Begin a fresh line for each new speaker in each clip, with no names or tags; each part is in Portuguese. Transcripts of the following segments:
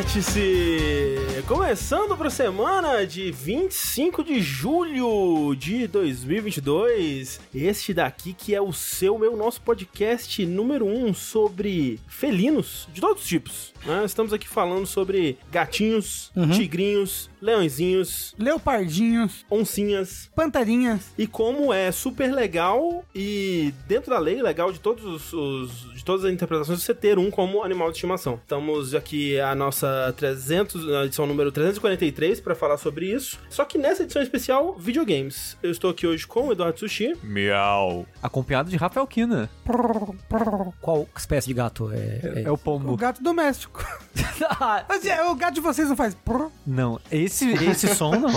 Vértice! Começando para a semana de 25 de julho de 2022. Este daqui que é o seu, meu, nosso podcast número 1 um sobre felinos de todos os tipos. né? Estamos aqui falando sobre gatinhos, tigrinhos, leõezinhos,
Leopardinhos,
oncinhas,
pantarinhas.
e como é super legal e dentro da lei legal de todos os, os- de todas as interpretações você ter um como animal de estimação. Estamos aqui a nossa 300, na edição número 343 para falar sobre isso. Só que nessa edição especial videogames. Eu estou aqui hoje com o Eduardo Sushi.
Miau.
Acompanhado de Rafael Kina.
Qual espécie de gato é? é-
É o
O
pombo.
gato doméstico.
Ah,
Mas é, o gato de vocês não faz. prrr?
não, esse, esse som não.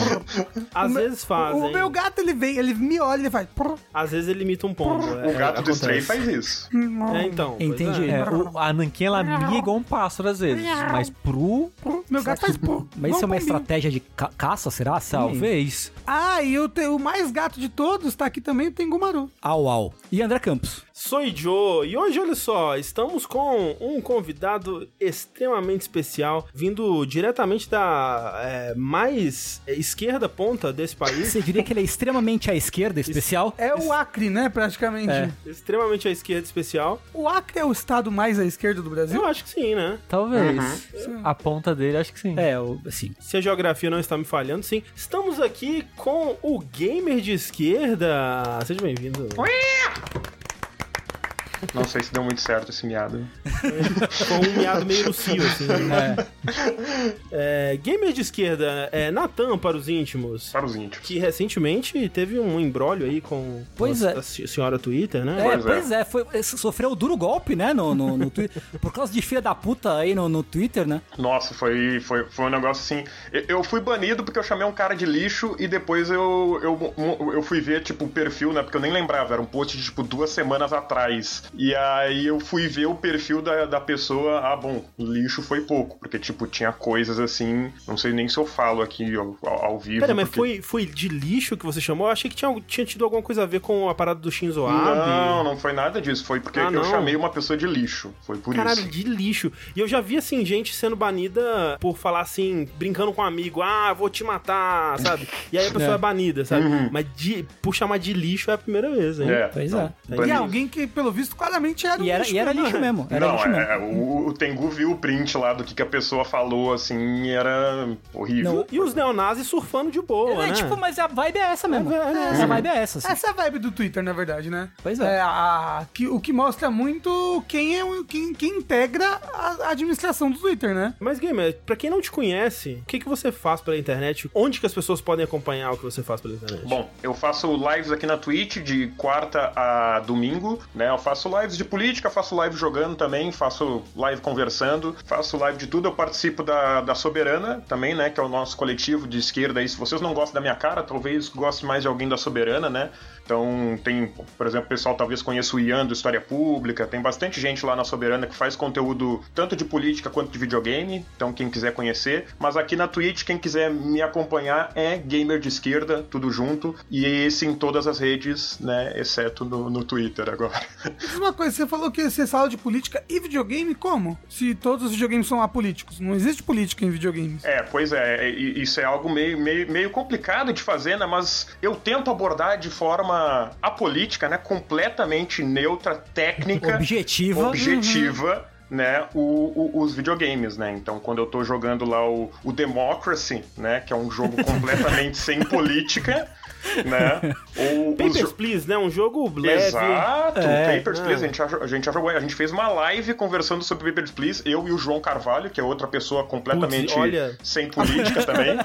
Às vezes
Ah,
fazem,
O meu gato, ele vem, ele me olha e ele faz. prrr.
às vezes ele imita um pombo.
O gato do Stray faz isso.
É, então. pois
Entendi.
é.
É, o- a Nanquinha ela mia igual um pássaro às vezes, mas pro
Prrr. Meu gato faz. prrr.
Mas isso
Igual
é uma
um pombinho.
estratégia de ca- caça, será? Sim.
talvez.
Ah, e eu tenho o mais gato de todos, tá aqui também, o Tengumaru.
Au, au. E André Campos?
Sou Joe e hoje olha só, estamos com um convidado extremamente especial, vindo diretamente da é, mais esquerda ponta desse país.
Você diria que ele é extremamente à esquerda, especial?
É o Acre, né, praticamente.
É.
Extremamente à esquerda especial.
O Acre é o estado mais à esquerda do Brasil?
Eu acho que sim, né?
Talvez. A ponta dele, acho que sim.
Uhum. É, o, assim.
Se a geografia não está me falhando, sim. Estamos aqui com o gamer de esquerda. Seja bem-vindo.
Não sei se deu muito certo esse miado.
Com um miado meio lucio, assim. É, gamer de esquerda, é Natan para os íntimos.
Para os íntimos.
que recentemente teve um embrólio aí com
Pois
a,
é.
a se- senhora Twitter,
É,
né?
pois,
Pois é.
é, foi, sofreu um duro golpe, né, no, no, no Twitter. Por causa de filha da puta aí no, no Twitter, né?
Nossa, foi, foi, foi um negócio assim. Eu- Eu fui banido porque eu chamei um cara de lixo e depois eu, eu, eu fui ver, tipo, o perfil, né? Porque eu nem lembrava, era um post de, tipo, duas semanas atrás. E aí eu fui ver o perfil da, da pessoa. Ah, bom, lixo foi pouco, porque, tipo, tinha coisas assim. Não sei nem se eu falo aqui ao, ao- ao vivo.
Pera, mas foi,
porque-
foi de lixo que você chamou? Eu achei que tinha, tinha tido alguma coisa a ver com a parada do Shinzo
Não, é
Abe.
não foi nada disso. Foi porque
Ah, não.
eu chamei uma pessoa de lixo. Foi por
Caralho,
isso.
de lixo. E eu já vi, assim, gente sendo banida por falar assim, brincando com um amigo, ah, vou te matar, sabe? E aí a pessoa é, banida, sabe? Mas de, por chamar de lixo é a primeira vez, hein?
Uhum. É,
Pois é.
Foi
E
banido.
alguém que, pelo visto, claramente era um
E era,
lixo
e era
mesmo.
lixo mesmo. Era
não,
lixo mesmo.
é, o, o Tengu viu o print lá do que, que a pessoa falou, assim, e era horrível.
E os neonazis surfando de boa,
É,
né?
tipo, mas a vibe é essa mesmo.
É, é,
É, a vibe é essa, assim.
Essa é a vibe do Twitter, na verdade, né?
Pois é.
a- que- o que mostra muito quem, é, o- quem, quem integra a a administração do Twitter, né?
Mas, Gamer, pra quem não te conhece, o que, que você faz pela internet? Onde que as pessoas podem acompanhar o que você faz pela internet?
Bom, eu faço lives aqui na Twitch de quarta a domingo, né? Eu faço lives de política, faço live jogando também, faço live conversando, faço live de tudo. Eu participo da, da Soberana também, né? Que é o nosso coletivo de esquerda aí. Se vocês não gostam da minha cara, talvez goste mais de alguém da Soberana, né? Então tem, por exemplo, o pessoal talvez conheça o Ian do História Pública, tem bastante gente lá na Soberana que faz conteúdo tanto de política quanto de videogame, então quem quiser conhecer. Mas aqui na Twitch, quem quiser me acompanhar é Gamer de Esquerda, tudo junto, e esse em todas as redes, né, exceto no, no Twitter agora.
Diz uma coisa, você falou que você fala de política e videogame, como? Se todos os videogames são apolíticos. Não existe política em videogames.
É, pois é, e- isso é algo meio, meio, meio complicado de fazer, né? Mas eu tento abordar de forma apolítica, né? Completamente neutra, técnica.
Objetiva.
objetiva, né, o, o- os videogames, né? Então, quando eu tô jogando lá o, o Democracy, né, que é um jogo completamente sem política, né? Ou os
Papers,
jo-
Please, né? Um jogo leve.
Exato,
É,
Papers, Please, a gente, já- a gente já jogou, a gente fez uma live conversando sobre Papers, Please, eu e o João Carvalho, que é outra pessoa completamente
Putz, olha.
sem política também.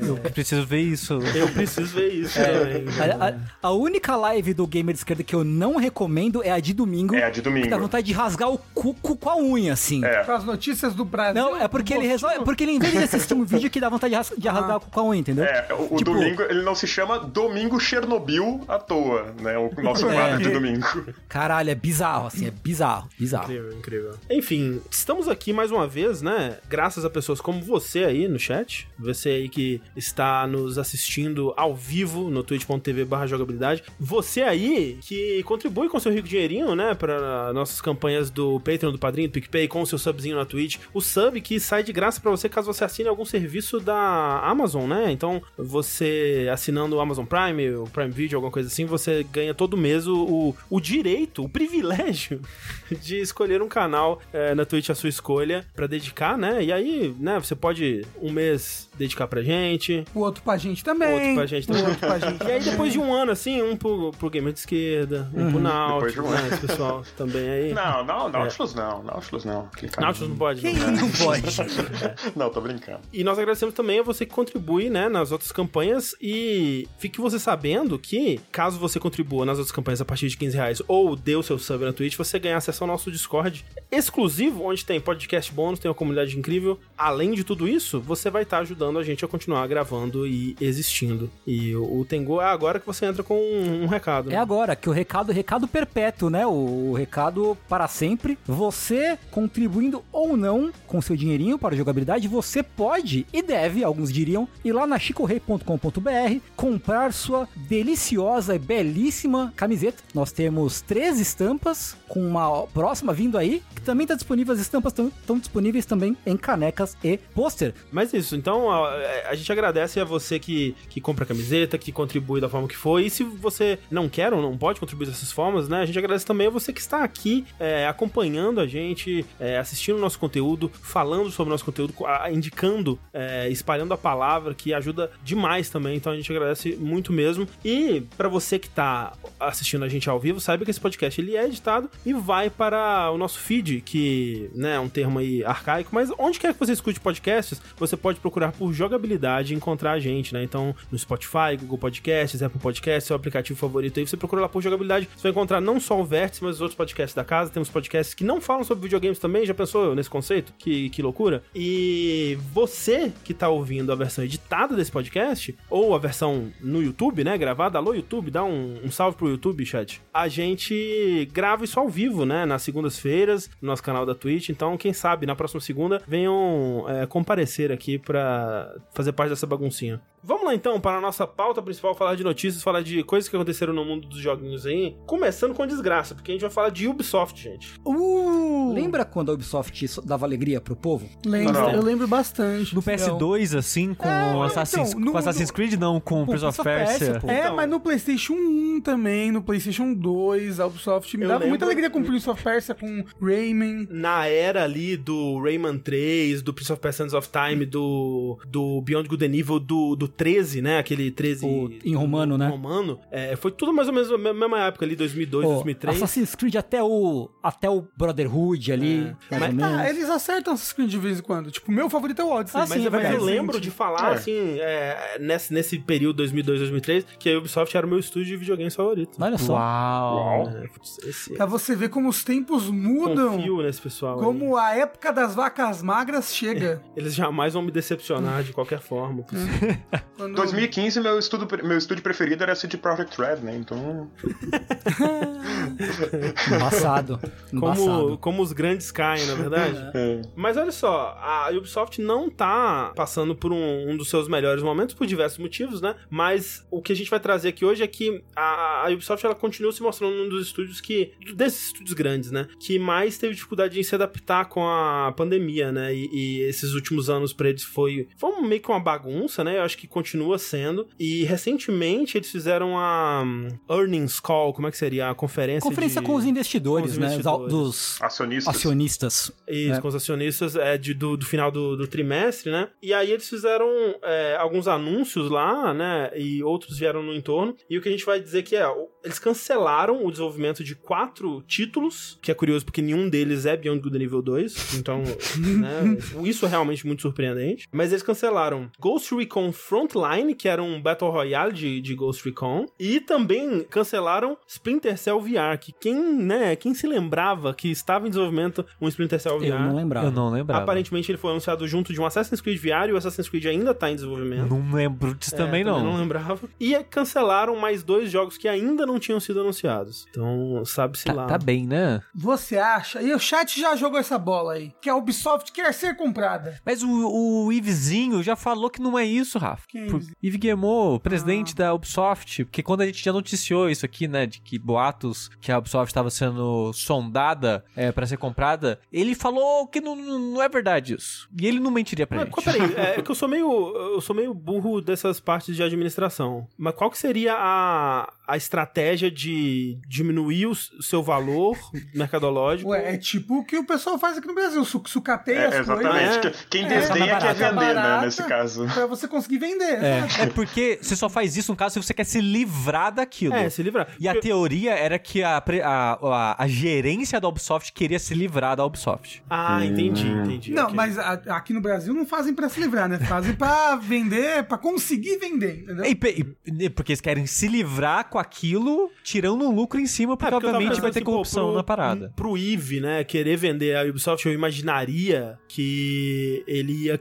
Eu é preciso ver isso.
Eu preciso ver isso
É.
também.
A, a- a única live do gamer de esquerda que eu não recomendo é a de domingo.
É a de domingo.
Que dá vontade de rasgar o cuco com a unha, assim.
É.
Com as notícias do Brasil.
Não, é porque ele um resolve. Porque ele, em vez de assistir um vídeo que dá vontade de, ras- de rasgar o cuco com a unha, entendeu?
É, o, o
Tipo,
domingo ele não se chama Domingo Chernobyl à toa, né? O nosso
É.
quadro de domingo.
Caralho, é bizarro, assim, é bizarro, bizarro.
Incrível, incrível. Enfim, estamos aqui mais uma vez, né? Graças a pessoas como você aí no chat, você aí que está nos assistindo ao vivo no twitch.tv barra jogabilidade, você aí que contribui com seu rico dinheirinho, né? Para nossas campanhas do Patreon, do Padrinho, do PicPay, com o seu subzinho na Twitch, o sub que sai é de graça para você caso você assine algum serviço da Amazon, né? Então, você assinando o Amazon Prime, o Prime Video, alguma coisa assim, você ganha todo mês o- o, o direito, o privilégio de escolher um canal eh, na Twitch a sua escolha pra dedicar, né? E aí, né, você pode um mês dedicar pra gente.
O outro pra gente também.
Outro pra gente também.
O outro pra gente.
E aí, depois de um ano, assim, um pro, pro gamer de esquerda, um pro
depois de
Náutico,
um
né? Esse pessoal também aí.
Não, não, Nautilus não, Nautilus não. Que cara-
Náutico não pode.
Que
não. né?
isso?
Não, tô brincando.
E nós agradecemos também a você que contribui, né, nas outras campanhas e fique você sabendo que, caso você contribua nas outras campanhas a partir de 15 reais ou dê o seu sub na Twitch, você ganha acesso ao nosso Discord exclusivo, onde tem podcast bônus, tem uma comunidade incrível. Além de tudo isso, você vai estar ajudando a gente a continuar gravando e existindo. E o o Tengu é agora que você entra com um, um recado.
É
né?
agora que o recado, recado perpétuo, né? O, o recado para sempre. Você contribuindo ou não com seu dinheirinho para a jogabilidade, você pode e deve, alguns diriam, ir lá na chicorei.com.br comprar sua deliciosa e belíssima camiseta. Nós temos três estampas com uma próxima vindo aí, que também está disponível. As estampas estão disponíveis também em canecas e pôster.
Mas isso, então a, a gente agradece a você que, que compra a camiseta, que contribui da forma que foi. E se você não quer ou não pode contribuir dessas formas, né? A gente agradece também a você que está aqui é, acompanhando a gente, é, assistindo o nosso conteúdo, falando sobre o nosso conteúdo, a- indicando, é, espalhando a palavra, que ajuda demais também. Então a gente agradece muito mesmo. E para você que está assistindo a gente ao vivo, saiba que esse podcast ele é editado e vai para o nosso feed, que né, é um termo aí arcaico, mas onde quer que você escute podcasts, você pode procurar por jogabilidade e encontrar a gente, né? Então, no Spotify, Google Podcasts, Apple Podcasts, seu aplicativo favorito aí, você procura lá por jogabilidade, você vai encontrar não só o Vértice, mas os outros podcasts da casa, temos podcasts que não falam sobre videogames também, já pensou nesse conceito? Que, que loucura! E você que tá ouvindo a versão editada desse podcast, ou a versão no YouTube, né, gravada, alô YouTube, dá um, um salve pro YouTube, chat. A gente grava isso ao vivo, né, nas segundas-feiras, no nosso canal da Twitch, então quem sabe na próxima segunda venham é, comparecer aqui pra fazer parte dessa baguncinha. Vamos lá então para a nossa pauta principal, falar de notícias, falar de coisas que aconteceram no mundo dos joguinhos aí, começando com desgraça, porque a gente vai falar de Ubisoft, gente.
Uh,
Lembra quando a Ubisoft isso dava alegria pro povo?
lembro,
Não.
eu lembro bastante.
No PS2, assim, com o Assassin's,
então, no-
com Assassin's Creed, não, com o Prince of Persia.
pô.
É,
Então.
mas no PlayStation 1 também, no PlayStation 2, a Ubisoft me
Eu
dava
lembro-
muita alegria com o Prince of Persia, com Rayman.
Na era ali do Rayman 3, do Prince of Persia Sands of Time, do, do Beyond Good and Evil, do, do 13, né? Aquele 13...
O- em romano, né?
Romano. É, foi tudo mais ou menos a me- mesma época ali, 2002,
Pô,
2003.
Assassin's Creed até o, até o Brotherhood ali. Mais ou
Mas
menos.
tá, eles acertam essas screens de vez em quando. Tipo, meu favorito é o Odyssey.
Ah,
Mas,
sim, é
mas eu
verdade.
lembro de falar,
É.
assim, é, nesse, nesse período 2002, 2003, que a Ubisoft era o meu estúdio de videogames favorito.
Olha só.
Uau.
Uau.
É, putz, esse,
Pra você ver como os tempos mudam.
confio nesse pessoal aí.
um Como a época das vacas magras chega.
Eles jamais vão me decepcionar de qualquer forma.
Quando-
2015, meu, estudo, meu estúdio preferido era CD Projekt Red, né? Então.
Embaçado.
Como,
Embaçado.
como os grandes caem, na verdade.
é.
Mas olha só, a Ubisoft não tá passando por um, um dos seus melhores momentos por diversos motivos, né? Mas o que a gente vai trazer aqui hoje é que a, a Ubisoft ela continua se mostrando um dos estúdios que. desses estúdios grandes, né? Que mais teve dificuldade em se adaptar com a pandemia, né? E, e esses últimos anos pra eles foi, foi um- meio que uma bagunça, né? Eu acho que continua sendo. E recentemente eles fizeram a um, Earnings Call, como é que seria? A conferência.
Conferência
de...
com os investidores,
com os
né? Os au-
investidores.
Dos
Acionistas.
acionistas.
Isso,
É.
com os acionistas é, de- do, do final do, do trimestre, né? E aí eles fizeram é, alguns anúncios lá, né? E outros vieram no entorno. E o que a gente vai dizer que é, o- eles cancelaram o desenvolvimento de quatro títulos, que é curioso porque nenhum deles é Beyond Good Nível 2, então, né? Isso é realmente muito surpreendente. Mas eles cancelaram Ghost Recon Frontline, que era um Battle Royale de, de Ghost Recon, e também cancelaram Splinter Cell VR, que quem, né, quem se lembrava que estava em desenvolvimento um Splinter Cell VR?
Eu não lembrava.
Eu não lembrava.
Aparentemente ele foi anunciado junto de um Assassin's Creed VR e o Assassin's Creed ainda tá em desenvolvimento.
Não lembro disso
É,
Uhum. também, não.
Não lembrava. E é, cancelaram mais dois jogos que ainda não tinham sido anunciados. Então, sabe-se
Tá,
lá.
tá bem, né?
Você acha? E o chat já jogou essa bola aí. Que a Ubisoft quer ser comprada.
Mas o, o Ivezinho já falou que não é isso, Rafa.
Quem é
Por-
Yves?
Yves Guillemot,
Ah.
presidente da Ubisoft, porque quando a gente já noticiou isso aqui, né, de que boatos que a Ubisoft estava sendo sondada é, para ser comprada, ele falou que não, não não é verdade isso. E ele não mentiria pra
Mas,
gente.
qual- peraí, é que eu sou meio. Eu sou meio burro dessas partes de administração. Mas qual que seria a, a estratégia de diminuir o s- seu valor mercadológico?
Ué, é tipo o que o pessoal faz aqui no Brasil. Su sucateia as
É,
coisas
exatamente.
né?
Que- Quem
É, tá
desdenha quer
barata,
vender, né?
barata.
Nesse caso.
pra você conseguir vender. sabe?
É, é porque você só faz isso no caso se você quer se livrar daquilo.
É, se livrar.
E a
Porque-
teoria era que a, pre- a, a, a gerência da Ubisoft queria se livrar da Ubisoft.
Ah, entendi,
Hum.
entendi.
Não,
ok.
mas a- aqui no Brasil não fazem pra se livrar, né? Fazem pra vender, pra conseguir vender,
É
entendeu?
É, E pe- e- e- porque eles querem se livrar com aquilo, tirando um lucro em cima,
É,
porque,
eu tava
obviamente
pensando
vai ter
assim, pô,
corrupção
pro-
na parada.
Pro Eve, né, querer vender a Ubisoft, eu imaginaria que ele ia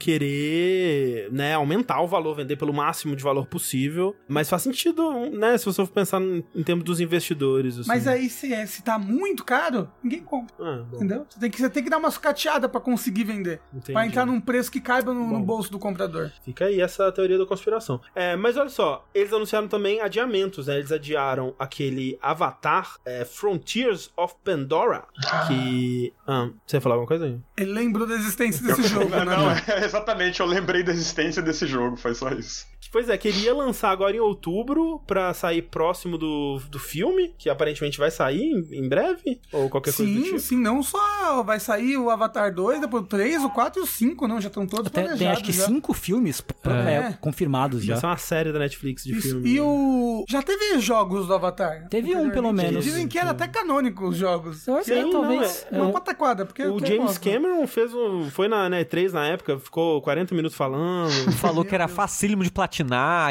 querer, né, aumentar o valor, vender pelo máximo de valor possível. Mas faz sentido, né, se você for pensar em, em termos dos investidores. Assim.
Mas aí, se, é- se tá muito caro, ninguém compra,
Ah, bom,
entendeu? Você tem que, você tem que dar uma sucateada pra conseguir vender.
entendi.
Pra entrar num preço que caiba no, no
Bom.
bolso do comprador.
Fica aí essa teoria da conspiração. É, mas olha só, eles anunciaram também adiamentos, né? Eles adiaram aquele Avatar é, Frontiers of Pandora, que... Ah, você ia falar alguma coisa aí?
Ele lembrou da existência desse jogo, né?
Não, é, exatamente. Eu lembrei da existência desse jogo, foi só isso.
Pois é, queria lançar agora em outubro pra sair próximo do, do filme, que aparentemente vai sair em, em breve, ou qualquer coisa do
Sim,
tipo.
sim, não só vai sair o Avatar 2, depois o 3, o 4 e o 5, não, já estão todos
Até,
planejados.
tem acho que
já.
cinco filmes pro-
É.
é, confirmados já.
Isso é uma série da Netflix de
Isso,
filme. né?
e o... Já teve jogos do Avatar?
Teve um, pelo
anteriormente?
menos.
Dizem que era até canônico os jogos.
Eu
Sim, não,
Então, talvez.
é-
é
Uma
um-
pataquada, porque...
O
eu
James
gosto.
Cameron fez um. Foi na né, 3 na época, ficou 40 minutos falando.
Falou que era facílimo de platinar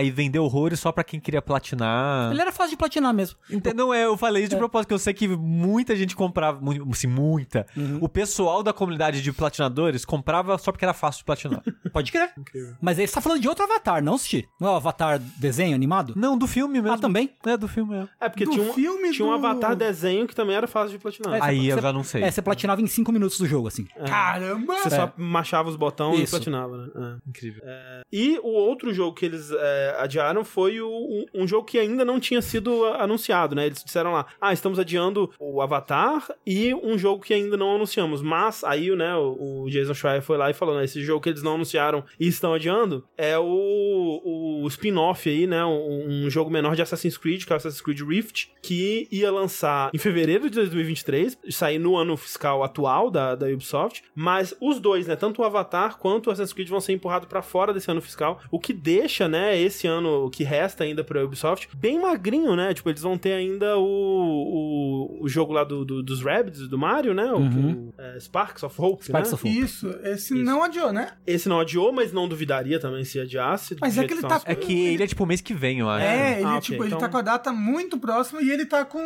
e vender horrores só pra quem queria platinar.
Ele era fácil de platinar mesmo.
Ente- Não é, eu falei isso de propósito, que eu sei que muita gente comprava, mu- assim, muita. O pessoal da comunidade de platinadores comprava só porque era fácil de platinar.
Pode crer. Mas ele está falando de outro avatar, não, Sushi? Não é o avatar desenho animado?
Não, do filme mesmo.
Ah, também?
É, do filme mesmo.
É porque
Do
tinha um,
filme
tinha um
do-
avatar desenho que também era fácil de platinar.
É,
Aí
você-
eu já não sei.
É, você platinava em cinco minutos do jogo, assim.
É. Caramba!
Você só machava os botões e
Isso.
platinava, né? É.
Incrível.
E o outro jogo que eles é, adiaram foi o- um, um jogo que ainda não tinha sido a- anunciado, né? Eles disseram lá, ah, estamos adiando o Avatar e um jogo que ainda não anunciamos. Mas aí, né, o, o Jason Schreier foi lá e falou, né, esse jogo que eles não anunciaram e estão adiando é o, o spin-off aí, né, um, um jogo menor de Assassin's Creed, que é o Assassin's Creed Rift, que ia lançar em fevereiro de 2023, sair no ano fiscal atual da, da Ubisoft, mas os dois, né, tanto o Avatar quanto o Assassin's Creed vão ser empurrados pra fora desse ano fiscal, o que deixa, né, esse ano que resta ainda pra Ubisoft bem magrinho, né, tipo, eles vão ter ainda o, o, o jogo lá do, do- dos Rabbids, do Mario, né, o,
Uhum.
o, é, Sparks of Hope,
Sparks
né?
of Hope.
Isso, esse não adiou, né?
Esse não adiou, mas não duvidaria também se adiasse. do
Mas é
jeito
que ele
estão
tá-
as
É que ele é tipo mês que vem, eu acho.
É, ele,
Ah, ok,
tipo,
então-
ele tá com a data muito próxima e ele tá com...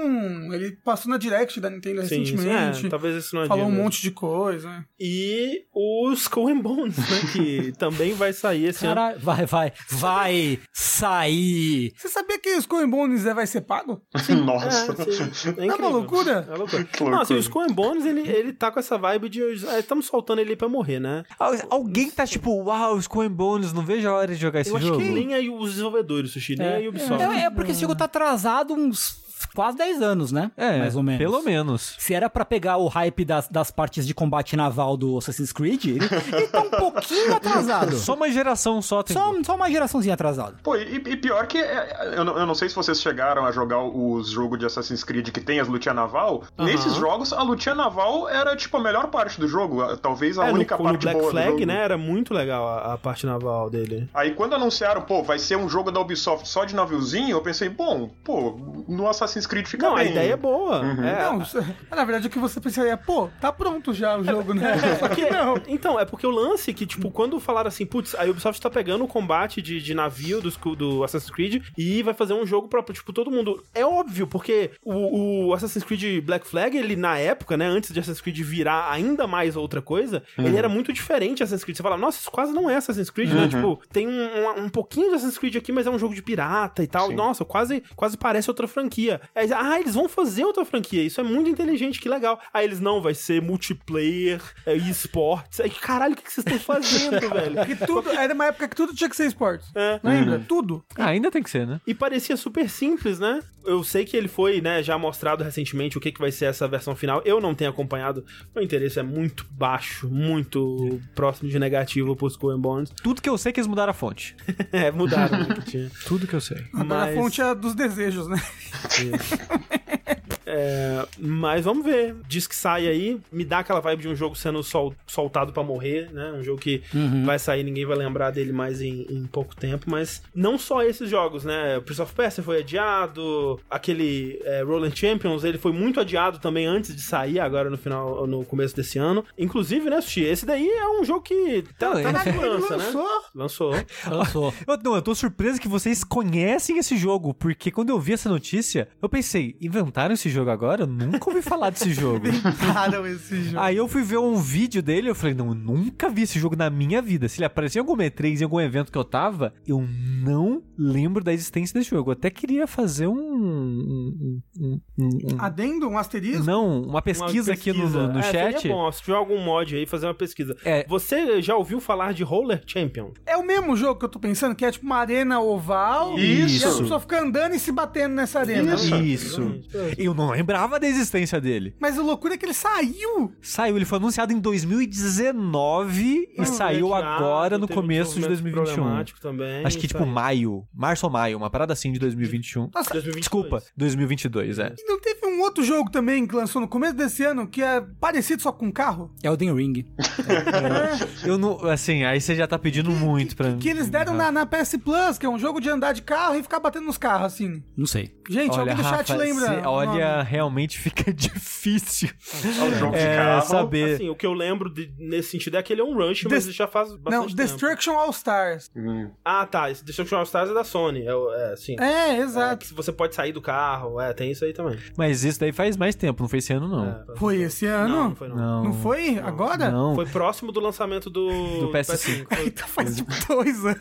Ele passou na Direct da Nintendo
Sim, sim,
recentemente,
é, talvez isso não adiante.
falou um monte de coisa.
E o Skull and Bones, né? Que também vai sair esse ano.
Caralho, vai, vai, vai sair.
Você sabia que o Skull and Bones é- vai ser pago?
Nossa.
É, sim, é
É uma
incrível.
loucura?
É uma loucura.
Que
Não,
loucura.
assim, o Skull and Bones, ele, ele tá com essa vibe de... ah, Estamos soltando ele pra morrer, né?
Al- Alguém tá tipo, uau, Skull and Bones, não vejo a hora de jogar esse
Eu acho
jogo.
que nem aí os desenvolvedores, Sushi, nem aí o Ubisoft.
É, é porque esse jogo tá atrasado uns quase 10 anos, né?
É,
mais ou menos.
Pelo menos.
Se era pra pegar o hype das, das partes de combate naval do Assassin's Creed, ele, ele tá um pouquinho atrasado.
Só um uma geração só tem.
Só, só uma geraçãozinha atrasada.
Pô, e, e pior que. é, Eu não, eu não sei se vocês chegaram a jogar os jogos de Assassin's Creed que tem as lutinhas naval.
Aham.
Nesses jogos, a lutinha naval era, tipo, a melhor parte do jogo. a- Talvez a
É, no,
única
no
parte
Black
boa do
Flag,
jogo.
né? Era muito legal a, a parte naval dele.
Aí quando anunciaram, pô, vai ser um jogo da Ubisoft só de naviozinho, eu pensei, bom, pô, no Assassin's Assassin's Creed fica
Não, a
bem.
ideia é boa.
Uhum.
É,
Não, isso- na verdade o que você pensaria, pô, tá pronto já o jogo, né?
É,
Só
porque-
que não.
Então, é porque o lance que, tipo, quando falaram assim, putz, a Ubisoft tá pegando o combate de, de navio do, escu- do Assassin's Creed e vai fazer um jogo pra, tipo, todo mundo. É óbvio, porque o, o Assassin's Creed Black Flag, ele, na época, né, antes de Assassin's Creed virar ainda mais outra coisa, ele era muito diferente de Assassin's Creed. Você fala, nossa, isso quase não é Assassin's Creed, né? Tipo, tem um, um, um pouquinho de Assassin's Creed aqui, mas é um jogo de pirata e tal.
Sim.
Nossa, quase, quase parece outra franquia. Aí, ah, eles vão fazer outra franquia. Isso é muito inteligente, que legal. Aí eles, não, vai ser multiplayer, é, e esportes. Aí, caralho, o que que vocês estão fazendo, velho?
Que tudo, era uma época que tudo tinha que ser esporte. Lembra?
Uhum.
Tudo.
Ah, ainda tem que ser, né?
E parecia super simples, né? Eu sei que ele foi, né, já mostrado recentemente o que, que vai ser essa versão final. Eu não tenho acompanhado. Meu interesse é muito baixo, muito próximo de negativo pros Coen Bonds.
Tudo que eu sei é que eles mudaram a fonte.
É, mudaram. o que tinha.
Tudo que eu sei.
Agora
Mas-
a fonte é dos desejos, né?
É, mas vamos ver. Diz que sai aí, me dá aquela vibe de um jogo sendo sol- soltado pra morrer, né? Um jogo que
Uhum.
vai sair, ninguém vai lembrar dele mais em, em pouco tempo. Mas não só esses jogos, né? Prince of Persia foi adiado, aquele é, Roland Champions, ele foi muito adiado também antes de sair, agora no final, no começo desse ano. Inclusive, né, Sushi, esse daí é um jogo que tá,
Não,
tá na
ele-
segurança, né?
Lançou?
Lançou.
Lançou.
Eu, não, eu tô surpreso que vocês conhecem esse jogo, porque quando eu vi essa notícia, eu pensei, inventaram esse jogo agora? Eu nunca ouvi falar desse jogo.
Inventaram esse jogo.
Aí eu fui ver um vídeo dele, eu falei, não, eu nunca vi esse jogo na minha vida. Se ele aparecia em algum E3, em algum evento que eu tava, eu não lembro da existência desse jogo. Eu até queria fazer um... um- um- um- um-
Adendo, um asterisco?
não, uma pesquisa,
Uma
aqui no, no- no
pesquisa. é,
chat.
Seria bom, se tiver algum mod aí, fazer uma pesquisa.
É.
Você já ouviu falar de Roller Champion?
É o mesmo jogo que eu tô pensando, que é tipo uma arena oval. E a
Isso.
pessoa fica andando e se batendo nessa arena.
Isso.
Isso. Eu não lembrava da existência dele.
Mas a loucura é que ele saiu.
Saiu, ele foi anunciado em 2019 e
Hum,
saiu
adiado,
Ah,
agora no
teve um
começo de
desenvolvimento
2021.
problemático Também,
Acho que tipo
tá aí.
maio, março ou maio, uma parada assim de 2021.
Nossa,
2022.
Desculpa, 2022, é.
e não teve um outro jogo também que lançou no começo desse ano que é parecido só com carro?
Elden Ring.
Eu não, assim, aí você já tá pedindo muito pra mim.
É. Que
Uhum.
eles deram na, na PS Plus, que é um jogo de andar de carro e ficar batendo nos carros, assim.
Não sei.
Gente,
Olha,
alguém do chat
Rafa,
lembra?
cê-
o
olha,
nome?
realmente fica difícil
É um jogo de
é,
carro.
saber.
Assim, o que eu lembro de- nesse sentido é que ele é um Rush, mas
Des-
ele já faz bastante
Não,
tempo.
Destruction All Stars.
Hum.
Ah, tá. Esse Destruction All Stars é da Sony. É, o- é sim.
É,
É,
exato.
que você pode sair do carro. É, tem isso aí também.
Mas isso daí faz mais tempo, não foi esse ano não.
É.
Foi esse
Não,
ano?
não foi não.
Não.
Não É. foi? Agora?
Não.
Foi próximo do lançamento do,
Do PS5.
Foi,
Então faz tipo dois anos.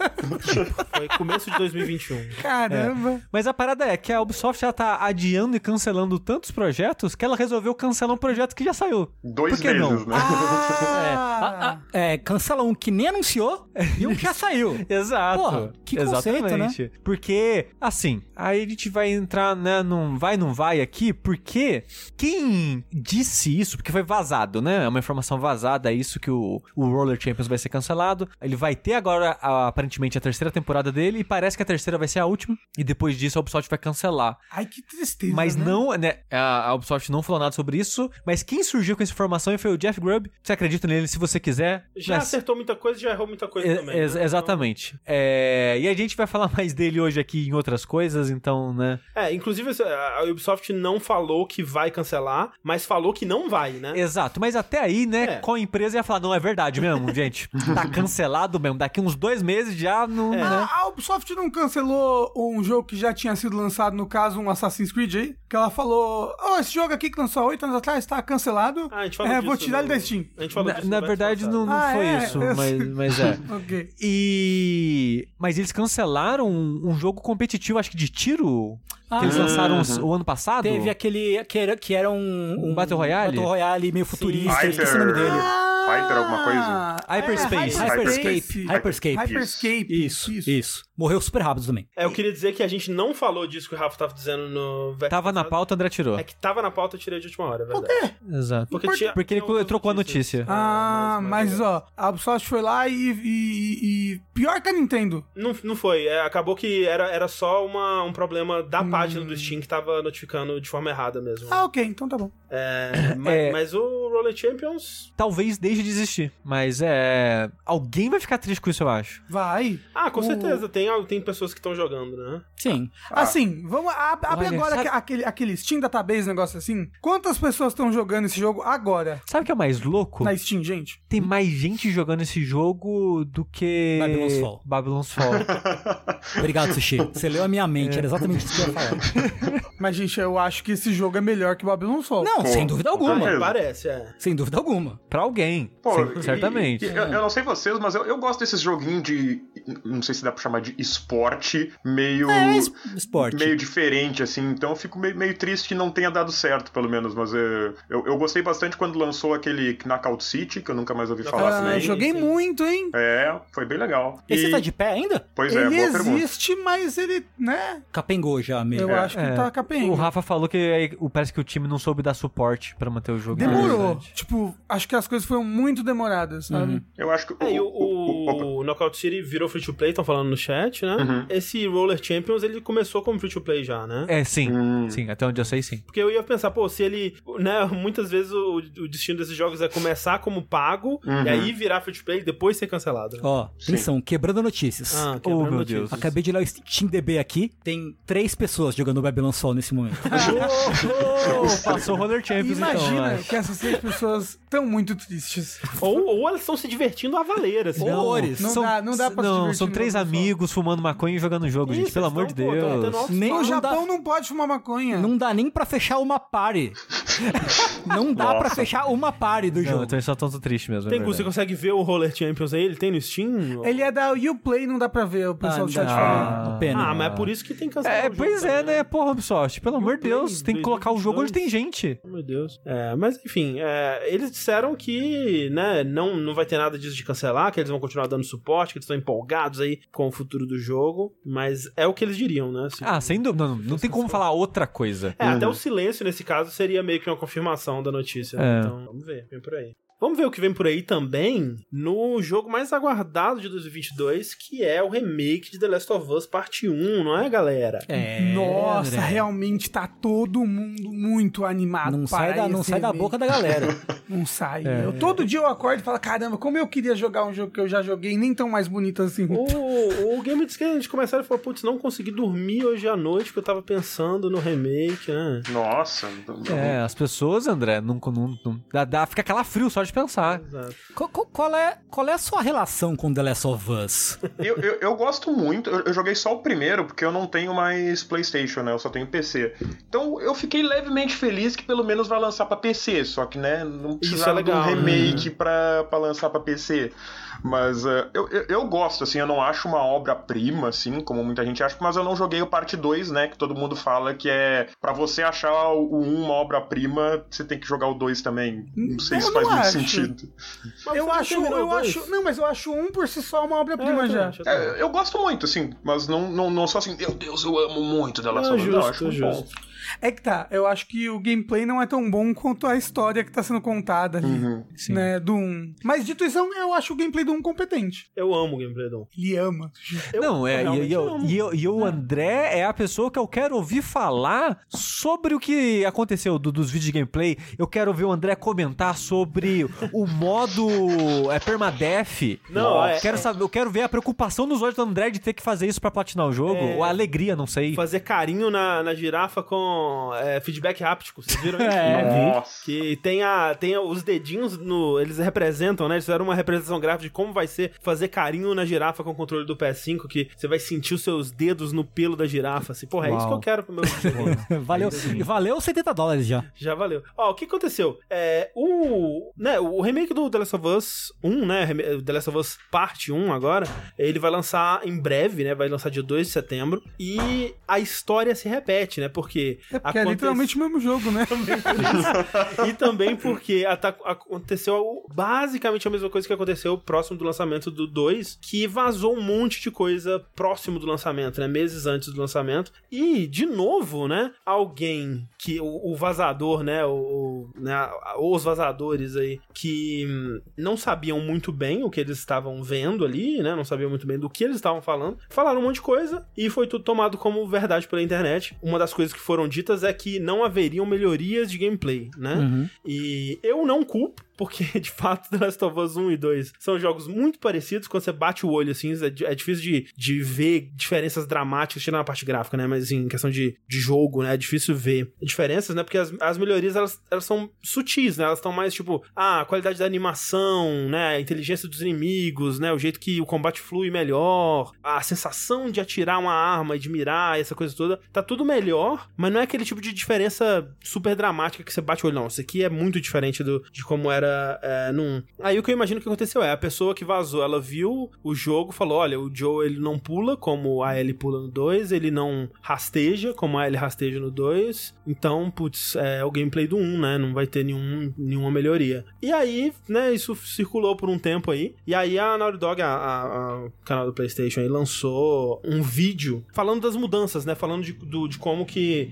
foi começo de 2021.
Caramba.
Mas a parada é que a Ubisoft ela tá adiando e cancelando tantos projetos que ela resolveu cancelar um projeto que já saiu.
Dois
Por que
meses,
não?
Ah!
né?
Ah, ah, é, cancela um que nem anunciou e um que já saiu.
Exato.
Porra, que conceito, né?
Exatamente. Porque, assim, aí a gente vai entrar, né, num vai, não vai aqui, porque quem disse isso, porque foi vazado, né? É uma informação vazada, é isso que o, o Roller Champions vai ser cancelado. Ele vai ter agora, a- aparentemente, a terceira temporada dele, e parece que a terceira vai ser a última, e depois disso a Ubisoft vai cancelar.
Ai, que tristeza.
Mas
né?
não, né? A a Ubisoft não falou nada sobre isso. Mas quem surgiu com essa informação foi o Jeff Grubb. Você acredita nele se você quiser?
Já
mas-
acertou muita coisa, já errou muita coisa
É,
também.
ex-
né?
Exatamente. É, e a gente vai falar mais dele hoje aqui em outras coisas, então, né?
É, inclusive a Ubisoft não falou que vai cancelar, mas falou que não vai, né?
Exato, mas até aí, né,
É.
com a empresa ia falar, não, é verdade mesmo, gente. Tá cancelado mesmo. Daqui uns dois meses já
É.
não. né?
Ah, A a Ubisoft não cancelou um jogo que já tinha sido lançado, no caso, um Assassin's Creed aí? Que ela falou: Ó, esse jogo aqui que lançou há 8 anos atrás tá cancelado.
Ah, a gente falou
É,
disso
vou tirar
no-
ele da Steam.
A gente falou
Na,
disso no
na
Back
verdade,
Passado.
não, não
Ah,
foi
é,
isso,
eu
mas,
sei.
mas é.
Ok.
E. Mas eles cancelaram um, um jogo competitivo, acho que de tiro, que eles
Ah,
lançaram uns- o ano passado.
Teve aquele que era, que era um,
Um Battle Royale?
Battle Royale meio futurista,
Fighter.
esqueci o nome dele.
Ah,
Fighter, alguma coisa?
é.
É,
Hyperspace.
Hyperscape.
Hyperscape.
Hyperscape.
Hyperscape.
Isso, isso, Morreu super rápido também.
É, eu queria dizer que a gente não falou disso que o Rafa tava dizendo no... Vec-
Tava na pauta, o André tirou.
É que tava na pauta, eu tirei de última hora, é verdade.
Exato.
Porque, tinha-
Porque ele
tinha outras
trocou a
notícias.
notícia.
Ah,
É,
mas ó, a Ubisoft foi lá e, e- e- pior que a Nintendo.
Não, não foi. É, acabou que era, era só uma, um problema da
Hum.
página do Steam que tava notificando de forma errada mesmo.
Ah, ok, então tá bom.
É, ma-
É.
Mas o Roller Champions...
talvez deixe de existir. Mas é. Alguém vai ficar triste com isso, eu acho.
Vai.
Ah, com
O-
certeza. Tem tem, tem pessoas que estão jogando, né?
Sim.
Ah,
Assim, vamos. ab- Abre
Olha,
agora
sabe-
aquele, aquele Steam Database, negócio assim. Quantas pessoas estão jogando esse jogo agora?
Sabe o que é mais louco?
Na Steam, gente.
Tem mais gente jogando esse jogo do que.
Babylon's Fall.
Babylon's Fall.
Obrigado, Sushi. Você leu a minha mente, era exatamente isso que eu ia falar.
Mas, gente, eu acho que esse jogo é melhor que Babylon Fall.
Não,
Pô.
sem dúvida alguma.
Ah, parece, é.
Sem dúvida alguma.
pra alguém.
Pô,
cer-
e-
certamente.
e- eu, eu não sei vocês, mas eu, eu gosto desses joguinhos de. Não sei se dá pra chamar de esporte, meio.
É es- esporte.
Meio diferente, assim, então eu fico meio, meio triste que não tenha dado certo, pelo menos, mas é, eu, eu gostei bastante quando lançou aquele Knockout City, que eu nunca mais ouvi falar
Knockout
Ah,
Sim,
também.
joguei
sim.
muito, hein?
É, foi bem legal.
Esse
E-
tá de pé ainda?
Pois é,
ele
boa pergunta.
existe, mas ele, né?
Capengou já, meio.
Eu acho que
É.
tá capenga.
O Rafa falou que aí, o- parece que o time não soube dar suporte pra manter o jogo. em
Demorou.
velocidade.
Tipo, acho que as coisas foram muito demoradas, sabe?
Eu acho que.
É, e o, o-
opa.
o Knockout City virou free to play, estão falando no chat, né?
Uhum.
Esse Roller Champions, ele começou como free to play já, né?
É, sim.
Hum.
Sim, até onde eu sei, sim.
Porque eu ia pensar, pô, se ele. Né, muitas vezes o, o destino desses jogos é começar como pago
Uhum.
e aí virar free to play e depois ser cancelado. né?
Ó,
Sim.
atenção, quebrando notícias.
Ah,
Oh,
quebrando
meu
notícias.
Deus.
Acabei de olhar o Steam DB aqui. Tem três pessoas jogando Babylon Sol nesse momento.
Tipo, passou o Roller Champions, então.
Imagina
acho.
que essas três pessoas estão muito tristes.
Ou, ou elas estão se divertindo a valer, assim.
Não. Horrores.
Não dá, não dá pra se
Não,
divertir
são
no
três
Babylon Fall.
amigos fumando maconha e jogando jogo, gente.
Isso,
Pelo
eles
amor de
tão, pô, tão
Deus.
tendo altos
Nem
No
não dá-
Japão não pode fumar maconha.
Não dá nem pra fechar uma party. Não dá
Nossa.
pra fechar uma party do
Não,
jogo.
então eles só tanto triste mesmo. é
Tem, você
verdade.
consegue ver o Roller Champions aí? Ele tem no Steam?
Ele é da Uplay, não dá pra ver o pessoal do chat
não.
falando.
Ah,
Ah,
pena.
mas é por isso que tem cancelado.
né? É,
o jogo
pois é,
também,
né? Porra, Ubisoft, pelo amor de
Play
Deus, tem que colocar o jogo onde
2022.
tem gente.
Meu Deus. É, mas enfim, é, eles disseram que, né, não, não vai ter nada disso de cancelar, que eles vão continuar dando suporte, que eles estão empolgados aí com o futuro do jogo, mas é o que eles diriam, né? assim.
Ah, Uhum. sem dúvida. Não, não tem como falar outra coisa.
É, até o silêncio nesse caso seria meio que uma confirmação da notícia. né?
É.
Então, vamos ver, vem por aí. Vamos ver o que vem por aí também no jogo mais aguardado de 2022, que é o remake de The Last of Us Parte 1, não é, galera?
É,
Nossa,
André.
realmente tá todo mundo muito animado.
Não
para
sai, da, não
esse
sai da
evento.
boca É. da galera.
Não sai. Eu, todo dia eu acordo e falo, caramba, como eu queria jogar um jogo que eu já joguei, nem tão mais bonito assim.
O, o Game Disc, a gente começaram e falou, putz, não consegui dormir hoje à noite, porque eu tava pensando no remake, né?
Nossa.
É, as pessoas, André, não, não, não- dá, dá- fica calafrio só de pensar.
Exato.
qual, qual- qual é, qual é a sua relação com The Last of Us?
Eu, eu, eu gosto muito, eu, eu joguei só o primeiro, porque eu não tenho mais PlayStation, né? Eu só tenho PC. Então eu fiquei levemente feliz que pelo menos vai lançar pra PC, só que, né? Não precisava
legal,
de um remake pra, pra lançar pra PC. Mas eh, eu, eu, eu gosto, assim, eu não acho uma obra-prima, assim, como muita gente acha, mas eu não joguei o parte 2, né? Que todo mundo fala que é. Pra você achar o 1 uma obra-prima, você tem que jogar o 2 também. Não sei
Hum, Eu não
se faz muito
acho.
sentido.
Mas você
Eu
não
acho,
terminou
eu
o dois?
acho. Não, mas eu acho um por si só uma
É, eu
obra-prima
também
já.
acho, eu também acho.
É, eu gosto muito, assim, mas não, não, não sou assim, meu Deus, eu amo muito da Last
Não,
of Us. Não,
Ah, justo,
acho muito
justo.
bom.
É que tá, eu acho que o gameplay não é tão bom quanto a história que tá sendo contada ali,
Uhum.
Sim.
né, do 1. Mas dito isso, é um, eu acho o gameplay do 1 competente.
Eu amo o Gameplay Dom.
Ele ama.
Eu-
não, é, e-
realmente
e, eu,
amo.
e, eu, e o André é a pessoa que eu quero ouvir falar sobre o que aconteceu do- dos vídeos de gameplay. Eu quero ouvir o André comentar sobre o modo é, permadeath.
Não,
Nossa.
é-
quero saber, eu quero ver a preocupação nos olhos do André de ter que fazer isso pra platinar o jogo,
É.
ou a alegria, não sei.
Fazer carinho na, na girafa com é, feedback háptico, vocês viram isso?
É.
Nossa.
Que tem, a, tem os dedinhos no. Eles representam, né? Eles fizeram uma representação gráfica de como vai ser fazer carinho na girafa com o controle do PS5, que você vai sentir os seus dedos no pelo da girafa. Assim, porra, é isso
Uau.
que eu quero pro meu videogame.
Valeu, valeu 70 dólares já.
Já valeu. Ó, o que aconteceu? É, o, né, o remake do The Last of Us 1, né, reme- o The Last of Us Parte 1 agora, ele vai lançar em breve, né, vai lançar dia 2 de setembro, e a história se repete, né, porque...
É porque é
aconte-
literalmente o mesmo jogo, né?
e também porque ata- aconteceu algo- basicamente a mesma coisa que aconteceu próximo do lançamento do 2, que vazou um monte de coisa próximo do lançamento, né? Meses antes do lançamento. E, de novo, né? Alguém que. O, o vazador, né? O, o- né? Ou os vazadores aí que hum, não sabiam muito bem o que eles estavam vendo ali, né? Não sabiam muito bem do que eles estavam falando. Falaram um monte de coisa e foi tudo tomado como verdade pela internet. Uma das coisas que
Ah,
foram ditas é que não haveriam melhorias de gameplay, né?
Uhum.
E eu não culpo, porque de fato The Last of Us 1 e 2 são jogos muito parecidos, quando você bate o olho assim, é di- é difícil de, de ver diferenças dramáticas, tirando a parte gráfica, né, mas em questão de, de jogo, né, é difícil ver diferenças, né, porque as, as melhorias, elas, elas são sutis, né, elas estão mais, tipo, ah, a qualidade da animação, né, a inteligência dos inimigos, né, o jeito que o combate flui melhor, a sensação de atirar uma arma e de mirar, essa coisa toda, tá tudo melhor, mas não é aquele tipo de diferença super dramática que você bate o olho, não. Isso aqui é muito diferente do, de como era é, num... Aí o que eu imagino que aconteceu é, a pessoa que vazou, ela viu o jogo, falou, olha, o Joe, ele não pula como a Ellie pula no 2, ele não rasteja como a Ellie rasteja no 2, então, putz, é o gameplay do 1, né, não vai ter nenhum, nenhuma melhoria. E aí, né, isso circulou por um tempo aí, e aí a Naughty Dog, a, a- a- o canal do Playstation aí, lançou um vídeo falando das mudanças, né, falando de, do- de como que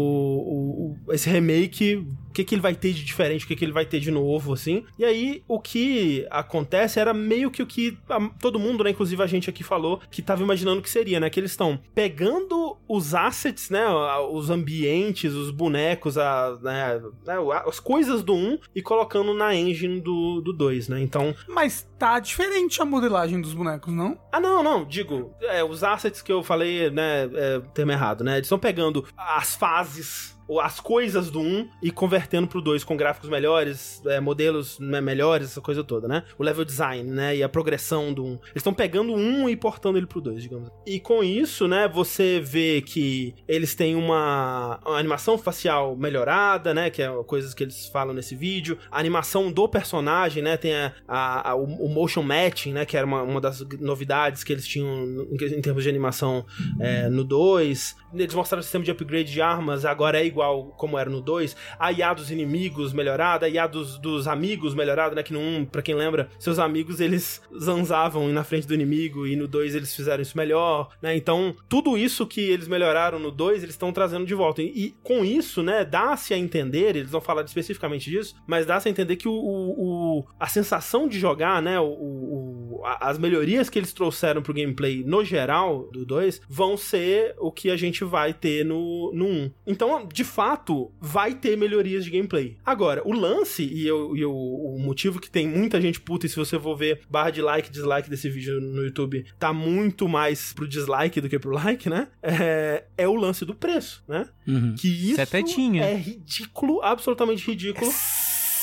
o, o- o- esse remake, o que, que ele vai ter de diferente, o que, que ele vai ter de novo, assim. E aí, o que acontece era meio que o que a- todo mundo, né, inclusive a gente aqui falou, que tava imaginando que seria, né? Que eles estão pegando os assets, né, a- os ambientes, os bonecos, a, né, né, o- as coisas do 1 e colocando na engine do, do 2, né? Então,
Mas tá diferente a modelagem dos bonecos, não?
ah, não, não, digo, é, os assets que eu falei, né, é, termo errado, né? Eles estão pegando as fases, ou as coisas do 1 e convertendo pro 2 com gráficos melhores, é, modelos né, melhores, essa coisa toda, né? O level design, né, e a progressão do 1. Eles estão pegando o 1 e portando ele pro 2, digamos. E com isso, né, você vê que eles têm uma, uma animação facial melhorada, né, que é coisas que eles falam nesse vídeo. A animação do personagem, né, tem a, a- a- o, o motion matching, né, que era uma, uma das novidades que eles tinham em, em termos de animação é, no 2. Eles mostraram o sistema de upgrade de armas, agora é igual como era no 2. A IA dos inimigos melhorada, a IA dos, dos amigos melhorada, né? Que no 1, pra quem lembra, seus amigos eles zanzavam na frente do inimigo e no 2 eles fizeram isso melhor, né? Então, tudo isso que eles melhoraram no 2, eles estão trazendo de volta. E, e com isso, né, dá-se a entender, eles não falaram especificamente disso, mas dá-se a entender que o, o- o- a sensação de jogar, né, o- o- o- a- as melhorias que eles trouxeram pro gameplay no geral do 2 vão ser o que a gente vai ter no, no 1. Então, de fato, vai ter melhorias de gameplay. Agora, o lance, e, eu, e eu- o motivo que tem muita gente puta, e se você for ver barra de like, dislike desse vídeo no YouTube, tá muito mais pro dislike do que pro like, né? É, é o lance do preço, né?
Uhum.
Que isso
Setetinha.
é ridículo, absolutamente ridículo.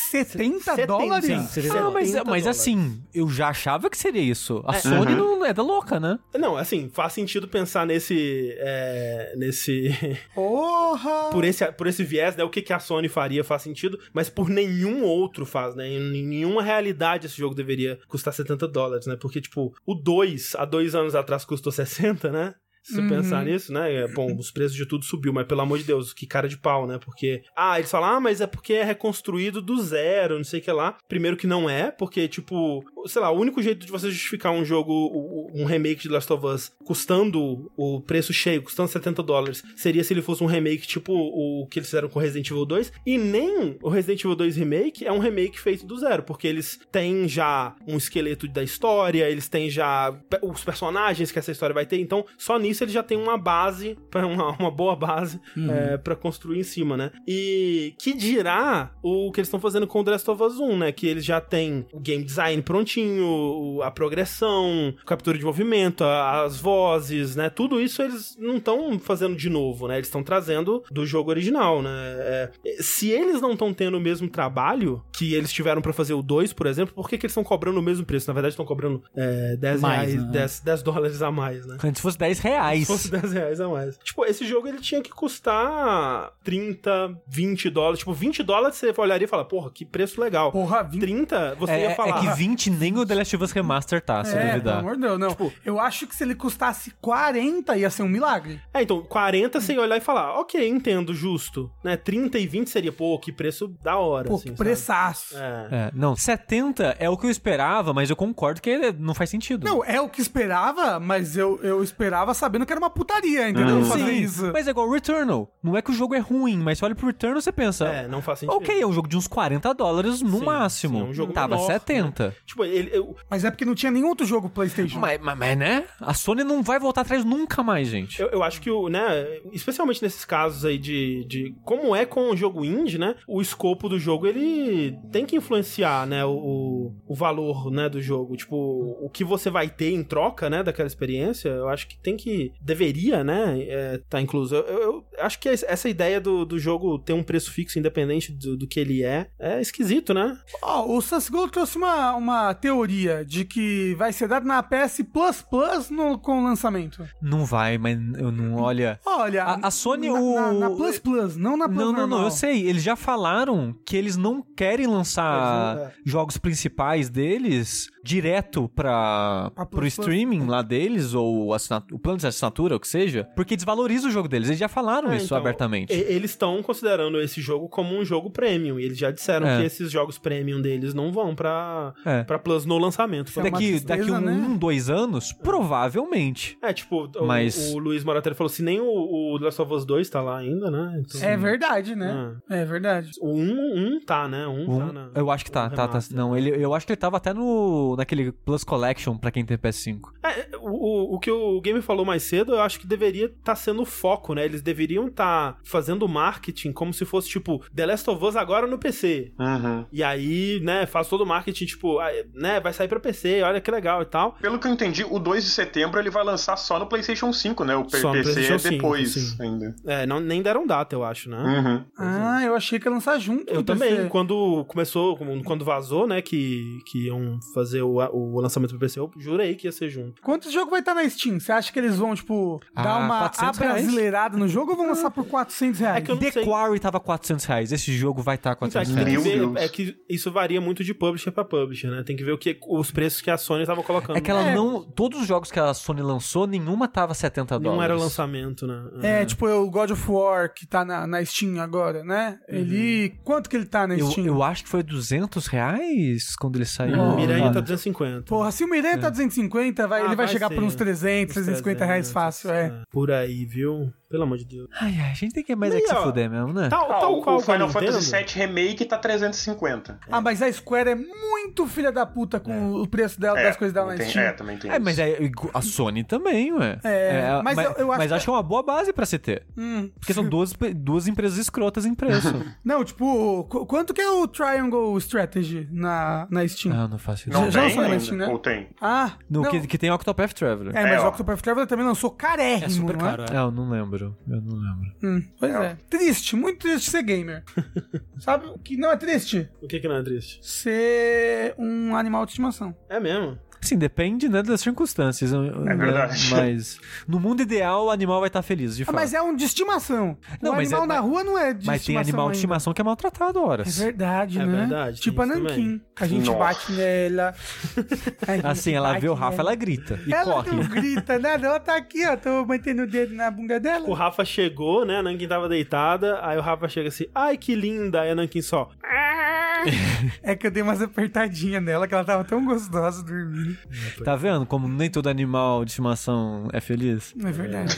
70,
70.
dólares?
Sim.
É Ah, mas,
70
mas
dólares.
assim, eu já achava que seria isso. A Sony não é da louca, né?
Não, assim, faz sentido pensar nesse. é, nesse.
Porra!
por, esse, por esse viés, né? O que, que a Sony faria faz sentido, mas por nenhum outro faz, né? Em nenhuma realidade esse jogo deveria custar 70 dólares, né? Porque, tipo, o 2, há dois anos atrás, custou 60, né? Se você
Uhum.
pensar nisso, né? é, Bom, os preços de tudo subiu, mas pelo amor de Deus, que cara de pau, né? Porque. Ah, eles falam, ah, mas é porque é reconstruído do zero, não sei o que lá. Primeiro que não é, porque, tipo, sei lá, o único jeito de você justificar um jogo, o- o- um remake de Last of Us, custando o preço cheio, custando 70 dólares, seria se ele fosse um remake tipo o que eles fizeram com Resident Evil 2. E nem o Resident Evil 2 Remake é um remake feito do zero, porque eles têm já um esqueleto da história, eles têm já pe- os personagens que essa história vai ter, então só nisso eles já têm uma base, pra- uma, uma boa base
Uhum.
é, para construir em cima, né? E que dirá o que eles estão fazendo com o The Last of Us 1, né? Que eles já têm o game design prontinho, o- a progressão, captura de movimento, a- as vozes, né? Tudo isso eles não estão fazendo de novo, né? Eles estão trazendo do jogo original, né? É, se eles não estão tendo o mesmo trabalho que eles tiveram pra fazer o 2, por exemplo, por que, que eles estão cobrando o mesmo preço? Na verdade, estão cobrando é, 10
Mais,
reais,
né?
10 10 dólares a mais, né?
Antes fosse 10 reais.
Se fosse 10 reais a mais. Tipo, esse jogo ele tinha que custar 30, 20 dólares. Tipo, 20 dólares você olharia e fala, porra, que preço legal.
Porra, 20
30, você
É,
ia falar.
é que 20 nem o The Last of Us Remaster tá, se
É, pelo
duvidar.
amor de Deus, não.
Tipo-
eu acho que se ele custasse 40 ia ser um milagre.
É, então, 40 você ia olhar e falar, ok, entendo, justo. Né? 30 e 20 seria, pô, que preço da hora.
Pô,
assim, sabe?
preçaço.
É.
É, não, 70 é o que eu esperava, mas eu concordo que não faz sentido.
Não, é o que esperava, mas eu, eu esperava saber sabendo que era uma putaria, entendeu? Fazer isso.
Mas é igual Returnal. Não é que o jogo é ruim, mas você olha pro Returnal e você pensa.
É, não faz sentido.
Então, Ok, é um jogo de uns 40 dólares no
Sim,
máximo. Tá,
sim, é um jogo
Tava
menor,
70.
Tipo, ele, eu-
Mas é porque não tinha nenhum outro jogo PlayStation.
Mas, mas- mas, né? A Sony não vai voltar atrás nunca mais, gente.
Eu, eu acho que o, né, especialmente nesses casos aí de, de como é com o jogo indie, né, o escopo do jogo ele tem que influenciar, né, o- o, o valor, né, do jogo, tipo, o que você vai ter em troca, né, daquela experiência, eu acho que tem que, deveria, né, é, tá incluso. Eu, eu- eu acho que essa ideia do, do jogo ter um preço fixo independente do, do que ele é, é esquisito, né?
Ó, o Sans Gold trouxe uma, uma teoria de que vai ser dado na PS Plus Plus no, com o lançamento.
Não vai, mas eu não. Olha.
Olha,
A- a Sony,
na,
o-
na, na Plus Plus, não na Plus
Não, não, não,
Tá normal.
eu sei. Eles já falaram que eles não querem lançar
Eles
jogos principais deles direto pra,
Pra
pro
Plus Plus.
streaming lá deles, ou assinat- o plano de assinatura, ou o que seja, porque desvaloriza o jogo deles. Eles já falaram
É,
isso
então,
abertamente.
E- Eles estão considerando esse jogo como um jogo premium, e eles já disseram
É.
que esses jogos premium deles não vão pra,
É.
pra Plus no lançamento.
é uma
daqui, daqui
tristeza,
um,
né?
um, dois anos, provavelmente.
É, tipo, o-
Mas-
o, Luiz Moratelli falou assim, nem o, o The Last of Us 2 tá lá ainda, né? Então,
É verdade, né?
Ah.
É verdade.
O 1 um, tá, né? Um,
Um-
tá na...
eu acho que tá,
no
tá, tá.
remaster.
Não, ele, eu acho que ele tava até no naquele Plus Collection pra quem tem PS5.
É, o, o- o que o Game falou mais cedo, eu acho que deveria estar sendo o foco, né? Eles deveriam estar fazendo marketing como se fosse, tipo, The Last of Us agora no PC.
Uhum.
E aí, né, faz todo o marketing, tipo, ah, né, vai sair pra PC, olha que legal e tal.
Pelo que eu entendi, o 2 de setembro ele vai lançar só no PlayStation 5, né? O
Só no
PC é
PlayStation 5,
depois
sim.
ainda.
É, não, nem deram data, eu acho, né?
Uhum.
Ah, eu achei que ia lançar junto.
Eu
no
também,
PC.
quando começou, quando vazou, né, que, que iam fazer o, o lançamento pro PC, eu jurei que ia ser junto.
Quantos jogo vai estar na Steam? Você acha que eles vão, tipo, dar
Ah,
uma
400 reais.
abrasileirada no jogo ou vão lançar por 400 reais?
É que eu não
The
sei.
Quarry tava 400 reais. Esse jogo vai estar tá
Então, é
400
que
reais.
tem que
Meu
ver-
Deus.
é que isso varia muito de publisher pra publisher, né? Tem que ver o que os preços que a Sony tava colocando.
É que ela
É.
não. Todos os jogos que a Sony lançou, nenhuma tava 70 dólares.
não era lançamento, né?
tá É, tipo, o God of War que tá na, na Steam agora, né? Ele. Quanto que ele tá na
Eu,
Steam?
eu acho que foi 200 reais quando ele saiu.
O Miranha
Olha.
tá 250.
tipo, Porra, se o Miranha tá 250, vai,
Ah,
ele vai,
vai
chegar
ser,
por uns
né?
300, 350 reais
300,
fácil, é.
Por aí, viu? Pelo amor de Deus.
Ai, ai, a gente tem que mais é
Aí,
que se
ó.
fuder mesmo, né?
tá
Tal,
Ah,
tal
o-
qual
o Final
com a Nintendo,
Fantasy VII Remake tá 350.
Ah, mas a Square é muito filha da puta com o preço dela, das coisas dela na
É, tem,
Steam.
é, também tem
É, mas
isso.
é, igu- a Sony também, ué.
É, mas eu- eu acho
mas
que-
acho que é uma boa base pra se ter.
Hum.
Porque são duas, pe- duas empresas escrotas em preço.
Não, tipo, qu- quanto que é o Triangle Strategy na, na Steam?
Ah, não, não faço isso.
Não
já
tem
lançou na
ainda?
Steam, né?
Ou tem?
Ah,
No
não.
que, que tem Octopath Traveler.
É, mas
É,
o
ó.
Octopath Traveler também lançou carérrimo,
É super
não
caro.
É, eu não lembro. Eu não lembro.
Hum, pois é. Triste, muito triste ser gamer. Sabe o que não é triste?
O que que não é triste?
Ser um animal de estimação.
É mesmo.
Assim, depende, né, das circunstâncias. É
verdade.
Mas no mundo ideal, o animal vai estar feliz, de
Ah,
fato.
mas é um de estimação.
Não,
o
mas
animal
é-
na rua não é de
Mas tem
estimação.
animal de
ainda.
estimação que é maltratado,
É
horas.
verdade,
É
né?
verdade,
Tipo a
tem isso
Nanquim. A gente
Nossa.
bate nela. A gente
assim, ela
bate
vê o Rafa,
nela.
ela grita e
Ela
corre.
não grita nada, ela tá aqui, ó. Tô mantendo o dedo na bunda dela.
O Rafa chegou, né? A Nankin tava deitada. Aí o Rafa chega assim, ai que linda. Aí a Nankin só,
É que eu dei umas apertadinhas nela, que ela tava tão gostosa dormindo.
Tá vendo como nem todo animal de estimação é feliz?
É verdade.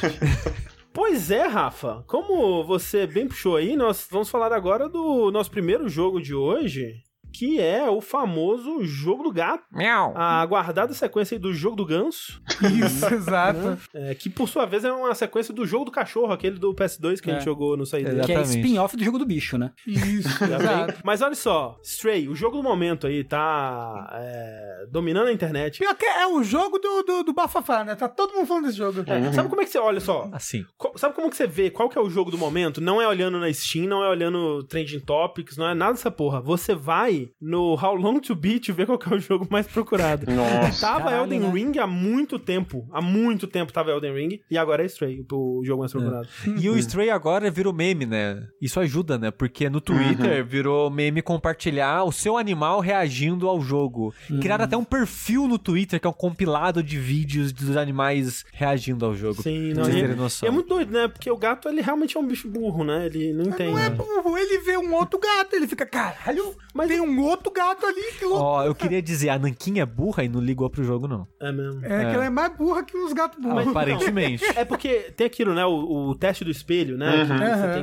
Pois é, Rafa. Como você bem puxou aí, nós vamos falar agora do nosso primeiro jogo de hoje, que é o famoso jogo do gato.
Miau.
A aguardada sequência aí do jogo do ganso,
É.
Isso, exato.
Né?
é, que por sua vez é uma sequência do jogo do cachorro, aquele do PS2 que a gente
É.
jogou no saída.
Exato.
Que é
Exatamente.
spin-off do jogo do bicho, né?
Isso,
Ainda bem.
exato.
Mas olha só, Stray, o jogo do momento aí tá é, dominando a internet.
Pior que é o jogo do, do, do Bafafá, né? Tá todo mundo falando desse jogo.
É, sabe como é que você olha só?
Assim.
Co- Sabe como que você vê qual que é o jogo do momento? Não é olhando na Steam, não é olhando Trending Topics, não é nada dessa porra. Você vai no How Long to Beat ver qual que é o jogo mais procurado.
Nossa.
Tá.
Tava
Caralho,
Elden
né?
Ring há muito tempo. Há muito tempo tava Elden Ring. E agora é Stray, o o jogo mais procurado.
Uhum.
E o Stray agora virou meme, né? Isso ajuda, né? Porque no Twitter
Uhum.
virou meme compartilhar o seu animal reagindo ao jogo.
Uhum.
Criaram até um perfil no Twitter que é um compilado de vídeos dos animais reagindo ao jogo.
Sim,
Pra
não
vocês
é.
terem noção.
É muito doido, né? Porque o gato, ele realmente é um bicho burro, né? Ele não entende.
Não é burro, ele vê um outro gato, ele fica, caralho,
Mas
tem um um outro gato ali, que louco.
Ó, eu queria dizer, a Nanquinha é burra e não ligou pro jogo, não.
É mesmo.
É, que ela é mais burra que os gatos
Ah,
burros.
Aparentemente.
É porque tem aquilo, né? O, o teste do espelho, né?
Uhum.
que você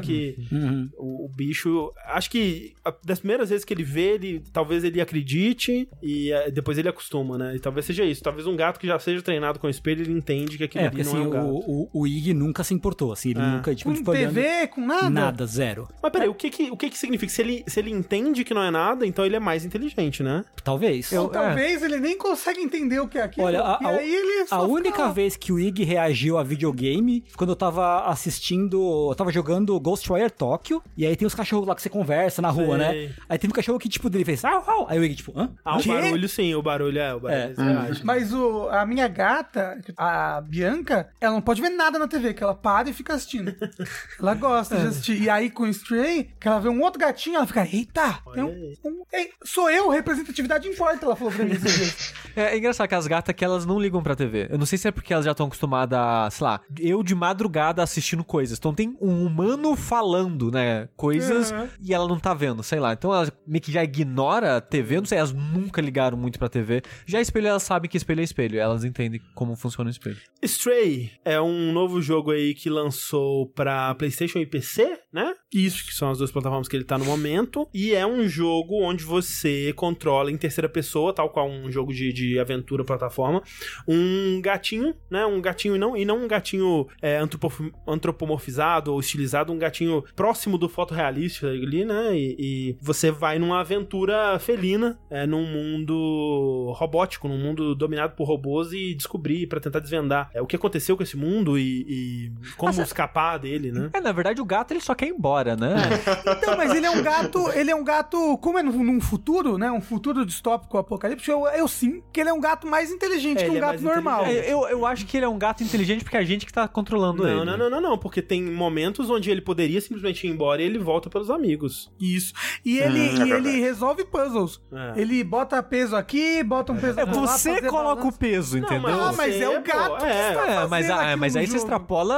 tem que. O, o bicho. Acho que a- das primeiras vezes que ele vê, ele talvez ele acredite e eh, depois ele acostuma, né? E talvez seja isso. Talvez um gato que já seja treinado com espelho, ele entende que aquilo
É,
ali
porque
não
assim,
é um gato.
o, o, o Ig nunca se importou, assim, ele
É.
nunca, tipo,
Com
ficou olhando-
TV, com nada.
Nada, zero.
Mas peraí, o que que, o que que significa? Se ele, se ele entende que não é nada, então ele é mais inteligente, né?
Talvez.
Ou
Eu-
talvez ele nem consegue entender o que é aquilo.
é. Olha, a,
e
a-
aí ele só
a
fica
única
lá.
vez que o Ig reagiu a videogame foi quando eu tava assistindo. Eu tava jogando Ghostwire Tokyo. E aí tem os cachorros lá que você conversa na
Sei.
rua, né? Aí teve um cachorro que, tipo, dele fez. Au, au. Aí o Ig, tipo, hã?
Ah, o
Quê?
barulho sim, o barulho é, o barulho.
É.
eles reagem.
Mas o, a minha gata, a Bianca, ela não pode ver nada na TV, que ela para e fica assistindo. ela gosta de assistir. E aí com o Stray, que ela vê um outro gatinho, ela fica, eita, tem um-
aí.
um- ei, sou eu, representatividade importa, ela falou pra mim. esses dias.
É, é engraçado que as gatas que elas não ligam pra TV. Eu não sei se é porque elas já estão acostumadas a, sei lá, eu de madrugada assistindo coisas. Então tem um humano falando, né? Coisas e ela não tá vendo, sei lá. Então ela meio que já ignora a TV, eu não sei, elas nunca ligaram muito pra TV. Já espelho, elas sabem que espelho é espelho. Elas entendem como funciona o espelho.
Stray é um novo jogo aí que lançou pra PlayStation e PC, né? Isso, que são as duas plataformas que ele tá no momento. E é um jogo onde você controla em terceira pessoa, tal qual um jogo de, de aventura plataforma, um gatinho, né? Um gatinho e não, e não um gatinho é, antropof- antropomorfizado ou estilizado, um gatinho próximo do fotorrealista ali, né? E, e você vai numa aventura felina, é, num mundo robótico, num mundo dominado por robôs e descobrir pra tentar desvendar é, o que aconteceu com esse mundo e, e como escapar dele, né?
É, na verdade, o gato ele só quer ir embora, né?
Então, mas ele é um gato, ele é um gato, como é num, num futuro, né? Um futuro distópico apocalipse, eu, eu sim, que ele é um gato mais inteligente
É,
que
ele
um
é
gato
mais
normal.
inteligente.
É, eu, eu acho que ele é um gato inteligente porque é a gente que tá controlando ele.
Não, não, não, não, não, porque tem momentos onde ele poderia simplesmente ir embora e ele volta pelos amigos.
É, Isso. E ele,
Hum, é
e ele
verdade.
resolve puzzles.
É.
Ele bota peso aqui, bota um peso
É,
pra lá,
você
fazer
coloca
balanço.
o peso,
Não,
entendeu?
Ah, mas é
você,
o gato
pô,
que
é.
está
É, mas,
tá fazendo
a-
aqui
mas
no
aí você
jogo.
extrapola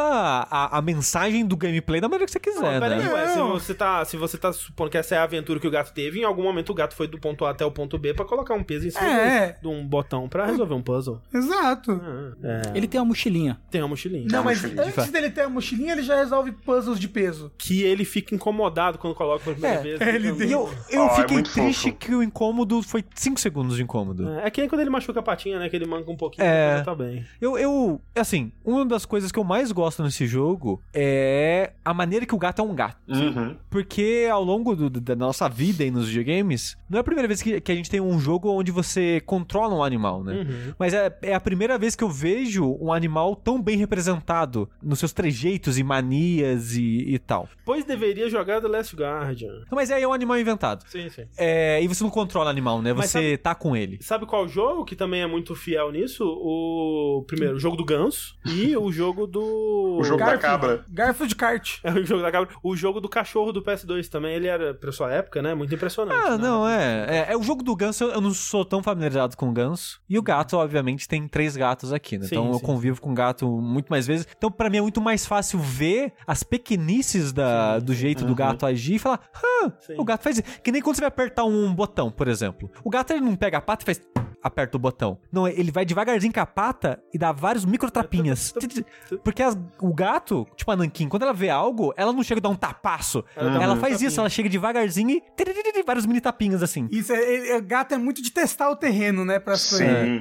a, a mensagem do gameplay da maneira que você quiser,
Não, peraí,
né?
ué, se
Não.
você, tá, se você tá supondo que essa é a aventura que o gato teve, em algum momento o gato foi do ponto A até o ponto B pra colocar um peso em cima
É.
de um botão pra resolver um puzzle.
Exato.
É,
Ele tem uma mochilinha.
tem uma mochilinha.
Não, mas
mochilinha.
antes dele ter a mochilinha, ele já resolve puzzles de peso.
Que ele fica incomodado quando coloca pela primeira
É,
vez.
ele
ficando-
E eu, eu
Ah, é
fiquei
muito
triste
fofo.
que o incômodo foi 5 segundos de
um-
incômodo.
É, é que nem quando ele machuca a patinha, né? Que ele manca um pouquinho,
É.
mas tá bem.
Eu, eu, assim, uma das coisas que eu mais gosto nesse jogo é a maneira que o gato é um gato.
Uhum.
Porque ao longo do- da nossa vida aí nos videogames, não é a primeira vez que, que a gente tem um jogo onde você controla um animal,
Hum.
né?
Uhum.
Mas é, é a primeira vez que eu vejo um animal tão bem representado nos seus trejeitos e manias e, e tal.
Pois deveria jogar The Last Guardian.
Mas aí é um animal inventado.
Sim, sim.
É, e você não controla o animal, né?
Mas
Você tá com ele.
Sabe qual jogo que também é muito fiel nisso? O primeiro, o jogo do ganso e o jogo do
O jogo da cabra.
Garfield Kart.
É o jogo da cabra. O jogo do cachorro do PS2 também, ele era, pra sua época, né? Muito impressionante.
Ah,
né?
não, é, é. é o jogo do ganso, eu não sou tão familiarizado com o ganso. E o gato, obviamente, tem três gatos aqui, né?
Uhum. Sim,
então eu
sim.
convivo com gato muito mais vezes. Então, pra mim, é muito mais fácil ver as pequenices da, do jeito
Uhum.
do gato agir e falar: ah,
Sim.
o gato faz isso. Que nem quando você vai apertar um botão, por exemplo. O gato, ele não pega a pata e faz. Aperta o botão. Não, ele vai devagarzinho com a pata e dá vários microtrapinhas. Porque as- o gato, tipo a Nankin, quando ela vê algo, ela não chega a dar um tapaço.
Ela dá
Ela
um
faz isso,
tapinha.
ela chega devagarzinho e tiririri, vários mini tapinhas assim.
Isso, é, ele- o gato é muito de testar o terreno, né, pras coisas.
Sim.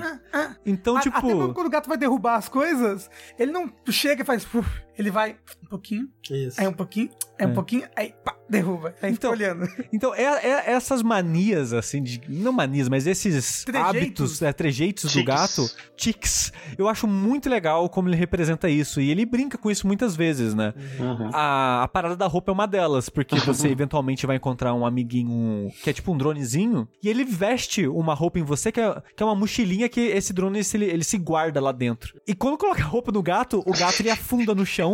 Então,
A-
tipo.
Até mesmo quando o gato vai derrubar as coisas, ele não chega e faz... "Uf", Ele vai um pouquinho,
Isso.
É
aí um pouquinho, aí um pouquinho, aí pá, derruba. Aí
Então,
fica olhando.
Então, é, é essas manias, assim, de, não manias, mas esses
Trejeitos.
hábitos, é, trejeitos do
Tiques.
gato, tics, eu acho muito legal como ele representa isso. E ele brinca com isso muitas vezes, né?
Uhum.
A, a parada da roupa é uma delas, porque você eventualmente vai encontrar um amiguinho que é tipo um dronezinho, e ele veste uma roupa em você que é, que é uma mochilinha que esse drone ele, ele se guarda lá dentro. E quando coloca a roupa no gato, o gato ele afunda no chão chão,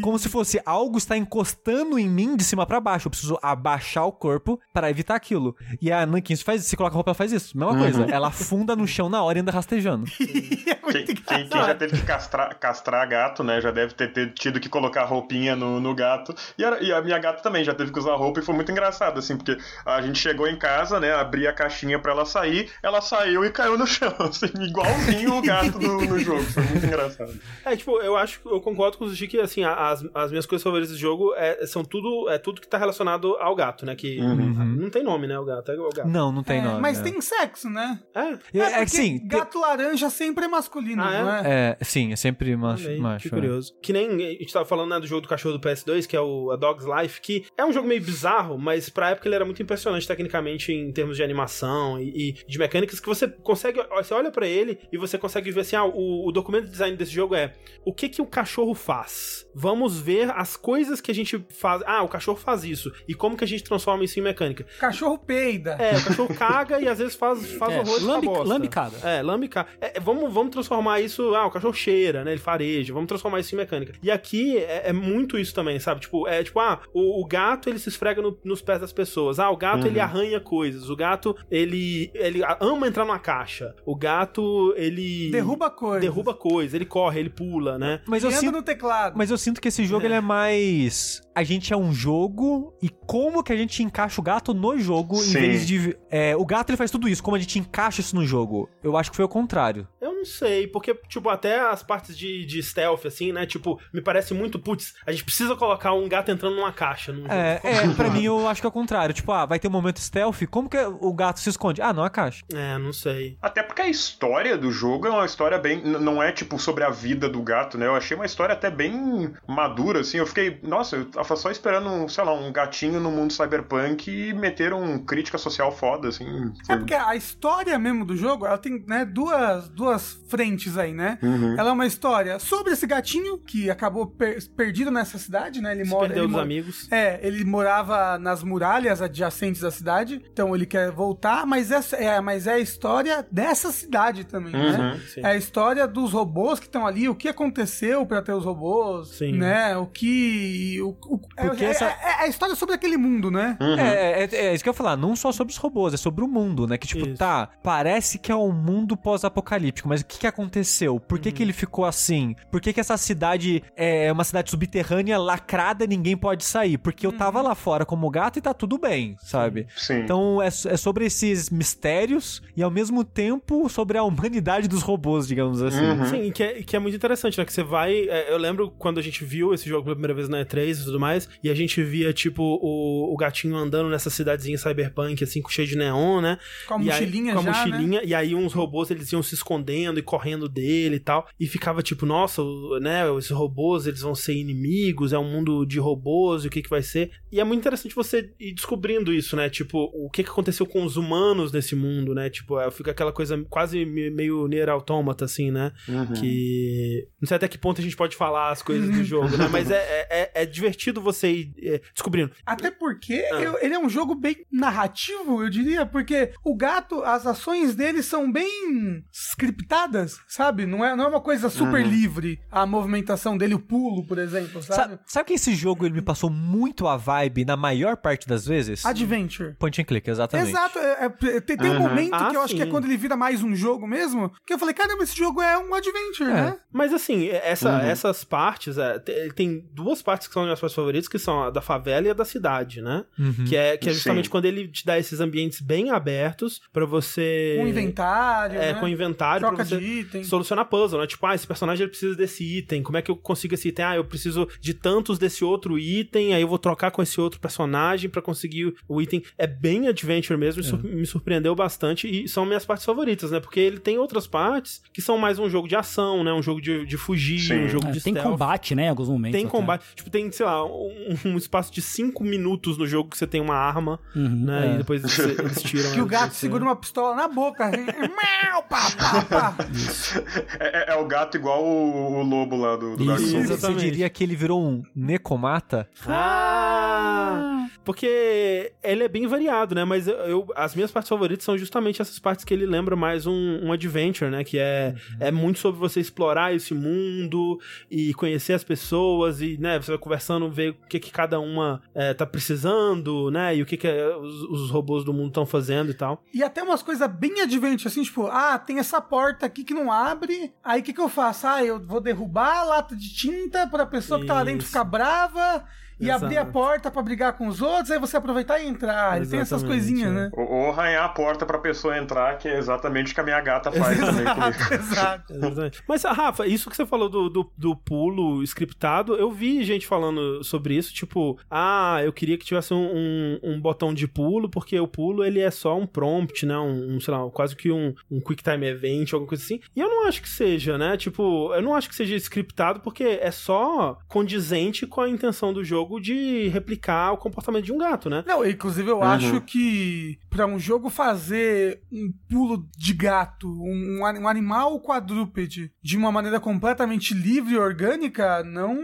como se fosse algo está encostando em mim de cima pra baixo. Eu preciso abaixar o corpo pra evitar aquilo. E a Nankin faz isso, se coloca a roupa, ela faz isso. Mesma coisa. Ela afunda no chão na hora e anda rastejando.
Quem, quem- quem já teve que castrar, castrar gato, né? Já deve ter, ter tido que colocar roupinha no, no gato. E, era- e a minha gata também já teve que usar roupa e foi muito engraçado, assim, porque a gente chegou em casa, né? Abri a caixinha pra ela sair, ela saiu e caiu no chão, assim, igualzinho o gato no, no jogo. Foi muito engraçado.
É, tipo, eu acho que eu concordo com o Sushi que, assim, a- as, as minhas coisas favoritas do jogo é, são tudo, é tudo que tá relacionado ao gato, né? Que não tem nome, né? O gato é o gato.
Não, não tem
É,
nome.
mas
é.
tem sexo, né?
É,
É,
É, é
porque
que sim. te-
Gato laranja sempre é masculino,
Ah, é?
não é?
É, sim, é sempre macho.
Também,
macho
que
é.
curioso. Que nem a gente tava falando né, do jogo do cachorro do PS2, que é o a Dog's Life, que é um jogo meio bizarro, mas pra época ele era muito impressionante tecnicamente em termos de animação e, e de mecânicas, que você consegue, ó, você olha pra ele e você consegue ver assim, ah, o, o documento de design desse jogo é o que que o cachorro faz? Vamos ver as coisas que a gente faz. Ah, o cachorro faz isso. E como que a gente transforma isso em mecânica?
Cachorro peida.
É, o cachorro caga e às vezes faz, faz
É,
horror de
lambe-
bosta.
lambicada.
É, lambica. É, é, vamos, vamos transformar isso. Ah, o cachorro cheira, né? Ele fareja. Vamos transformar isso em mecânica. E aqui é, é muito isso também, sabe? Tipo, é tipo, ah, o, o gato ele se esfrega no- nos pés das pessoas. Ah, o gato
Uhum.
ele arranha coisas. O gato ele, ele a- ama entrar numa caixa. O gato ele.
Derruba coisa.
Derruba coisa. Ele corre, ele pula, né?
Mas eu
Mas
sinto
no teclado.
Mas eu sinto que esse jogo ele é mais. A gente é um jogo e como que a gente encaixa o gato no jogo
Sim.
em vez de. é, o gato ele faz tudo isso, como a gente encaixa isso no jogo. Eu acho que foi o contrário.
Eu não sei, porque, tipo, até as partes de, de stealth, assim, né? Tipo, me parece muito, putz, a gente precisa colocar um gato entrando numa caixa. Num jogo.
É, é pra mim eu acho que é o contrário. Tipo, ah, vai ter um momento stealth, como que o gato se esconde? Ah, não, a caixa.
É, não sei.
Até porque a história do jogo é uma história bem. n- Não é tipo sobre a vida do gato, né? Eu achei uma história até bem madura, assim. Eu fiquei. Nossa, eu tava só esperando, um, sei lá, um gatinho no mundo cyberpunk e meteram um crítica social foda, assim.
É
Foi-
porque a história mesmo do jogo, ela tem né, duas, duas frentes aí, né? Ela é uma história sobre esse gatinho que acabou per- perdido nessa cidade, né? Ele
Se
mora.
perdeu
ele
dos
mora-
amigos.
É, ele morava nas muralhas adjacentes da cidade, então ele quer voltar, mas essa- é, mas é a história dessa cidade também,
Uhum.
né?
Sim.
É a história dos robôs que estão ali, o que aconteceu pra ter os robôs,
Sim.
né? O que. O, o- é,
Porque
é-
essa-
é- é a história sobre aquele mundo, né?
Uhum.
É, é, é, é isso que eu ia falar, não só sobre os robôs, é sobre o mundo, né? Que tipo,
Isso.
tá, parece que é um mundo pós-apocalíptico, mas o que que aconteceu? Por que que ele ficou assim? Por que que essa cidade é uma cidade subterrânea, lacrada, ninguém pode sair? Porque eu tava lá fora como gato e tá tudo bem, sabe?
Sim.
Então é, so- é sobre esses mistérios e ao mesmo tempo sobre a humanidade dos robôs, digamos assim.
Uhum.
Sim, e que é, e que é muito interessante, né? Que você vai. é, eu lembro quando a gente viu esse jogo pela primeira vez na E3 e tudo mais, e a gente via, tipo, o, o gatinho andando nessa cidadezinha cyberpunk, assim, com cheio de neon, né?
Com a
E aí-
mochilinha
com a
já, né?
mochilinha, e aí uns robôs eles iam se escondendo e correndo dele e tal. E ficava tipo, nossa, o- né? Esses robôs eles vão ser inimigos, é um mundo de robôs, e o que que vai ser? E é muito interessante você ir descobrindo isso, né? Tipo, o que que aconteceu com os humanos nesse mundo, né? Tipo, é, fica aquela coisa quase me- meio Nier Automata, assim, né?
Uhum.
É.
Que. Não sei até que ponto a gente pode falar as coisas do jogo, né? Mas é, é- é, é divertido você ir é, descobrindo.
Até porque
Ah.
eu- ele é um jogo bem narrativo, eu diria, porque o gato, as ações dele são bem scriptadas, sabe? Não é, não é uma coisa
Uhum.
super livre a movimentação dele, o pulo, por exemplo,
Sa- Sabe,
sabe?
que esse jogo ele me passou muito a vibe na maior parte das vezes?
Adventure.
Point and click, exatamente.
Exato, é- é- tem, tem um momento
Ah,
que eu acho que é
sim.
quando ele vira mais um jogo mesmo, que eu falei, caramba, esse jogo é um adventure, né?
Mas assim, essa-
Uhum.
essas partes, é, te- tem duas partes que são minhas partes favoritas, que são a da favela e a da cidade, né?
Uhum.
Que, é, que é justamente
Sim.
quando ele te dá esses ambientes bem abertos pra você.
Com Um inventário,
É,
né?
com inventário,
troca
pra você
de item.
solucionar puzzle, né? Tipo, ah, esse personagem ele precisa desse item, como é que eu consigo esse item? Ah, eu preciso de tantos desse outro item, aí eu vou trocar com esse outro personagem pra conseguir o item. É bem adventure mesmo,
É.
isso me surpreendeu bastante e são minhas partes favoritas, né? Porque ele tem outras partes que são mais um jogo de ação, né? Um jogo de, de fugir,
Sim.
um jogo
É,
de
tem
stealth.
combate, né, em alguns momentos.
Tem
até.
combate. Tipo, tem, sei lá, um, um espaço de 5 minutos no jogo que você tem uma arma,
Uhum,
né?
é.
E depois você- eles tiram.
Que o gato
né?
segura uma pistola na boca. assim, Meu, pá, pá, pá.
É, é- é o gato igual o, o lobo lá do, do Dark
Isso.
Souls.
Você
Exatamente.
diria que ele virou um necomata?
Ah! Porque ele é bem variado, né? Mas eu, eu- as minhas partes favoritas são justamente essas partes que ele lembra mais um, um adventure, né? Que é, é muito sobre você explorar esse mundo e conhecer as pessoas e, né, você vai conversando, ver o que, que cada uma eh, tá precisando, né? E o que, que eh, os, os robôs do mundo estão fazendo e tal.
E até umas coisas bem adventure, assim, tipo, ah, tem essa porta aqui que não abre, aí o que, que eu faço? Ah, eu vou derrubar a lata de tinta pra pessoa que tá lá dentro
Isso.
ficar brava e
Exato.
abrir a porta pra brigar com os outros, aí você aproveitar e entrar. Ele tem essas
Exatamente,
coisinhas,
é.
né?
Ou, ou arranhar a porta pra pessoa entrar, que é exatamente o que a minha gata faz também comigo.
Exato, exato.
Exatamente. Mas, ah, Rafa, isso que você falou do, do, do pulo scriptado, eu vi gente falando sobre isso, tipo, ah, eu queria que tivesse um, um, um botão de pulo, porque o pulo, ele é só um prompt, né, um, um, sei lá, quase que um, um quick time event, alguma coisa assim, e eu não acho que seja, né, tipo, eu não acho que seja scriptado, porque é só condizente com a intenção do jogo de replicar o comportamento de um gato, né.
Não, inclusive eu
Uhum.
acho que pra um jogo fazer um pulo de gato, um, um ani- um animal quadrúpede, de uma maneira completamente livre e orgânica, não.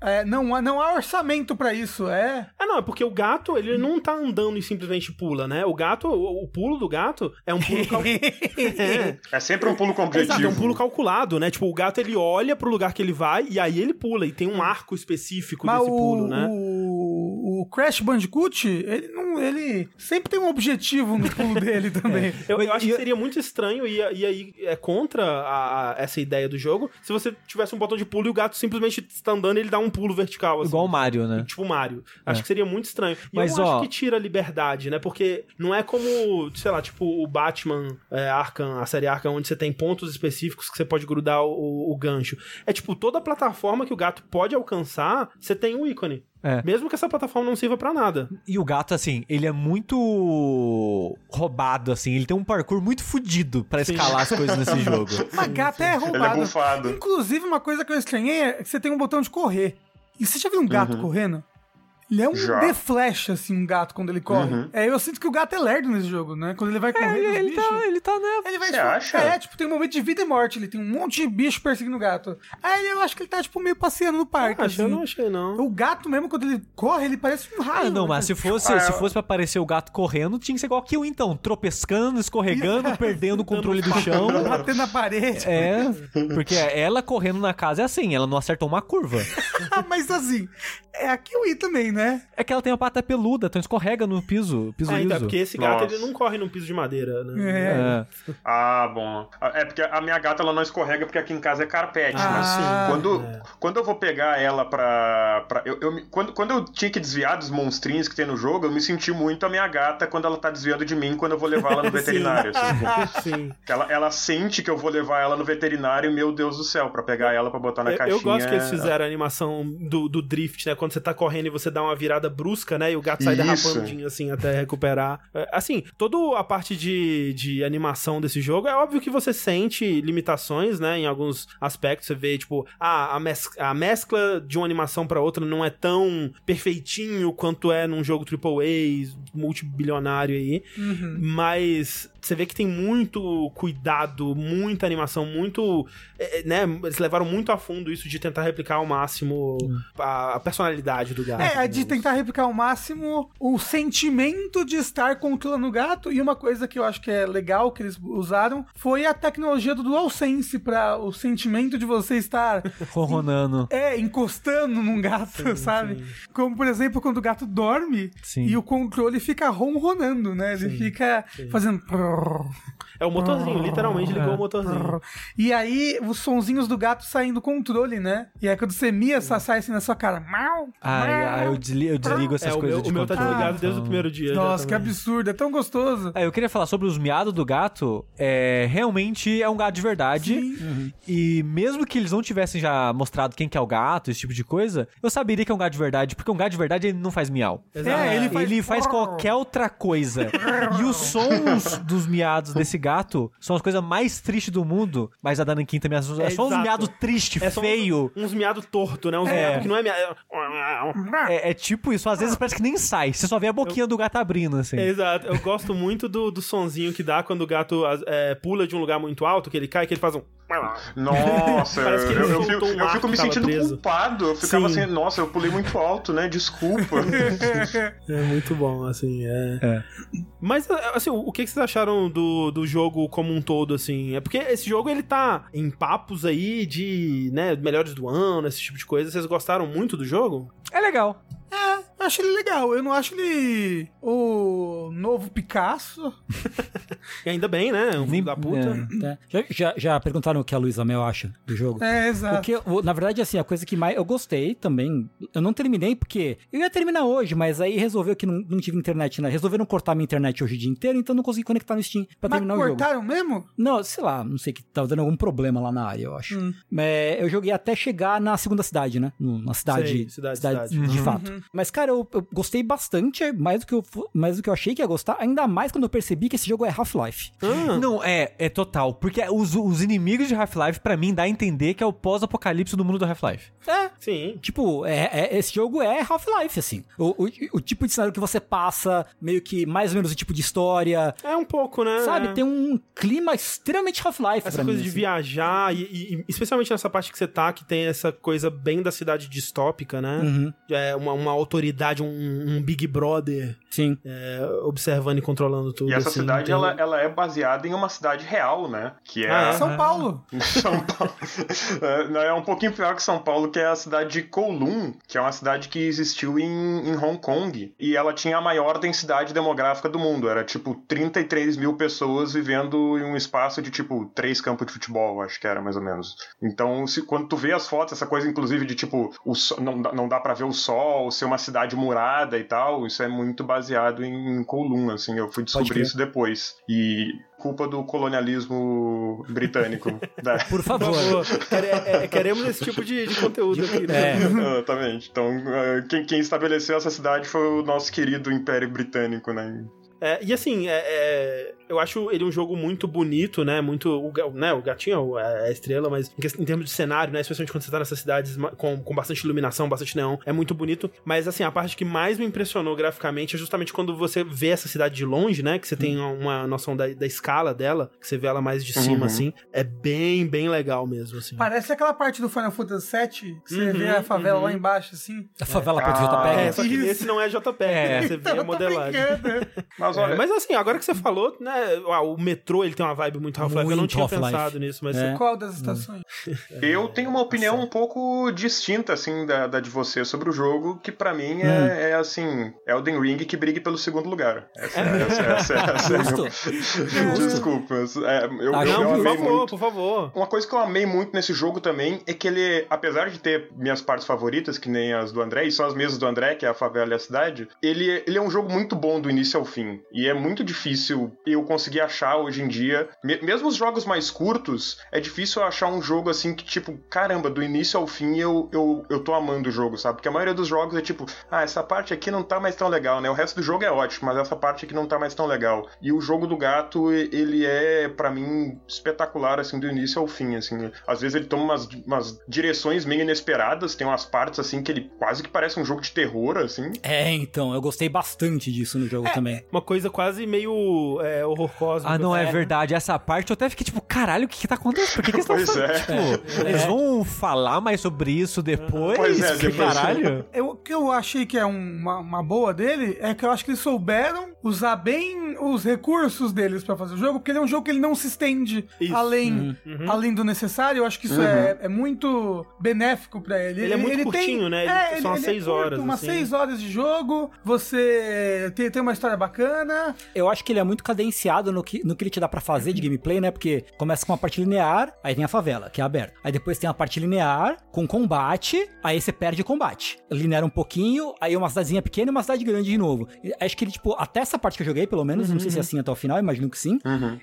é, não, há- não há orçamento pra isso, é.
Ah, não, é porque o gato, ele não tá andando e simplesmente pula, né? O gato, o, o pulo do gato é um pulo cal... É.
É sempre um pulo com
Exato,
objetivo.
é um pulo calculado, né? Tipo, o gato ele olha pro lugar que ele vai e aí ele pula. E tem um arco específico
Mas
desse
o,
pulo, né?
o, o Crash Bandicoot, ele não. ele sempre tem um objetivo no pulo dele também.
Eu, eu acho que seria muito estranho e, e aí é contra a- a- essa ideia do jogo se você tivesse um botão de pulo e o gato simplesmente está andando e ele dá um pulo vertical, assim.
Igual o Mario, né?
Tipo Mario. Acho que seria muito estranho. E
Mas,
eu não
ó-
acho que tira a liberdade, né? Porque não é como, sei lá, tipo o Batman é, Arkham, a série Arkham, onde você tem pontos específicos que você pode grudar o- o, o gancho. É tipo, toda plataforma que o gato pode alcançar, você tem um ícone.
É.
Mesmo que essa plataforma não sirva pra nada.
E o gato, assim, ele é muito roubado, assim. Ele tem um parkour muito fudido pra escalar as coisas nesse jogo.
Mas gato é
Ele é
roubado.
bufado.
Inclusive, uma coisa que eu estranhei é que você tem um botão de correr. E você já viu um gato correndo? Ele é um
Já.
de flecha, assim, um gato quando ele corre.
Uhum.
É, eu sinto que o gato é lerdo nesse jogo, né? Quando ele vai correr dos
ele,
bichos,
tá, ele tá, né?
ele vai,
Você
tipo,
acha?
É, tipo, tem um momento de vida e morte. Ele tem um monte de bicho perseguindo o gato. Aí eu acho que ele tá, tipo, meio passeando no
É
parque,
Ah,
assim.
eu não achei, não.
O gato mesmo, quando ele corre, ele parece um raio.
Ah, não,
né?
mas se fosse, se fosse pra aparecer o gato correndo, tinha que ser igual Kill, então. Tropescando, escorregando, perdendo o controle do chão.
Batendo na parede.
É, porque ela correndo na casa é assim, ela não acertou uma curva.
Ah, mas assim, é a Kiwi também, né?
É que ela tem a pata peluda, então escorrega no piso, piso
Ah,
liso.
então, é porque esse gato
Nossa.
ele não corre num piso de madeira, né?
É.
É.
Ah, bom. É porque a minha gata ela não escorrega porque aqui em casa é carpete, né?
Ah,
Quando, quando eu vou pegar ela pra. pra eu, eu me- quando, quando eu tinha que desviar dos monstrinhos que tem no jogo, eu me senti muito a minha gata quando ela tá desviando de mim quando eu vou levar ela no veterinário. assim.
Sim.
ela, ela sente que eu vou levar ela no veterinário e, meu Deus do céu, pra pegar ela pra botar tá na
Eu,
caixinha.
eu gosto que eles fizeram a animação do, do drift, né? Quando você tá correndo e você dá uma virada brusca, né? E o gato sai
Isso.
derrapandinho, assim, até recuperar. É, Assim, toda a parte de, de animação desse jogo, é óbvio que você sente limitações, né? Em alguns aspectos, você vê, tipo, ah, a, mes a mescla de uma animação pra outra não é tão perfeitinho quanto é num jogo AAA, multibilionário aí.
Uhum.
mas você vê que tem muito cuidado, muita animação, muito. eh, eh, né, eles levaram muito a fundo isso de tentar replicar ao máximo
É.
a, a personalidade do gato.
É, a
né?
de tentar replicar ao máximo o sentimento de estar controlando o gato. E uma coisa que eu acho que é legal que eles usaram foi a tecnologia do DualSense para o sentimento de você estar
Ronronando.
é, encostando num gato, sabe? Como, por exemplo, quando o gato dorme
Sim.
e o controle fica ronronando, né? Ele fica fazendo.
É o motorzinho, literalmente
É.
ligou o motorzinho.
E aí os sonzinhos do gato saem do controle, né? E aí quando você mia, essa sai assim na sua cara. Mau,
Ai,
mau.
ai, Ah, é, eu, desli- eu desligo essas
É, o
coisas
meu,
de
o meu tá
controle,
desligado desde o
então.
primeiro dia. já
Nossa, que
também.
absurdo, é tão gostoso.
É, eu queria falar sobre os miados do gato. É, realmente é um gato de verdade. E mesmo que eles não tivessem já mostrado quem que é o gato, esse tipo de coisa, eu saberia que é um gato de verdade, porque um gato de verdade ele não faz miau.
Exato.
É, ele faz-
Ele faz qualquer outra coisa. e os sons dos miados desse gato são as coisas mais tristes do mundo. Mas a Dana Quinta me assustou. É só uns
Exato.
miados tristes,
É só uns-
feio.
Uns miados torto, né? Uns miados que não é miado.
É, é tipo isso. Às vezes parece que nem sai. Você só vê a boquinha do gato abrindo, assim.
É, Exato, eu gosto muito do, do sonzinho que dá quando o gato as- é, pula de um lugar muito alto, que ele cai, que ele faz um.
Ah, Nossa,
Parece que ele
eu, eu,
soltou
fico,
um
eu
ar
fico
que
me
tava
sentindo
preso.
culpado. Eu ficava
Sim.
assim, nossa, eu pulei muito alto, né? Desculpa.
É muito bom, assim, é. Mas, assim, o o que vocês acharam do, do jogo como um todo, assim? É porque esse jogo, ele tá em papos aí de, né, melhores do ano, esse tipo de coisa. Vocês gostaram muito do jogo?
É legal.
É, Eu acho ele legal. Eu não acho ele o novo Picasso.
E ainda bem, né? Um filho
Nem-
da puta.
É, já, já- já perguntaram o que a Luísa Mel acha do jogo?
É, exato.
Porque, o- na verdade, assim, a coisa que mais eu gostei também, eu não terminei porque eu ia terminar hoje, mas aí resolveu que não, não tive internet, né? Resolveram cortar minha internet hoje o dia inteiro, então não consegui conectar no Steam pra
Mas
terminar o jogo.
cortaram mesmo?
Não, sei lá, não sei que tava dando algum problema lá na área, eu acho.
Hum.
É, eu joguei até chegar na segunda cidade, né? No- Na cidade,
Sei, cidade, Uhum.
de fato. Mas, cara, eu, eu gostei bastante, é mais do, que eu, fu- mais do que eu achei que ia gostar, ainda mais quando eu percebi que esse jogo é Half-Life.
Ah,
Não, é, é total. Porque os, os inimigos de Half-Life, pra mim, dá a entender que é o pós-apocalipse do mundo do Half-Life.
É,
sim.
Tipo, é, é- esse jogo é Half-Life, assim. O, o- o tipo de cenário que você passa, meio que mais ou menos o tipo de história.
É um pouco, né?
Sabe,
É.
tem um clima extremamente Half-Life
Essa
pra
coisa
mim.
de
assim.
viajar, e, e- e especialmente nessa parte que você tá, que tem essa coisa bem da cidade distópica, né?
Uhum,
É uma, uma autoridade, um, um Big Brother
sim.
é, observando e controlando tudo.
E essa
assim,
cidade,
tem-
ela, ela é baseada em uma cidade real, né? Que é,
Ah,
a-
é?
São Paulo.
São Paulo. É, não, É um pouquinho pior que São Paulo, que é a cidade de Kowloon, que é uma cidade que existiu em, em Hong Kong. E ela tinha a maior densidade demográfica do mundo. Era tipo 33 mil pessoas vivendo em um espaço de tipo três campos de futebol, acho que era mais ou menos. Então, se, quando tu vê as fotos, essa coisa inclusive de tipo, o sol- não, dá- não dá pra ver o sol, ser uma cidade murada e tal, isso é muito baseado em Kowloon, assim. Eu fui descobrir
crer.
isso depois. E culpa do colonialismo britânico. né? da,
Por favor.
Por favor, quere- é- é- queremos esse tipo de, de conteúdo aqui, né?
É.
Exatamente. Então, eh, quem, quem estabeleceu essa cidade foi o nosso querido Império Britânico, né?
É, e assim, é- é, eu acho ele um jogo muito bonito, né? Muito. O, ga- né, o gatinho é a estrela, mas em, quest- em termos de cenário, né? Especialmente quando você tá nessas cidades ma- com, com bastante iluminação, bastante neon, é muito bonito. Mas assim, a parte que mais me impressionou graficamente é justamente quando você vê essa cidade de longe, né? Que você tem
Uhum.
uma noção da, da escala dela, que você vê ela mais de cima,
Uhum.
assim. É bem, bem legal mesmo, assim.
Parece aquela parte do Final Fantasy VII, que você
Uhum,
vê a favela
uhum.
lá embaixo, assim.
A favela
É.
perto do JPEG.
É, só que
Isso.
esse não é JPEG, né? Você vê
Então,
a
eu tô
modelagem.
brincando.
Mas
É,
olha,
mas assim, agora
hum.
que você falou, né? ah, O metrô ele tem uma vibe muito Half-Life. Eu não
Muito
tinha
Half-Life.
pensado nisso, mas
É.
Qual das estações?
eu tenho uma opinião um pouco distinta, assim, da, da de você sobre o jogo, que pra mim é, é, assim, Elden Ring que brigue pelo segundo lugar. Essa,
É.
essa, essa, essa,
Justo.
Desculpa. é, eu,
Ah,
eu,
Não,
eu
por
amei
favor,
muito.
por favor.
Uma coisa que eu amei muito nesse jogo também é que ele, apesar de ter minhas partes favoritas, que nem as do André, e são as mesmas do André, que é a favela e a cidade, ele, ele é um jogo muito bom do início ao fim. E é muito difícil eu conseguir achar hoje em dia, me- mesmo os jogos mais curtos, é difícil eu achar um jogo assim que, tipo, caramba, do início ao fim eu, eu, eu tô amando o jogo, sabe? Porque a maioria dos jogos é tipo, ah, essa parte aqui não tá mais tão legal, né? O resto do jogo é ótimo, mas essa parte aqui não tá mais tão legal. E o jogo do gato, e- ele é, pra mim, espetacular, assim, do início ao fim, assim. Às vezes ele toma umas, umas direções meio inesperadas, tem umas partes, assim, que ele quase que parece um jogo de terror, assim.
É, então, eu gostei bastante disso no
É,
jogo também.
Uma coisa quase meio é, horror cósmico. né?
Ah, não, é verdade. Essa parte eu até fiquei tipo, caralho, o que que tá acontecendo? Por que, que eles
Pois
estão falando?
é.
Tipo, eles vão falar mais sobre isso depois?
Pois é,
Que
depois.
Caralho.
Eu, o que eu achei que é um- uma, uma boa dele é que eu acho que eles souberam usar bem os recursos deles pra fazer o jogo, porque ele é um jogo que ele não se estende
Isso.
além,
Uhum.
além do necessário. Eu acho que isso é, é muito benéfico pra ele.
Ele é muito curtinho, né? Ele- são umas seis
é curto,
horas,
Umas
assim.
seis horas de jogo, você tem, tem uma história bacana.
Eu acho que ele é muito cadenciado no que, no que ele te dá pra fazer de gameplay, né? Porque começa com uma parte linear, aí tem a favela, que é aberta. Aí depois tem a parte linear, com combate, aí você perde o combate. Linear um pouquinho, aí uma cidadezinha pequena e uma cidade grande de novo. E Acho que ele, tipo, até essa parte que eu joguei, pelo menos, não sei se
Uhum.
é assim até o final, imagino que sim.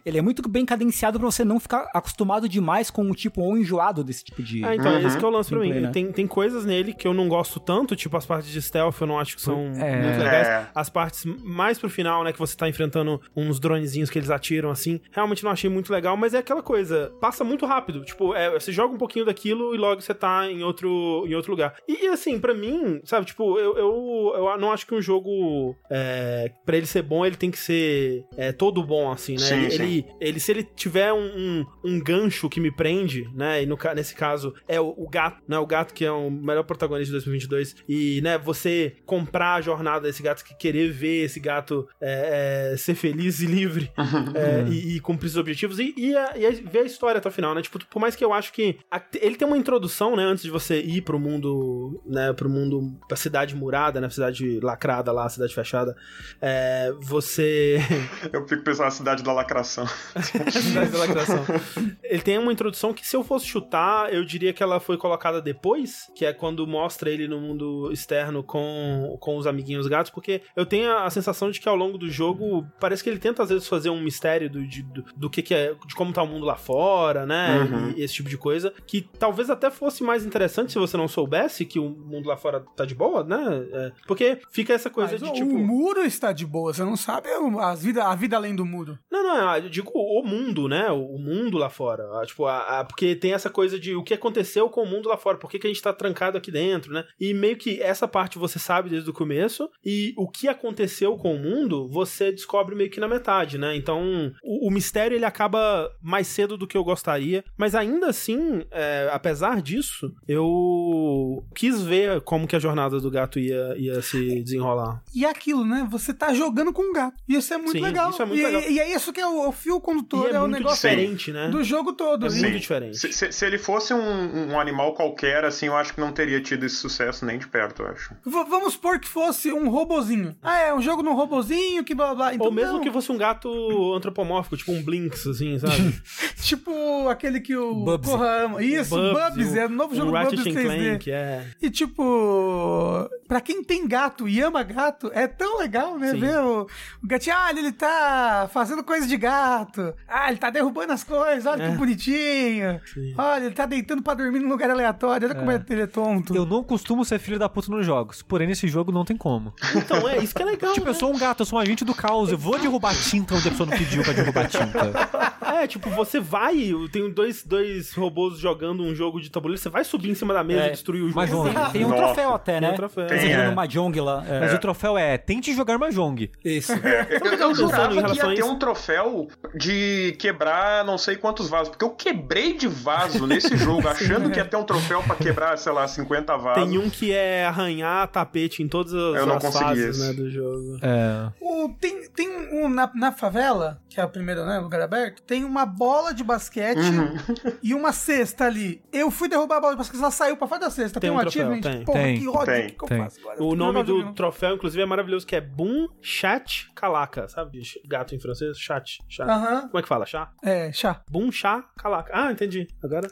Ele é muito bem cadenciado pra você não ficar acostumado demais com o tipo, ou enjoado desse tipo de.
Ah, então, é
Uhum.
esse que é o lance pra mim.
Gameplay, né?
Tem, tem coisas nele que eu não gosto tanto, tipo as partes de stealth, eu não acho que são muito legais.
É.
As partes mais pro final, né, que você tá enfrentando uns dronezinhos que eles atiram, assim, realmente não achei muito legal, mas é aquela coisa, passa muito rápido, tipo, é, você joga um pouquinho daquilo e logo você tá em outro, em outro lugar. E, e, assim, pra mim, sabe, tipo, eu, eu, eu não acho que um jogo, é, para ele ser bom, ele tem que ser ser é, todo bom, assim, né?
Sim, sim.
ele, ele, se ele tiver um, um, um gancho que me prende, né? E no, ca- nesse caso é o, o gato, né? O gato que é o melhor protagonista de 2022. E, né, você comprar a jornada desse gato, que querer ver esse gato é, é, ser feliz e livre é, e, e cumprir seus objetivos e, e a- e a- ver a história até o final, né? Tipo, por mais que eu acho que a- ele tem uma introdução, né? Antes de você ir pro mundo, né? Pro mundo, pra cidade murada, né? Cidade lacrada lá, cidade fechada. É, você
Eu fico pensando na cidade da lacração.
Cidade da Lacração. Ele tem uma introdução que, se eu fosse chutar, eu diria que ela foi colocada depois, que é quando mostra ele no mundo externo com, com os amiguinhos gatos, porque eu tenho a, a sensação de que ao longo do jogo, parece que ele tenta às vezes fazer um mistério do, de- do, do que, que é, de como tá o mundo lá fora, né?
Uhum.
E esse tipo de coisa, que talvez até fosse mais interessante se você não soubesse que o mundo lá fora tá de boa, né? É, porque fica essa coisa
Mas,
de
ó,
tipo.
O muro está de boa, você não sabe as vida, a vida além do muro.
Não, não, eu digo o mundo, né? O o mundo lá fora. Ah, Tipo, a, a- porque tem essa coisa de o que aconteceu com o mundo lá fora, por que, que a gente tá trancado aqui dentro, né? E meio que essa parte você sabe desde o começo, e o que aconteceu com o mundo você descobre meio que na metade, né? Então, o, o mistério ele acaba mais cedo do que eu gostaria, mas ainda assim, é, apesar disso, eu quis ver como que a jornada do gato ia, ia se desenrolar.
E é aquilo, né? Você tá jogando com um gato. E isso é muito
Sim,
legal.
isso é muito
e,
legal.
e é isso que é o, o fio condutor,
e é,
é, o
muito
negócio
diferente, né?
do jogo todo.
Sim.
E-
Muito diferente.
Se, se- se ele fosse um, um animal qualquer, assim, eu acho que não teria tido esse sucesso nem de perto, eu acho.
v- vamos supor que fosse um robozinho. Ah, é, um jogo num robozinho, que blá blá. Então,
Ou mesmo
não.
que fosse um gato antropomórfico, tipo um Blinks, assim, sabe?
Tipo aquele que o
Bubsy.
Corra ama. Isso,
Bubsy,
Bubs, é o novo jogo
um
do Bubs
Ratchet and
3D.
Clank, é.
E tipo, pra quem tem gato e ama gato, é tão legal, né?
Sim.
Ver o, o gatinho, ah, ele tá fazendo coisa de gato. Ah, ele tá derrubando as coisas, olha
É.
que bonitinho.
Sim.
Olha, ele tá deitando pra dormir num lugar aleatório, olha como é- ele é tonto.
Eu não costumo ser filho da puta nos jogos, porém nesse jogo não tem como.
Então, é, isso que é legal.
Tipo,
né?
eu sou um gato, eu sou um agente do caos, eu vou derrubar tinta onde a pessoa não pediu pra derrubar tinta.
É, tipo, você vai, tem dois, dois robôs jogando um jogo de tabuleiro, você vai subir em cima da mesa
É,
e destruir o jogo.
Mas
Exato.
tem, tem um
Nossa.
troféu até,
Tem
né?
um troféu.
Você
Tem,
joga
é.
no Mahjong lá. é.
Mas o troféu é, tente jogar Mahjong.
Isso.
Eu, eu
pensando
jurava
em
que
relação a
ia ter
isso?
um troféu de quebrar não sei quantos vasos, porque eu quebrei de vaso nesse jogo, achando que ia ter um troféu pra quebrar, sei lá, 50 vasos.
Tem um que é arranhar tapete em todas as,
Eu não
as
consegui
fases,
esse.
né, do jogo.
É.
O- tem tem um na, na favela, que é o primeiro, né? Lugar aberto, tem uma bola de basquete e uma cesta ali. Eu fui derrubar a bola de basquete, ela saiu pra fora da cesta.
Tem
Tem,
um
um
troféu,
achievement.
tem.
Porra,
Tem,
que ódio,
tem,
o que, que eu
tem.
faço agora?
O
Tem
nome
um
do
jogo.
troféu, inclusive, é maravilhoso, que é Boom Chat Calaca. Sabe, de gato em francês? Chat. chat.
Aham,
Como é que fala? Chá?
é, chá.
Boom Chá Calaca. Ah, entendi. Agora...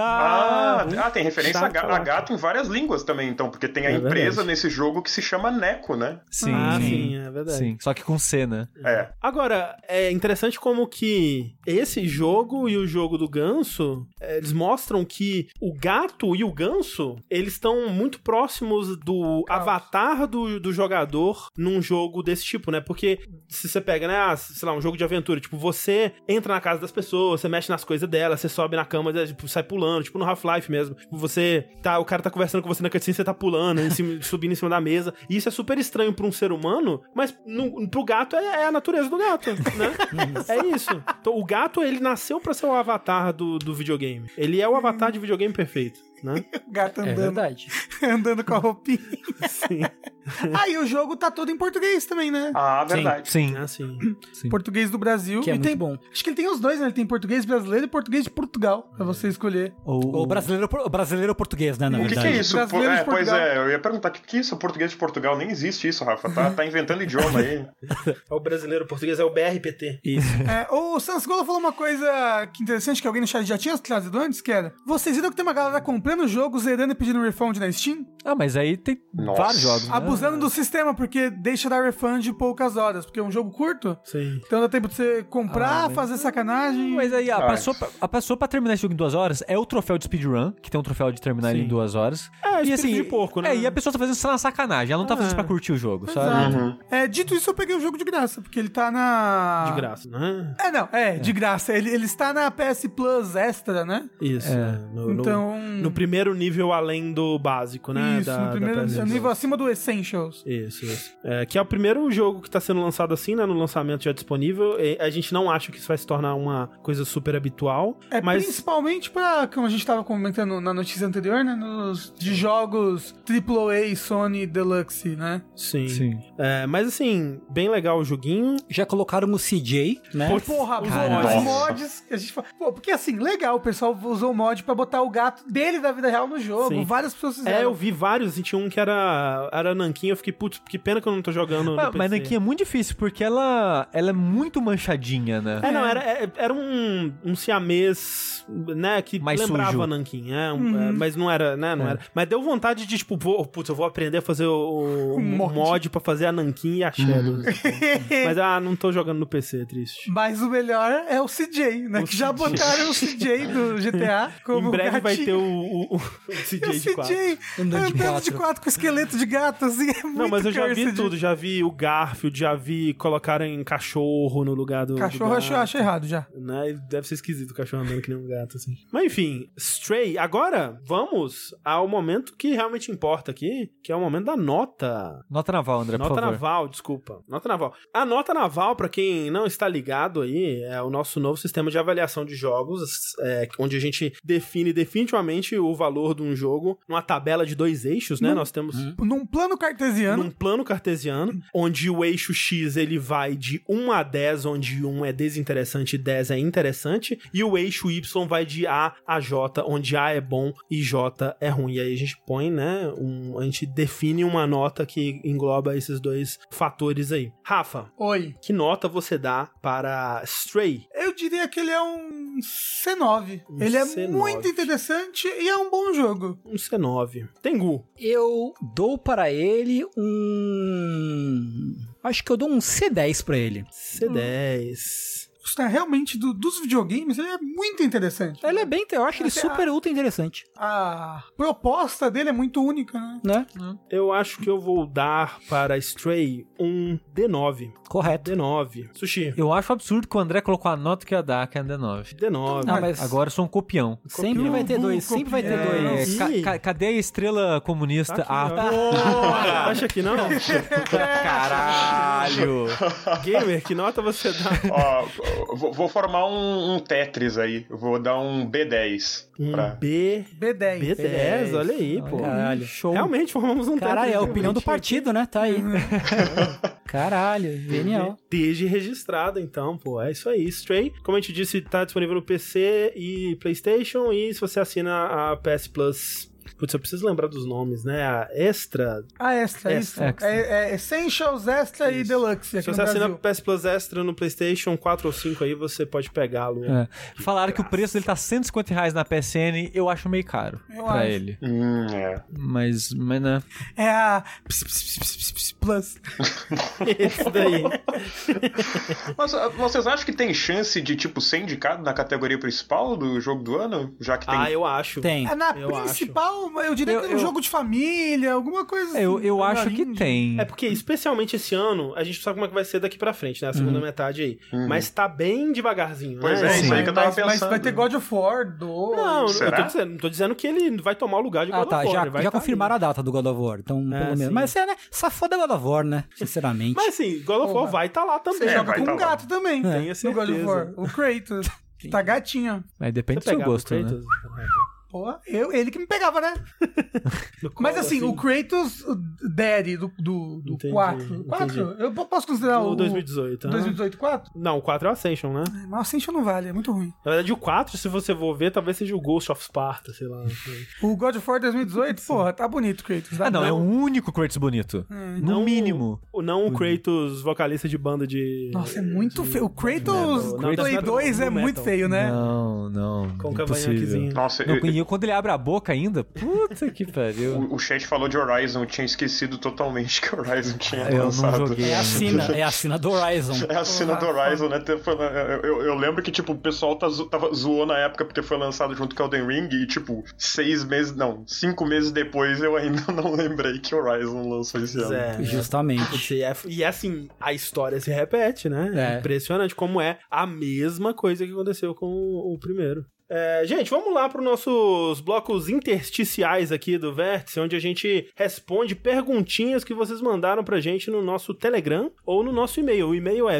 Ah, ah, tem referência a,
chato,
ga- a
caraca.
gato em várias línguas também, então, porque tem a
É
empresa
verdade.
nesse jogo que se chama Neco, né?
Sim,
ah,
sim.
sim, é verdade.
Sim, só que com C, né?
É.
Agora, é interessante como que esse jogo e o jogo do ganso, eh, eles mostram que o gato e o ganso, eles estão muito próximos do
Caos.
avatar do, do jogador num jogo desse tipo, né? Porque se você pega, né, ah, sei lá, um jogo de aventura, tipo, você entra na casa das pessoas, você mexe nas coisas delas, você sobe na cama, né, tipo, sai pulando, tipo no Half-Life mesmo. Tipo, você tá, o cara tá conversando com você na cutscene, você tá pulando, em cima- subindo em cima da mesa. E isso é super estranho pra um ser humano, mas no, pro gato é, é a natureza do gato, né? é isso. Então, o gato, ele nasceu pra ser o avatar do, do videogame. Ele é o avatar de videogame perfeito, né?
Gato
É
andando,
verdade.
andando com a roupinha.
Sim.
Aí o jogo tá todo em português também, né?
Ah, verdade.
Sim.
É assim.
Sim.
Português do Brasil.
Que
e
é muito
tem,
bom.
Acho que ele tem os dois, né? Ele tem português brasileiro e português de Portugal, pra você escolher.
O brasileiro, o brasileiro português, né? Na
O que, que
verdade.
é isso?
Brasileiro
Po-
de
é, pois
Portugal.
é, eu ia perguntar, o que, que é isso? Português de Portugal? Nem existe isso, Rafa. Tá, tá inventando idioma aí.
É o brasileiro, o português é o BRPT.
É, o Sansgolo falou uma coisa que interessante que alguém no chat já tinha trazido antes, que era... Vocês viram que tem uma galera comprando o jogo, zerando e pedindo refund na Steam?
Ah, mas aí tem
Nossa.
vários jogos.
Ah.
Né?
Abusando do sistema, porque deixa dar refund em poucas horas, porque é um jogo curto.
Sim.
Então dá tempo de você
Ah,
comprar, fazer sacanagem...
Mas aí, a
Ah.
pessoa, pra- a pessoa pra terminar esse jogo em duas horas é o troféu de speedrun, que tem um troféu de terminar ele em duas horas.
É, espírito de porco, né?
É, e a pessoa tá fazendo isso na sacanagem, ela não tá fazendo isso pra curtir o jogo, sabe?
Exato. É, dito isso, eu peguei o jogo de graça, porque ele tá na...
De graça, né?
É, não, é, de graça. Ele, ele está na PS Plus Extra, né?
Isso. né? No, no-
Então.
no primeiro nível além do básico, né?
isso,
da-
no
da
primeiro
PS2.
nível acima do Game Shows.
Isso, isso. É, que é o primeiro jogo que tá sendo lançado assim, né? No lançamento já disponível. E a gente não acha que isso vai se tornar uma coisa super habitual.
É
mas
principalmente pra, como a gente tava comentando na notícia anterior, né? Nos, de jogos AAA Sony Deluxe, né?
sim. É, mas assim, bem legal o joguinho.
Já colocaram o CJ, né?
Putz,
Porra, usou
Caralho.
os mods que a gente fala. Pô, porque assim, legal, o pessoal usou o mod pra botar o gato dele da vida real no jogo.
Sim.
Várias pessoas fizeram.
É, eu vi vários, e tinha um que era, era Nankin, eu fiquei, putz, que pena que eu não tô jogando.
Mas,
no
mas
PC.
Nankin é muito difícil, porque ela, ela é muito manchadinha, né?
É, não, era, é- era um, um siamês, né, que
Mais
lembrava
sujo.
Nankin, é, um-
Uhum.
é, mas não era, né, não era. Mas deu vontade de, tipo, vou, putz, eu vou aprender a fazer o, o
Um
mod.
mod.
pra fazer a Nankin e a Shadow. mas, ah, não tô jogando no PC, é triste.
Mas o melhor é o CJ, né?
O
que já
CJ.
botaram o CJ do GTA como
em breve vai
gatinho.
ter o, o, o, o
E o
CJ de 4.
CJ
Andando de
andando de
quatro.
quatro com esqueleto de gato, assim, é muito
Não, mas eu já vi
cursed.
tudo, já vi o Garfield, já vi colocarem cachorro no lugar do. do
Cachorro eu acho, eu
gato.
acho errado já.
Né? E Deve ser esquisito o cachorro andando que nem um gato, assim. Mas enfim, Stray. Agora vamos ao momento que realmente importa aqui, que é o momento da nota.
Nota naval, André, É, por
Nota
favor.
naval, desculpa. Nota naval. A nota naval, pra quem não está ligado aí, é o nosso novo sistema de avaliação de jogos, é, onde a gente define definitivamente o valor de um jogo numa tabela de dois eixos, né?
Hum.
Nós temos
Uhum.
Num plano cartesiano,
num plano cartesiano, onde o eixo X ele vai de 1 a 10, onde 1 é desinteressante e 10 é interessante, e o eixo Y vai de A a J, onde A é bom e J é ruim. E aí a gente põe, né, um- a gente define uma nota que engloba esses dois fatores aí. Rafa,
oi.
que nota você dá para Stray?
Eu diria que ele é um C9.
Um
ele é
C9.
muito interessante e é um bom jogo.
Um C9. Tengu.
Eu dou para ele um. Acho que eu dou um C10 para ele.
C10.
Está realmente do- dos videogames, ele é muito interessante.
Ele é bem, eu acho ele
Até
super ultra interessante,
A proposta dele é muito única, né?
né?
Eu acho que eu vou dar para Stray um D9.
Correto.
D9. Sushi.
Eu acho absurdo que o André colocou a nota que ia dar, que é D9.
D9.
Não, mas
Agora eu sou um copião.
sempre vai ter dois,
copiou,
sempre vai ter
copiou. Ih.
dois.
É, ca- ca- cadê a estrela comunista? ah,
ah, porra! Acha que não?
caralho!
Gamer, que nota você dá?
Ó, vou, vou formar um, um Tetris aí. Eu Vou dar um B10
Um
pra.
B,
B10.
B10, olha aí, pô.
Caralho. Show.
Realmente formamos um
Caralho, é a
Tetris,
opinião do
realmente.
partido, né? Tá aí. Caralho, genial.
Desde registrado, então, pô. É isso aí. Stray, como a gente disse, tá disponível no PC e PlayStation. E se você assina a PS Plus. Putz, eu preciso lembrar dos nomes, né? A Extra.
Ah, extra, isso.
Extra, extra.
É, é Essentials, Extra e
Isso.
Deluxe aqui
Se
no
você assina
Brasil.
PS Plus Extra no PlayStation 4 ou 5 aí, você pode pegá-lo.
É. Falaram que o preço dele tá R$ 150 reais na PSN, eu acho meio caro
Eu
pra
acho.
ele.
Hum, é.
Mas, mas né?
É a ps, ps, ps, ps, ps, ps, Plus.
Esse daí.
Mas ah, vocês acham que tem chance de, tipo, ser indicado na categoria principal do jogo do ano? Já que tem.
Ah, eu acho.
Tem.
É na
Eu
principal, eu diria
Eu-
que é um
eu-
jogo de família, alguma coisa
Eu,
assim,
eu
uma
acho que
indie.
tem.
É porque, especialmente esse ano, a gente não sabe como é que vai ser daqui pra frente, né? A segunda metade aí.
Uhum.
Mas tá bem devagarzinho,
Pois
né?
é, isso aí
Mas,
que eu tava
mas- mas
pensando.
vai ter God of War 2.
Não, eu
Será?
tô dizendo, não tô dizendo que ele vai tomar o lugar de God
Ah, tá.
of War,
Já,
ele vai
já
tá
confirmaram a data do God of War. Então,
É,
pelo menos.
sim.
Mas é, né? Safoda é God of War, né?
ali.
Sinceramente.
Mas assim, God of War
Porra.
vai tá lá também.
Você
É,
joga
vai
com
tá
um
lá.
gato também.
Tenho
No God of
certeza.
War. O Kratos. que tá gatinho.
Mas depende do
Você
seu
pegava o
gosto, né?
Kratos?
Porra, eu, ele que me pegava, né?
No colo,
Mas assim, o Kratos o Daddy do, do, do
Entendi,
4. 4?
entendi.
Eu po- posso considerar é o.
O 2018, né?
2018 4?
Não, o 4 é o Ascension, né?
Mas o Ascension não vale, é muito ruim.
Na verdade, o 4, se você for ver, talvez seja o Ghost of Sparta, sei lá.
O God of War 2018, porra, tá bonito, Kratos. dá-
Ah, não, é o único Kratos bonito. no
não-
mínimo.
O- Não o Kratos, vocalista de banda de...
Nossa, é muito feio. O Kratos
Não, não,
do Play
metal,
2 é
não,
muito
metal.
feio, né?
Não, não.
Com o
impossível.
cavanhaquezinho.
Nossa,
Não,
eu-
e eu- quando ele abre a boca ainda, puta que pariu.
o, o chat falou de Horizon, eu tinha esquecido totalmente que Horizon tinha
Eu não
lançado.
joguei.
É a Sina, é a Sina do Horizon.
É a cena do Horizon, né? Tem- foi- Eu, eu- eu lembro que, tipo, o pessoal tá zo- tava, zoou na época porque foi lançado junto com Elden Ring e, tipo, seis meses, não, cinco meses depois eu ainda não lembrei que Horizon lançou esse
Pois
ano.
é, né?
Justamente.
Putz, E, é- e assim, a história se repete, né? É.
É.
Impressionante como é a mesma coisa que aconteceu com o, o primeiro. É, gente, vamos lá para os nossos blocos intersticiais aqui do Vértice, onde a gente responde perguntinhas que vocês mandaram pra gente no nosso Telegram ou no nosso e-mail. O e-mail é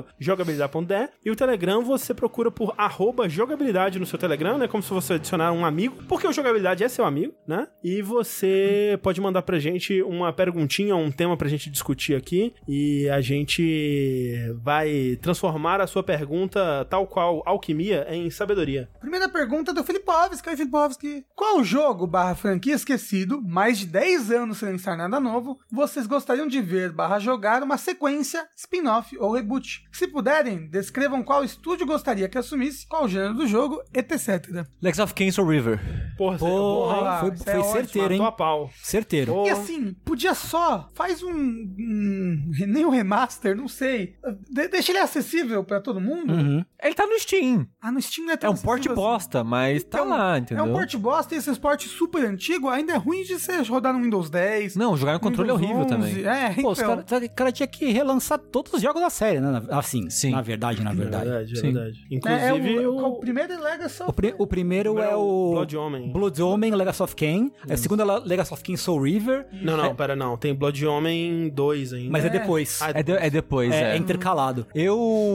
vértice.jogabilidade.de e o Telegram você procura por arroba jogabilidade no seu Telegram, né? Como se você adicionar um amigo, porque o jogabilidade é seu amigo, né? E você pode mandar pra gente uma perguntinha, um tema pra gente discutir aqui e a gente vai transformar a sua pergunta, tal qual alquimia, em sabedoria.
Primeira pergunta é do Filipovski. Oi, Filipovski. Qual jogo barra franquia esquecido, mais de 10 anos sem lançar nada novo, vocês gostariam de ver barra jogar uma sequência, spin-off ou reboot? Se puderem, descrevam qual estúdio gostaria que assumisse, qual gênero do jogo, etc.
Lex of Kings ou River?
Porra, é
Porra,
Porra,
foi,
isso
foi
é ótimo,
certeiro, hein?
Matou a pau.
Certeiro.
Porra.
E assim, podia só, faz um, um- nem um remaster, não sei. De- deixa ele acessível pra todo mundo.
Uhum.
Ele tá no Steam.
Ah, no Steam não é
É
tão
um porte
acessível assim.
bosta, mas tá
Então,
lá, entendeu?
É um porte bosta, e esse porte super antigo ainda é ruim de você rodar no Windows 10.
Não, jogar no controle é
Windows
horrível
11.
também.
É,
Pô, os
então.
cara, o cara tinha que relançar todos os jogos da série, né? Na- Assim,
Sim.
na verdade, na
É
verdade.
verdade, é
Sim.
verdade.
É,
Inclusive,
é o, o
o,
primeiro é Legacy
O, pri- o primeiro é o
Blood Homem.
Blood Omen, Legacy of Kain. A segunda é Legacy of Kain, Soul River.
Não, não, pera, não. Tem Blood Homem 2 ainda.
Mas é,
É.
depois.
Ah,
É,
É, de- é depois, é.
é intercalado.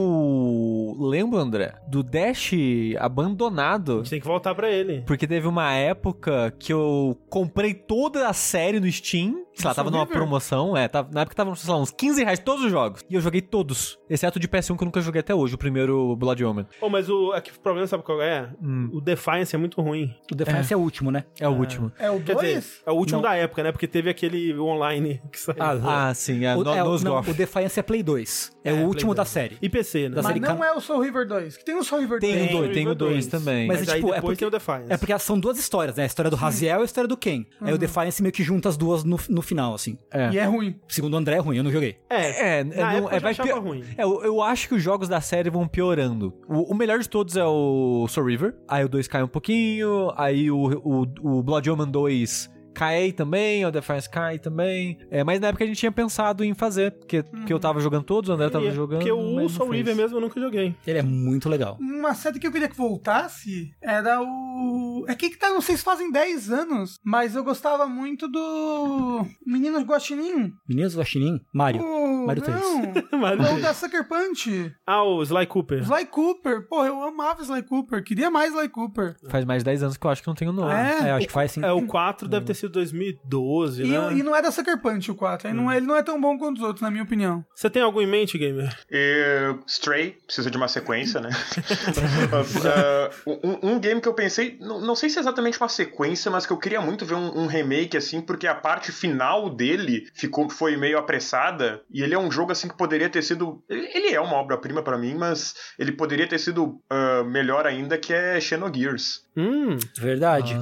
Eu lembro, André, do Dash
A
abandonado.
gente tem que voltar pra ele.
Porque teve uma época que eu comprei toda a série no Steam. Sei lá,
Isso
tava
é
numa
horrível.
promoção. É, tava, na época tava, sei lá, uns 15 reais todos os jogos. E eu joguei todos. Exceto o de PS1 que eu nunca joguei até hoje, o primeiro Blood Omen.
Pô, mas o, é que o problema, sabe qual é? O Defiance é muito ruim.
O Defiance é. o último, né?
É o último.
É o
Quer dizer,
2?
é o último
Não.
da época, né? Porque teve aquele online que saiu.
Ah, sim, é,
o,
no,
é,
Nos
não,
Goth.
o Defiance é Play 2. É, o
Play
último da
2.
série.
E PC, né? é
Da
Mas
série
não é o Soul River 2, que tem o Soul River
Tem
2.
o dois, tem o dois
dois
também.
Mas,
Mas,
aí
tipo, é
depois
porque-
tem o Defiance.
É porque são duas histórias, né? A história do Raziel e a história do Ken. Aí o Defiance meio que junta as duas no, no final, assim.
E é ruim.
Segundo o André, é ruim, eu não joguei.
É,
É, é,
na
não-
época eu
é,
já
vai
achava
pior-
ruim.
É, eu, eu acho que os jogos da série vão piorando. O, o melhor de todos é o Soul River. Aí o 2 cai um pouquinho. Aí o, o, o Blood Omen 2 cai também. O Defiance cai também. É, mas na época a gente tinha pensado em fazer. Porque, porque eu tava jogando todos, o André tava
E- é
jogando.
Uhum. Porque
mas
o
não
Soul
fez.
River mesmo eu nunca joguei.
Ele é muito legal.
Uma série que eu queria que voltasse era o. É que que tá, não sei se fazem 10 anos, mas eu gostava muito do. Meninos Guaxinim.
Meninos do Guaxinim? Mario.
O...
Mario três.
não. Ou da Sucker Punch.
ah, o Sly Cooper.
Sly Cooper. Porra, eu amava Sly Cooper. Queria mais Sly Cooper.
Faz mais de 10 anos que eu acho que não tenho nome.
É?
É, eu acho que faz sim.
É, o 4 deve ter sido 2012,
E,
né?
e não é da Sucker Punch o 4. Ele, não é, ele não é tão bom quanto os outros, na minha opinião.
Você tem algum em mente, gamer?
E Stray precisa de uma sequência, né? Uh, um, um game que eu pensei, não, não sei se é exatamente uma sequência, mas que eu queria muito ver um, um remake assim, porque a parte final dele ficou, foi meio apressada e ele é um jogo assim que poderia ter sido, ele ele é uma obra-prima pra mim, mas ele poderia ter sido ah, melhor ainda que é Xenogears.
Hum,
É
Verdade.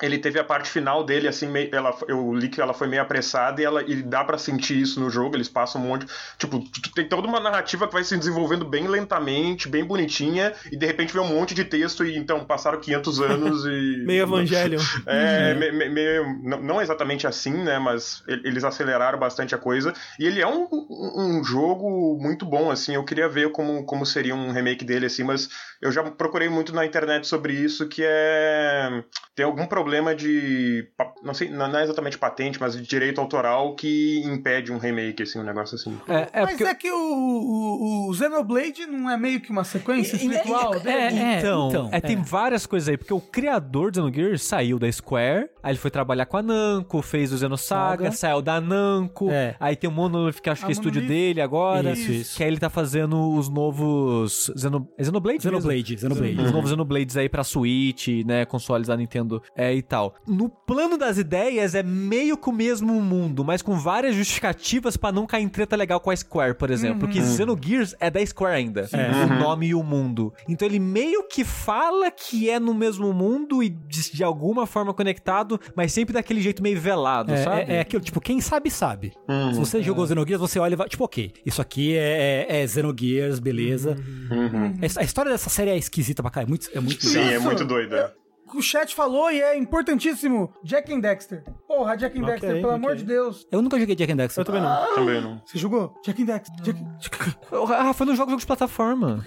ele teve a parte final dele, assim, meio, ela, eu li que ela foi meio apressada e, ela, e dá pra sentir isso no jogo, eles passam um monte. Tipo, tu- tu tem toda uma narrativa que vai se desenvolvendo bem lentamente, bem bonitinha, e de repente vem um monte de texto e então passaram 500 anos e.
meio Evangelho.
É, me- me- meio- não- não exatamente assim, né? Mas e- eles aceleraram bastante a coisa. E ele é um, um- um jogo muito bom, assim. Eu queria ver como, como seria um remake dele, assim. Mas eu já procurei muito na internet sobre isso, que é... Tem algum problema de... pa- Não sei, não não é exatamente patente, mas de direito autoral que impede um remake, assim, um negócio assim.
É, é
Mas
porque.
é que o, o, o Xenoblade não é meio que uma sequência
E- e-
espiritual
e-
dele?
é, é.
Então,
então,
é, tem
é.
várias coisas aí, porque o criador do Xenogears saiu da Square, aí ele foi trabalhar com a Namco, fez o Xenosaga,
Saga.
saiu da Namco,
É.
aí tem o Monolith, que acho
A
que é estúdio
Monolith.
dele agora.
Isso, isso.
Que aí ele tá fazendo os novos Xeno... é Xenoblade mesmo?
Xenoblade, Xenoblade.
Os novos Xenoblades aí pra Switch, né, consoles da Nintendo é, e tal. No plano das ideias é meio que o mesmo mundo, mas com várias justificativas pra não cair em treta legal com a Square, por exemplo. Que
Uhum.
Xenogears é da Square ainda, o nome e o mundo. Então ele meio que fala que é no mesmo mundo e de, de alguma forma conectado, mas sempre daquele jeito meio velado,
É,
sabe?
é- é aquilo, tipo, quem sabe, sabe. Se você jogou Xenogears, você olha e vai, tipo, ok, isso aqui é, é, é Xenogears, beleza.
Uhum.
Essa- A história dessa série é esquisita pra cá, é muito... É muito
Sim, é
Isso.
muito doido. é.
o chat falou e é importantíssimo. Jack and Dexter. Porra, Jack and
Ok,
Dexter, pelo amor
ok.
de Deus.
Eu nunca joguei Jack and Dexter.
Eu também não.
Também não.
Você jogou? Jack and Dexter. Jack...
Hum.
Jack-
O Rafa não joga jogo de plataforma.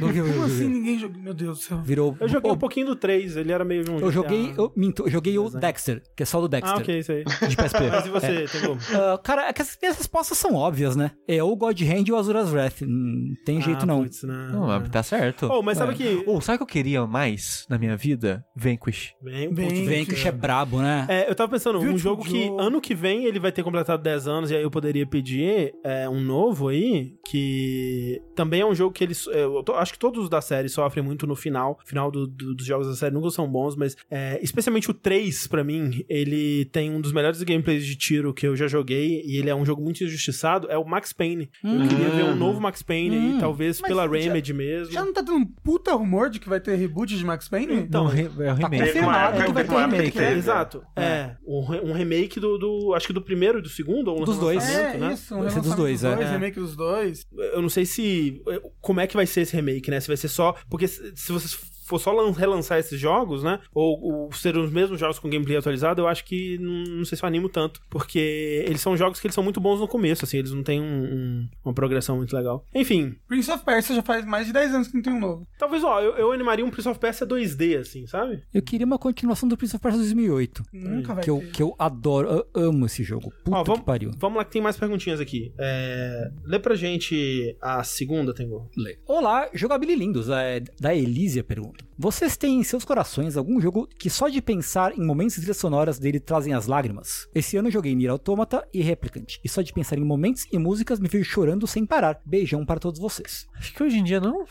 Não viu,
Como
viu,
assim
viu.
ninguém jogou? Meu Deus do céu.
Virou.
Eu joguei
Oh,
um pouquinho do 3, ele era meio de um
eu
GTA.
joguei. Eu minto, eu joguei o
Design.
Dexter, que é só do Dexter.
Ah, ok, isso aí.
De PSP.
Mas e você, Tengu?
Ah, cara, é que as minhas respostas são óbvias, né? É ou God Hand ou Azura's Wrath. Não tem jeito,
Ah,
não. É.
putz, não.
não, mas tá certo.
Oh, mas sabe que-
Ou sabe o que eu queria mais na minha vida? Vanquish.
Bem,
Bem,
ponto
Vem que
de-
é brabo, né?
É, eu tava pensando, um
Beautiful
jogo que
Joe.
ano que vem ele vai ter completado 10 anos e aí eu poderia pedir é, um novo aí, que também é um jogo que eles. Eu to- acho que todos os da série sofrem muito no final. Final do- do- dos jogos da série nunca são bons, mas é, especialmente o 3, pra mim, ele tem um dos melhores gameplays de tiro que eu já joguei e ele é um jogo muito injustiçado. É o Max Payne. Eu queria ver um novo Max Payne aí,
Hum.
talvez
Mas
pela
já-
Remedy mesmo.
Já não tá tendo um puta rumor de que vai ter reboot de Max Payne?
Então,
um
Não, re- é o remake.
Teve uma
Confirmado
época-
que vai
teve uma
ter
época
remake,
que
É,
teve, né?
exato. É. Um, re- um remake do, do- Acho que do primeiro e do segundo, ou um
Dos dois.
relançamento,
É,
né?
isso. Um
Vai ser dos
relançamento
dois, é.
dois,
É.
remake dos dois.
Eu não sei se. Como é que vai ser esse remake, né? Se vai ser só. Porque se se você for só lan- relançar esses jogos, né? Ou, ou ser os mesmos jogos com gameplay atualizado, eu acho que não, não sei se eu animo tanto. Porque eles são jogos que eles são muito bons no começo, assim, eles não têm um- um- uma progressão muito legal. Enfim,
Prince of Persia já faz mais de 10 anos que não tem um novo.
talvez, ó, eu, eu animaria um Prince of Persia 2D, assim, sabe?
Eu queria uma continuação do Prince of Persia 2008.
Nunca vai
Que eu,
ter.
que eu adoro, eu amo esse jogo. Puta
Ó, vamos-
que pariu.
Vamos lá que tem mais perguntinhas aqui. É, Lê pra gente a segunda, Tengu.
Olá, jogabililindos. É, da Elísia pergunta. Vocês têm em seus corações algum jogo que só de pensar em momentos e trilhas sonoras dele trazem as lágrimas? Esse ano eu joguei Nier Automata e Replicant. E só de pensar em momentos e músicas me veio chorando sem parar. Beijão para todos vocês.
Acho que hoje em dia não.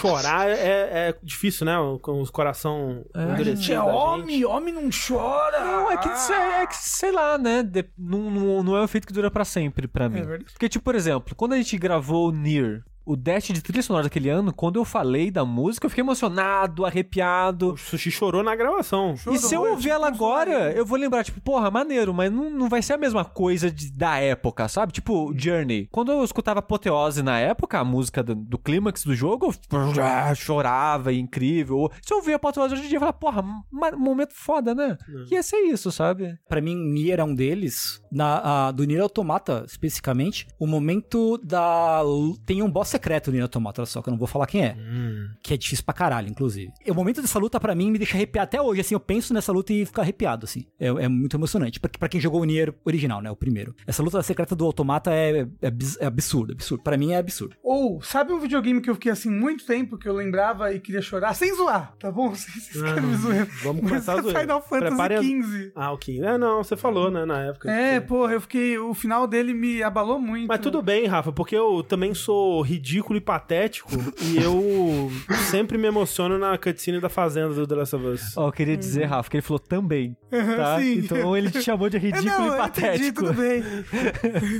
Chorar é, é difícil, né? Com os coração endurecido.
é
da gente.
homem não chora.
Não, é que, sei- é que
Ah.
sei lá, né? De- não, não, não é um feito que dura pra sempre pra mim.
É verdade.
Porque, tipo, por exemplo, quando a gente gravou o Nier, o Dash de trilha sonora daquele ano, quando eu falei da música, eu fiquei emocionado, arrepiado.
O Sushi chorou na gravação.
E se eu
é
ouvir ela
tipo um
agora,
né?
eu vou lembrar, tipo, porra, maneiro, mas não, não vai ser a mesma coisa de- da época, sabe? Tipo, Journey. Quando eu escutava Apoteose na época, a música do, do clímax do jogo, eu ah, chorava, incrível. Se eu ouvir Apoteose hoje em dia, eu falava, porra, ma- momento foda, né?
É.
Ia ser isso, sabe?
Pra mim, Nier é um deles. Na, a- do Nier Automata, especificamente, o momento da. Tem um boss secreto no Nier Automata, olha só que eu não vou falar quem é. Que é difícil pra caralho, inclusive. E O momento dessa luta, pra mim, me deixa arrepiar até hoje, assim. Eu penso nessa luta e fico arrepiado, assim. É, é muito emocionante. Pra, pra quem jogou o Nier original, né? O primeiro. Essa luta secreta do Automata é, é, abs- é absurdo, absurdo. Pra mim é absurdo.
Ou, sabe um videogame que eu fiquei assim muito tempo, que eu lembrava e queria chorar, sem zoar, tá bom? Vocês vocês querem me zoar.
Vamos começar a zoeira.
é Final
Preparem as-
Fantasy XV.
Ah, ok. É, não, você falou, né, na época.
É, porra, eu fiquei. O final dele me abalou muito.
Mas tudo bem, Rafa, porque eu também sou ridículo e patético e eu sempre me emociono na cutscene da Fazenda do The Last of Us.
Ó, eu queria dizer, Rafa, que ele falou também. Tá?
Uhum. sim.
Então ele te chamou de
É,
ridículo
não,
e
eu entendi,
patético.
tudo bem.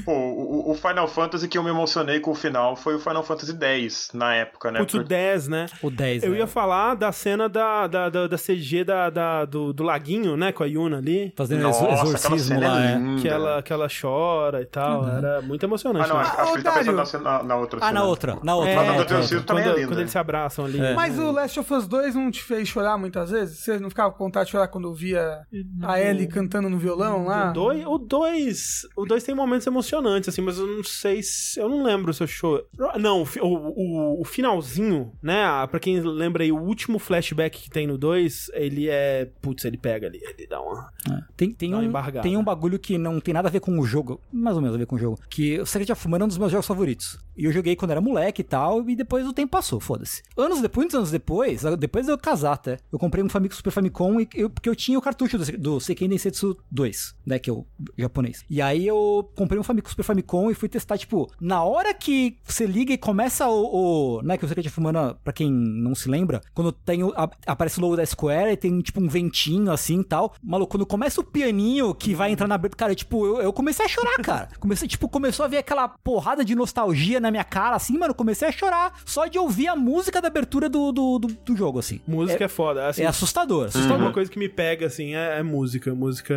Pô, o, o Final Fantasy que eu me emocionei com o final foi o Final Fantasy X, na época, né?
Putz, o
Porque-
10, né?
O 10,
Eu
é.
né?
ia falar da cena da, da, da, da CG da, da- do, do laguinho, né, com a Yuna ali.
Fazendo exor-
Nossa, aquela
exorcismo
cena
lá,
é
é.
linda.
Que ela, que ela chora e tal.
Uhum.
Era muito emocionante.
Ah, não,
né?
acho, acho que ele tá
Otário.
pensando na, cena- na- na outra
Ah,
cena.
na outra. Na outra.
É,
na
Mas a do
outra, na outra.
exorcismo também é
quando,
linda.
quando eles se abraçam ali.
Mas o Last of Us 2 não te fez chorar muitas vezes? Você não ficava com vontade de chorar quando eu via a Ellie cantando no violão lá?
O 2, o 2, o dois tem momentos emocionantes, assim, mas eu não sei se, eu não lembro se eu chorei. Não, o, fi- o- o- o finalzinho, né, ah, pra quem lembra aí, o último flashback que tem no 2, ele é, putz, ele pega ali, ele dá uma...
Tem, tem,
Dá uma
um,
embargada.
tem um bagulho que não tem nada a ver com o jogo, mais ou menos a ver com o jogo, que o Secret of Mana é um dos meus jogos favoritos. E eu joguei quando era moleque e tal, e depois o tempo passou, foda-se. Anos depois, muitos anos depois, depois de eu casar até, eu comprei um Famicom Super Famicom, e eu- porque eu tinha o cartucho do, do Seiken Densetsu 2, né, que é o japonês. E aí eu comprei um Famicom Super Famicom e fui testar, tipo, na hora que você liga e começa o... o né, que o Secret of Mana, pra quem não se lembra, quando tem o, a- aparece o logo da Square e tem, tipo, um ventinho assim e tal. Maluco, quando começa o pianinho que vai entrar na abertura, cara, tipo, eu, eu comecei a chorar, cara. Comecei, tipo, começou a ver aquela porrada de nostalgia na minha cara, assim, mano, comecei a chorar só de ouvir a música da abertura do, do, do, do jogo, assim.
Música é, foda, assim,
É assustador,
Uhum.
Isso é
assustador.
uma coisa que me pega, assim, é, é música. Música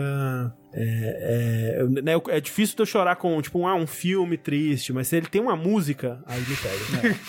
É, é, né, é difícil de eu chorar com, tipo, um, ah, um filme triste, mas se ele tem uma música, aí me pega. né?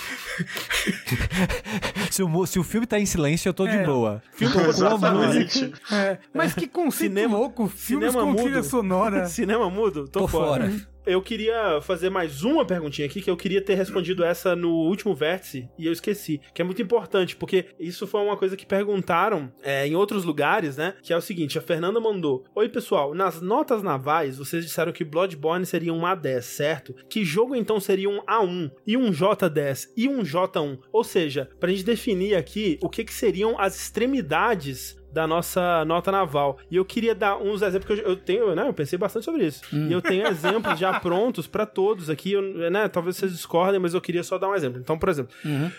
Se o, mu- se o filme tá em silêncio, eu tô de
É.
boa.
Filme
Tocou a
Exatamente.
É, mas que conceito
Cinema-
louco, filmes
cinema
com
mudo.
trilha sonora.
Cinema mudo? Tô,
Tô
fora.
fora.
Eu queria fazer mais uma perguntinha aqui, que eu queria ter respondido essa no último vértice e eu esqueci. Que é muito importante, porque isso foi uma coisa que perguntaram é, em outros lugares, né? Que é o seguinte: a Fernanda mandou: Oi, pessoal, nas notas navais, vocês disseram que Bloodborne seria um A10, certo? Que jogo então seria um A1 e um J10 e um J1? Ou seja, pra gente definir aqui o que, que seriam as extremidades da nossa nota naval. E eu queria dar uns exemplos que eu, eu tenho, né? Eu pensei bastante sobre isso. E eu tenho exemplos já prontos pra todos aqui, eu- né? Talvez vocês discordem, mas eu queria só dar um exemplo. Então, por exemplo,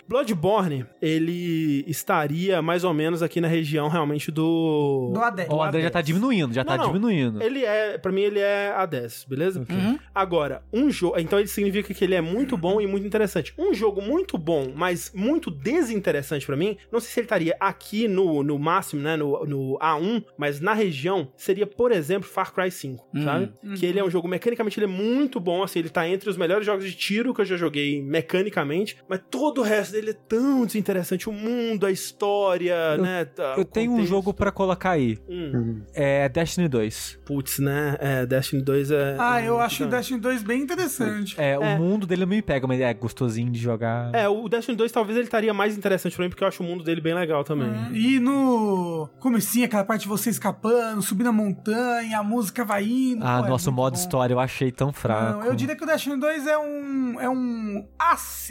Bloodborne, ele estaria mais ou menos aqui na região realmente do
Do A10.
Ó, O André já tá diminuindo, já
Não,
tá
não.
diminuindo.
ele é, pra mim ele é A10, beleza?
Uhum.
Agora, um jogo, então ele significa que ele é muito bom e muito interessante. Um jogo muito bom, mas muito desinteressante pra mim, não sei se ele estaria aqui no, no máximo, né, no, no A1, mas na região seria, por exemplo, Far Cry 5,
Hum.
sabe? Que ele é um jogo mecanicamente ele é muito bom, assim, ele tá entre os melhores jogos de tiro que eu já joguei mecanicamente, mas todo o resto dele é tão desinteressante, o mundo, a história, né? tá,
Eu
o
tenho um
contexto.
jogo pra colocar aí.
Hum.
É Destiny 2.
Putz, né? É, Destiny 2 é.
Ah,
é
eu
muito
acho o
grande.
Destiny 2 bem interessante.
É,
É.
o mundo dele não me pega, mas é gostosinho de jogar.
É, o Destiny 2 talvez ele estaria mais interessante pra mim, porque eu acho o mundo dele bem legal também.
Uhum.
E no comecinho, aquela parte de você escapando, subindo a montanha, a música vai indo.
Ah,
pô, é
nosso
muito
modo
bom.
história eu achei tão fraco.
Não, eu diria que o Destiny 2 é um, é um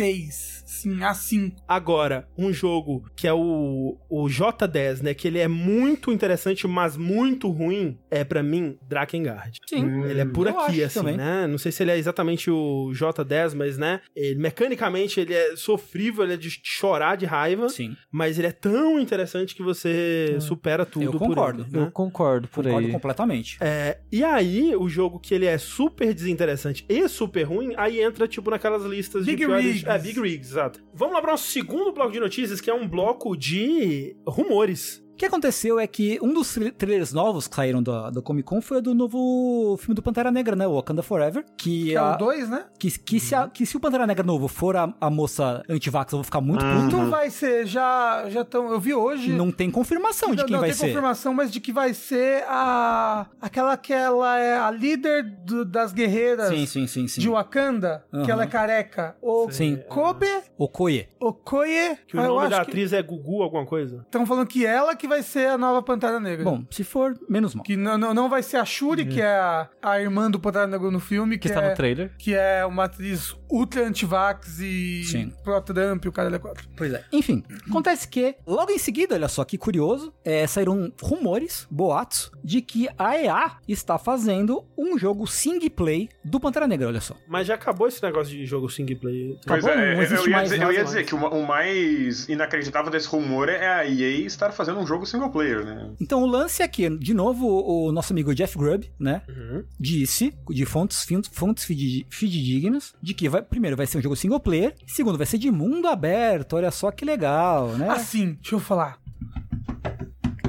A6, sim, A5.
Agora, um jogo que é o, o J10, né? Que ele é muito interessante, mas muito ruim, é pra mim Drakengard.
Sim.
Ele é por
eu
aqui, assim,
acho também.
né? Não sei se ele é exatamente o J10, mas, né? Ele, mecanicamente, ele é sofrível, ele é de chorar de raiva,
Sim. É.
mas ele é tão interessante que você supera tudo
Eu
por
concordo.
ele, né?
Eu concordo por
Concordo
aí.
completamente.
É, e aí, o jogo que ele é super desinteressante e super ruim, aí entra, tipo, naquelas listas de
Big
piores...
Rigs.
É, Big Rigs, exato. Vamos lá para o nosso segundo bloco de notícias, que é um bloco de rumores.
O que aconteceu é que um dos tra- trailers novos que saíram da, da Comic Con foi o do novo filme do Pantera Negra, né? O Wakanda Forever. Que,
Que é
a-
o 2, né?
que, que se a- que se o Pantera Negra novo for a, a moça antivax, eu vou ficar muito puto.
Então vai ser, já já tão, eu vi hoje.
Não tem confirmação de
Ah. não,
quem
não
vai
tem
ser.
confirmação, mas de que vai ser a aquela que ela é a líder do- das guerreiras
Sim, sim, sim, sim.
de Wakanda, que
Aham.
ela é careca. O
Sim.
Kobe
Okoye.
Okoye,
Que o
Ah, eu
nome
acho
da
que
atriz é Gugu alguma coisa.
estão falando que ela que vai ser a nova Pantera Negra.
Bom, se for, menos mal.
É. que não, não, não vai ser a Shuri, que é a, a irmã do Pantera Negra no filme, que,
Que está
é
no trailer.
que é uma atriz ultra antivax e
Sim.
pró-Trump, o cara é quatro.
Pois é. Enfim, acontece que, logo em seguida, olha só que curioso, é, saíram rumores, boatos, de que a EA está fazendo um jogo single play do Pantera Negra, olha só.
Mas já acabou esse negócio de jogo single player.
Pois
Acabou,
é,
não
eu- eu
existe
ia,
mais
dizer, eu
nada
ia dizer
mais.
que o, ma- o mais inacreditável desse rumor é a EA estar fazendo um jogo single player, né?
Então o lance é que, de novo, o o nosso amigo Jeff Grubb, né,
Uhum.
disse, de fontes, fin- fontes fide- fidedignas, de que vai, primeiro vai ser um jogo single player, segundo vai ser de mundo aberto, olha só que legal, né?
Assim, deixa eu falar.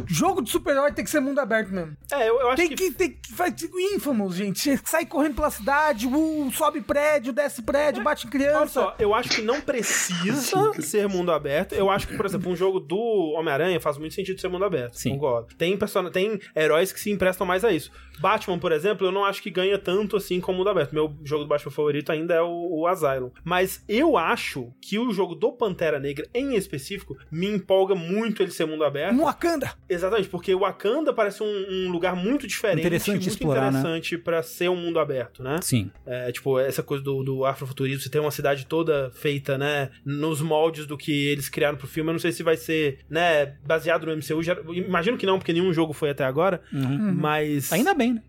Jogo de super-herói tem que ser mundo aberto mesmo.
É, eu, eu acho
Tem
que...
que, tem que. Vai, Infamous, gente. Sai correndo pela cidade, uh, sobe prédio, desce prédio, bate em
Olha
criança.
só, eu acho que não precisa ser mundo aberto. Eu acho que, por exemplo, um jogo do Homem-Aranha faz muito sentido ser mundo aberto.
Sim.
Concordo. Tem, person... tem heróis que se emprestam mais a isso. Batman, por exemplo, eu não acho que ganha tanto assim como mundo aberto. Meu jogo do Batman favorito ainda é o, o Asylum. Mas eu acho que o jogo do Pantera Negra, em específico, me empolga muito ele ser mundo aberto.
No Wakanda.
Exatamente, porque o Wakanda parece um, um lugar muito diferente,
Interessante
muito
explorar, né?
interessante pra ser um mundo aberto, né?
Sim.
É, tipo, essa coisa do, do afrofuturismo, você tem uma cidade toda feita, né, nos moldes do que eles criaram pro filme. Eu não sei se vai ser, né, baseado no MCU. Já- imagino que não, porque nenhum jogo foi até agora,
Uhum.
mas...
Ainda bem, né?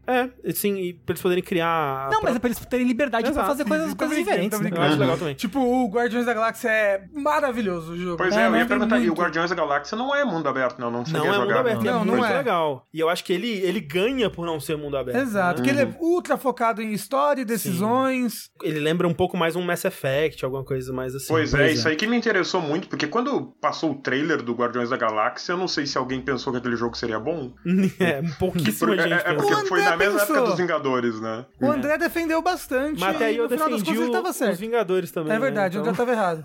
É, assim, e pra eles poderem criar... a
Não,
própria-
mas é pra eles terem liberdade
Exato.
pra fazer coisas,
Tô
coisas
brincando,
diferentes,
tô
né?
Eu acho legal também.
Tipo, o Guardiões da Galáxia é maravilhoso o jogo.
Pois é, eu
mas
ia
tem
perguntar, e o
muito.
Guardiões da Galáxia não é mundo aberto, não? Não cheguei
Não
a
é mundo
jogar.
aberto.
não.
é
Não, não
muito
é.
legal. E eu acho que ele, ele ganha por não ser mundo aberto.
Exato,
né?
que ele é ultra focado em história e decisões.
Ele lembra um pouco mais um Mass Effect, alguma coisa mais assim.
Pois é,
pois
isso aí que me interessou muito, porque quando passou o trailer do Guardiões da Galáxia, eu não sei se alguém pensou que aquele jogo seria bom.
é. pouquíssima
Por- é,
um
gente
é
pensa.
porque
O
foi
André
na mesma
pensou.
época dos Vingadores, né?
O André defendeu bastante.
É. Mas até aí
e
eu
no final das
defendi
contas ele
o,
tava
os
certo.
Vingadores também.
É verdade,
né?
o André tava errado.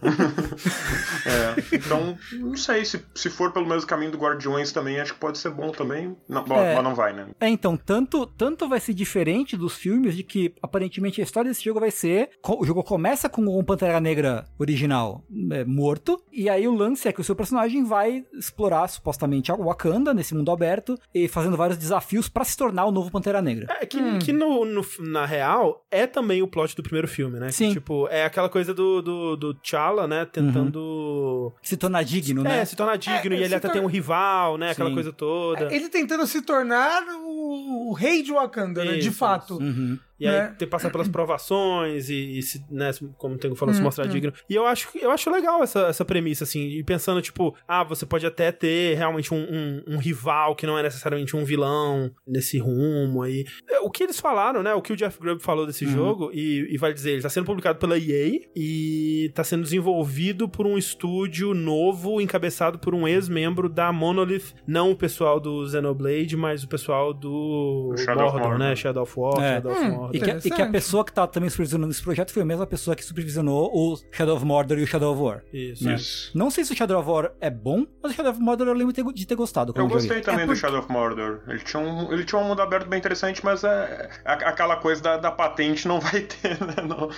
É, então, não sei, se, se for pelo mesmo caminho do Guardiões também, acho que pode ser bom também. Não, bom,
É.
mas não vai, né?
É, então, tanto, tanto vai ser diferente dos filmes de que aparentemente a história desse jogo vai ser. co- O jogo começa com o Pantera Negra original é, morto, e aí o lance é que o seu personagem vai explorar supostamente a Wakanda nesse mundo aberto e fazendo vários desafios pra se tornar o novo Pantera Negra.
É, que, que no, no- na real é também o plot do primeiro filme, né? Que,
Sim.
tipo, é aquela coisa do, do, do T'Challa, né? Tentando.
Se tornar digno,
É,
né?
se tornar digno
É,
e
se
ele até
tor- É,
tem um rival, né? Aquela
Sim.
coisa toda.
Ele tentando se tornar o, o rei de Wakanda, né? De
Isso,
fato.
Uhum.
E aí
né?
ter passar pelas provações e, e se, né, se- como o Tengo falou, se mostrar digno. E eu acho, eu acho legal essa, essa premissa, assim, e pensando, tipo, ah, você pode até ter realmente um, um- um rival que não é necessariamente um vilão nesse rumo aí. É, O que eles falaram, né? O que o Jeff Grubb falou desse
Uhum.
jogo, e, e vale dizer, ele tá sendo publicado pela EA e tá sendo desenvolvido por um estúdio novo, encabeçado por um ex-membro da Monolith, não o pessoal do Xenoblade, mas o pessoal do
O Shadow of
Mordor,
Mordor.
né? Shadow of War,
É.
Shadow of
Hum,
Mordor.
E que, a- e que a
Interessante.
pessoa que tá também supervisionando esse projeto foi a mesma pessoa que supervisionou o Shadow of Mordor e o Shadow of War.
Isso.
Isso.
Não sei se o Shadow of War é bom, mas o Shadow of Mordor eu lembro de ter- de ter gostado. quando
Eu
joguei.
gostei também
É
do Shadow of Mordor. Ele tinha, um, ele tinha um mundo aberto bem interessante, mas é, a- aquela coisa da, da patente não vai ter, né? Não,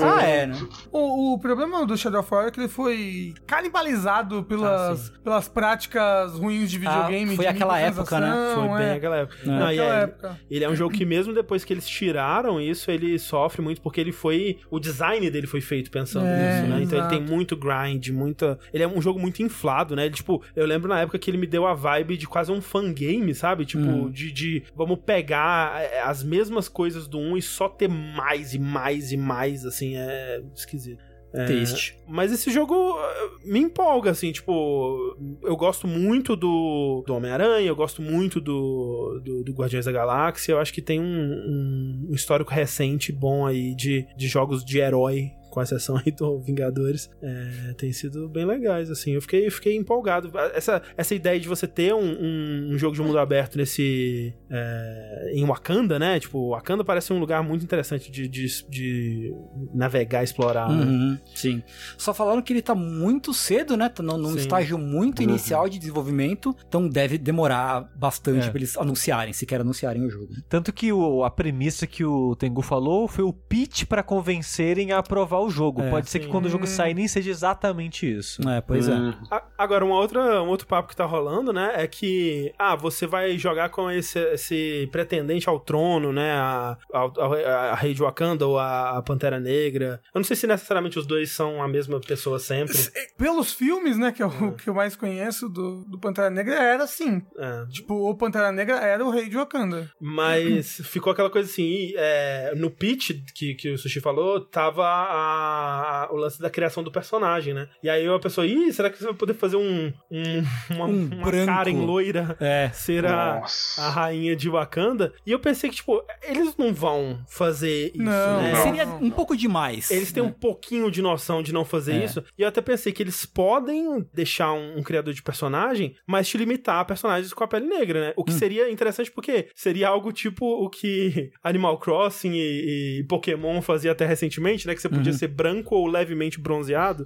não-
Ah, é, né?
O, o problema do Shadow of War é que ele foi canibalizado pelas,
Ah,
pelas práticas ruins de videogame.
Ah, foi
de
aquela época, né?
microtransação,
Foi bem
é.
aquela época.
É.
Não, e
Aquela
aí,
época.
Ele é um jogo que, mesmo depois que eles tiraram isso, ele sofre muito porque ele foi. O design dele foi feito pensando
É,
nisso, né? Então ele
exato.
tem muito grind, muita. Ele é um jogo muito inflado, né? Ele, tipo, eu lembro na época que ele me deu a vibe de quase um fangame, sabe? Tipo, de, de vamos pegar é, as mesmas coisas do 1 e só ter mais e mais e mais, assim, é esquisito. É,
Triste.
Mas esse jogo eh, me empolga, assim, tipo, eu gosto muito do, do Homem-Aranha, eu gosto muito do, do, do Guardiões da Galáxia, eu acho que tem um, um- um histórico recente bom aí de, de jogos de herói, com exceção aí do Vingadores, eh, tem sido bem legais, assim, eu fiquei, eu fiquei empolgado. Essa, essa ideia de você ter um, um- um jogo de mundo aberto nesse... eh, em Wakanda, né? Tipo, Wakanda parece um lugar muito interessante de, de, de navegar, explorar, né?
Uhum, sim. Só falaram que ele tá muito cedo, né? Tá num, num
Sim.
estágio muito inicial de desenvolvimento, então deve demorar bastante
É.
pra eles anunciarem, sequer anunciarem o jogo.
Tanto que o- a premissa que o Tengu falou foi o pitch pra convencerem a aprovar o jogo.
É,
Pode ser que
sim.
quando o jogo sair nem seja exatamente isso.
É, pois é.
Hum,
A- Agora, uma outra, um outro papo que tá rolando, né? É que, ah, você vai jogar com esse, esse pretendente ao trono, né? A, ao- ao- a, a Rei de Wakanda ou a, a Pantera Negra. Eu não sei se necessariamente os dois são a mesma pessoa sempre.
Pelos filmes, né? Que é o que eu mais conheço do, do Pantera Negra, era assim.
É.
Tipo, o Pantera Negra era o rei de Wakanda.
Mas ficou aquela coisa assim, e, é, no pitch que, que o Sushi falou, tava a- a- o lance da criação do personagem, né? E aí a pessoa, ih, será que você vai poder fazer um, um, uma,
Um
uma
branco.
Karen loira
É.
ser a, a
Nossa.
rainha de Wakanda. E eu pensei que, tipo, eles não vão fazer isso,
Não.
né?
Não.
Seria um pouco demais.
Eles têm um pouquinho de noção de não fazer
É.
isso. E eu até pensei que eles podem deixar um, um criador de personagem, mas te limitar a personagens com a pele negra, né? O que seria interessante porque seria algo tipo o que Animal Crossing e, e Pokémon fazia até recentemente, né? Que você podia ser branco ou levemente bronzeado,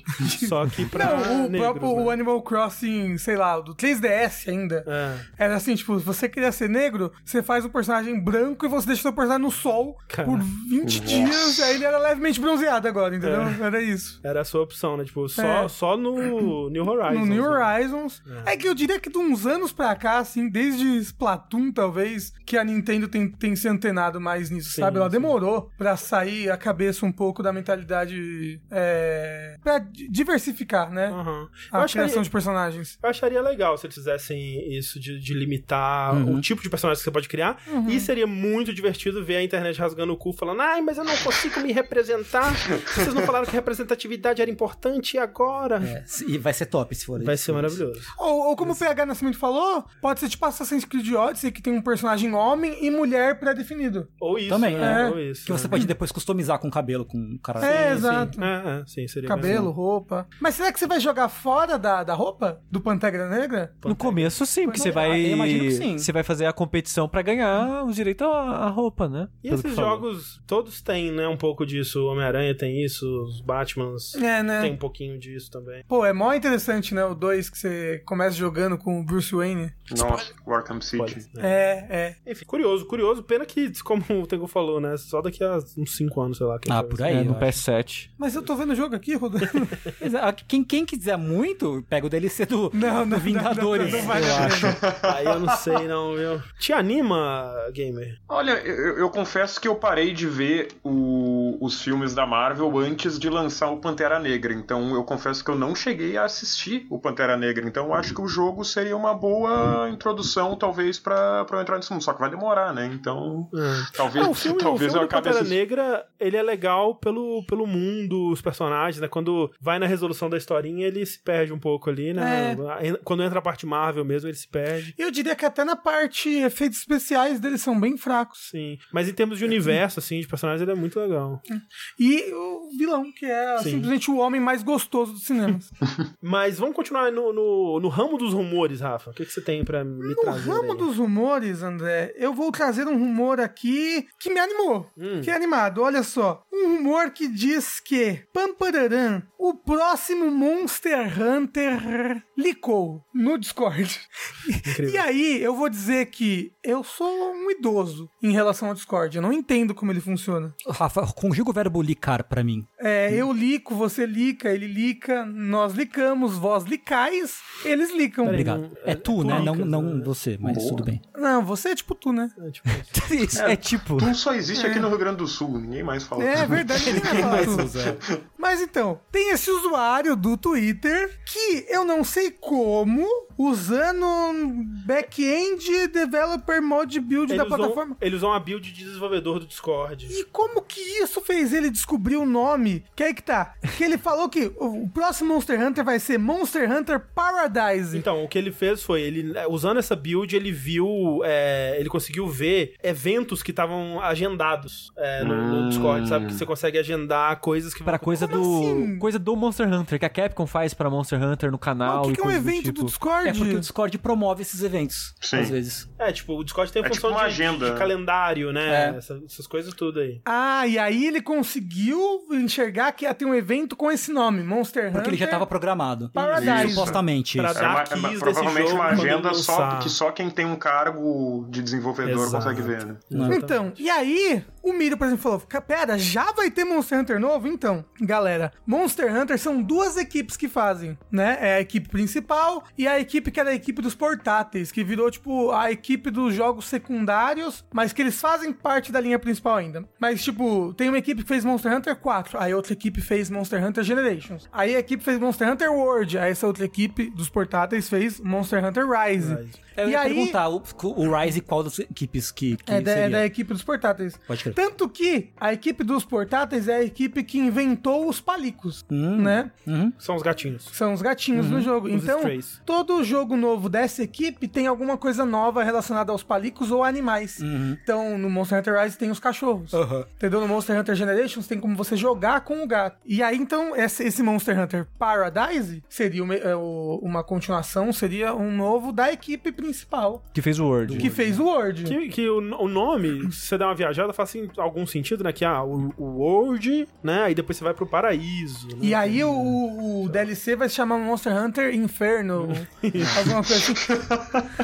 só que pra
Não, o
negros,
próprio
né?
Animal Crossing, sei lá, do 3DS ainda.
É.
Era assim, tipo, você queria ser negro, você faz o personagem branco e você deixa o seu personagem no sol
Cara.
por 20 dias, aí ele era levemente bronzeado agora, entendeu?
É.
Era isso.
Era a sua opção, né? Tipo, só,
É.
só no New Horizons.
no New
né?
Horizons.
É.
É. que eu diria que de uns anos pra cá, assim, desde Splatoon, talvez, que a Nintendo tem, tem se antenado mais nisso,
Sim,
sabe? Ela
sim.
demorou pra sair a cabeça um pouco da mentalidade verdade, é, pra di- diversificar, né?
Aham. Eu
A
acho que
criação de personagens.
Eu acharia legal se eles fizessem isso de, de limitar
Uhum.
o tipo de personagem que você pode criar. E seria muito divertido ver a internet rasgando o cu falando: ai, mas eu não consigo me representar. Vocês não falaram que representatividade era importante e agora.
É, se- e vai ser top se for
um Vai
isso.
ser maravilhoso.
Ou, ou como o PH Nascimento falou, pode ser tipo Assassin's Creed Odyssey, que tem um personagem homem e mulher pré-definido.
Ou isso.
Também,
né?
é.
Ou isso.
Que você
né?
pode depois customizar com cabelo, com cara.
é,
Sim,
exato.
É, é, sim, seria
Cabelo, roupa. Mas será que você vai jogar fora da, da roupa? Do Pantera Negra?
bem-
No começo, sim, porque
Mas
você
eu
vai.
imagino que sim.
Você vai fazer a competição pra ganhar o direito à à roupa, né?
E
Pelo que
esses
falou.
jogos, todos têm, né, um pouco disso. O Homem-Aranha tem isso, os Batmans
É, né?
tem um pouquinho disso também.
Pô, é mó interessante, né? O 2 que você começa jogando com o Bruce Wayne.
Nossa, o Arkham
Pode,
City.
né?
É, é.
Enfim, curioso, curioso. Pena que, como o Tengu falou, né? Só daqui a uns 5 anos, sei lá. que
Ah,
vai
por
ser.
aí.
É,
eu
no
acho.
PS7.
Mas eu tô vendo o jogo aqui, rodando.
Exa- Quem, quem quiser muito, pega o DLC do,
Não,
do
não,
Vingadores.
não, não vale
eu
a
acho.
Aí eu não sei, não, viu? Te anima, gamer?
Olha, eu, eu confesso que eu parei de ver o- os filmes da Marvel antes de lançar o Pantera Negra. Então eu confesso que eu não cheguei a assistir o Pantera Negra. Então eu acho que o jogo seria uma boa introdução, talvez, pra, pra eu entrar nesse mundo. Só que vai demorar, né? Então. Talvez,
Ah, o filme, o
talvez é
filme
eu
do
acabe
Pantera
assistindo.
Negra, ele é legal pelo, pelo mundo, os personagens, né? Quando vai na resolução da historinha, ele se perde um pouco ali, né?
É.
Quando entra a parte Marvel mesmo, ele se perde.
Eu diria que até na parte efeitos especiais deles são bem fracos.
Sim. Mas em termos de universo, assim, de personagens, ele é muito legal.
E o vilão, que é
Sim.
simplesmente o homem mais gostoso dos cinemas.
Mas vamos continuar no, no, no ramo dos rumores, Rafa. O que, que você tem pra me
No
trazer?
ramo
aí?
dos rumores, André, eu vou trazer um rumor aqui que me animou.
Hum.
Que é animado, olha só. Um rumor que diz que Pampararam, o próximo Monster Hunter licou no Discord.
Incrível.
E aí, eu vou dizer que eu sou um idoso em relação ao Discord. Eu não entendo como ele funciona.
Rafa, conjuga o verbo licar pra mim.
Hum.
É, eu lico, você lica, ele lica, nós licamos, vós licais, eles licam.
Obrigado.
não-
É tu,
é tu
né? Não,
licas,
não
né?
você, mas
Boa.
tudo bem.
Não, você é tipo tu, né?
É, tipo isso.
Isso, é tipo.
Tu só existe
É.
aqui no Rio Grande do Sul, ninguém mais fala.
É verdade, ninguém vai falar tu. Mas então, tem esse usuário do Twitter que eu não sei como, usando um back-end developer mode build
Ele
da
usou- um
plataforma.
Ele usou uma build de desenvolvedor do Discord.
E como que isso fez ele descobrir o nome? Que aí que tá. Que ele falou que o o próximo Monster Hunter vai ser Monster Hunter Paradise.
Então, o que ele fez foi, ele eh, usando essa build, ele viu, eh, ele conseguiu ver eventos que estavam agendados eh, no, no
Hum.
Discord, sabe? Que você consegue agendar coisas que
Pra
vão
coisa do.
assim?
Coisa do Monster Hunter, que a Capcom faz pra Monster Hunter no
Mas
canal.
o que,
e
que é um
coisas
evento do,
tipo.
Discord?
É porque o Discord promove esses eventos,
Sim.
às vezes.
É, tipo, o Discord tem a
É
função
tipo uma
de,
agenda,
de
né?
calendário, né?
É.
Essa- essas coisas tudo aí.
Ah, e aí ele conseguiu enxergar que ia ter um evento com esse nome, Monster Hunter.
Porque ele já tava programado.
Paradise.
Supostamente.
Pra
isso.
É uma-
Dark
é uma-
Keys desse
provavelmente
jogo
uma
quando
agenda só,
lançar.
que só quem tem um cargo de desenvolvedor
Exato.
consegue ver, né?
tá
Então, e aí, o Miro, por exemplo, falou: "Ca- Pera, já vai ter Monster Hunter novo? Então, galera, Monster Hunter são duas equipes que fazem, né? É a equipe principal e a equipe que era a equipe dos portáteis, que virou, tipo, a equipe dos jogos secundários, mas que eles fazem parte da linha principal ainda. Mas, tipo, tem uma equipe que fez Monster Hunter 4, aí outra equipe fez Monster Hunter Generations, aí a equipe fez Monster Hunter World, aí essa outra equipe dos portáteis fez Monster Hunter Rise.
Rise.
É, Eu
E
ia
aí-
perguntar o, o Rise qual das equipes que, que
é, da,
seria.
da equipe dos portáteis.
Pode crer.
Tanto que a equipe dos portáteis é a equipe que inventou os palicos,
Hum.
né?
Uhum.
São os gatinhos.
São os gatinhos no jogo.
Os
então,
strays.
todo jogo novo dessa equipe tem alguma coisa nova relacionada aos palicos ou animais.
Uhum.
Então, no Monster Hunter Rise tem os cachorros. Entendeu? No Monster Hunter Generations tem como você jogar com o gato. E aí, então, esse, esse Monster Hunter Paradise seria uma, é, o- uma continuação, seria um novo da equipe principal
Que fez o Word.
que
né?
fez o World.
Que, que o, o nome, se você dá uma viajada, faz assim, algum sentido, né? Que ah, o, o World, né? Aí depois você vai pro paraíso. Né?
E aí o- o, o DLC vai se chamar Monster Hunter Inferno. alguma coisa assim.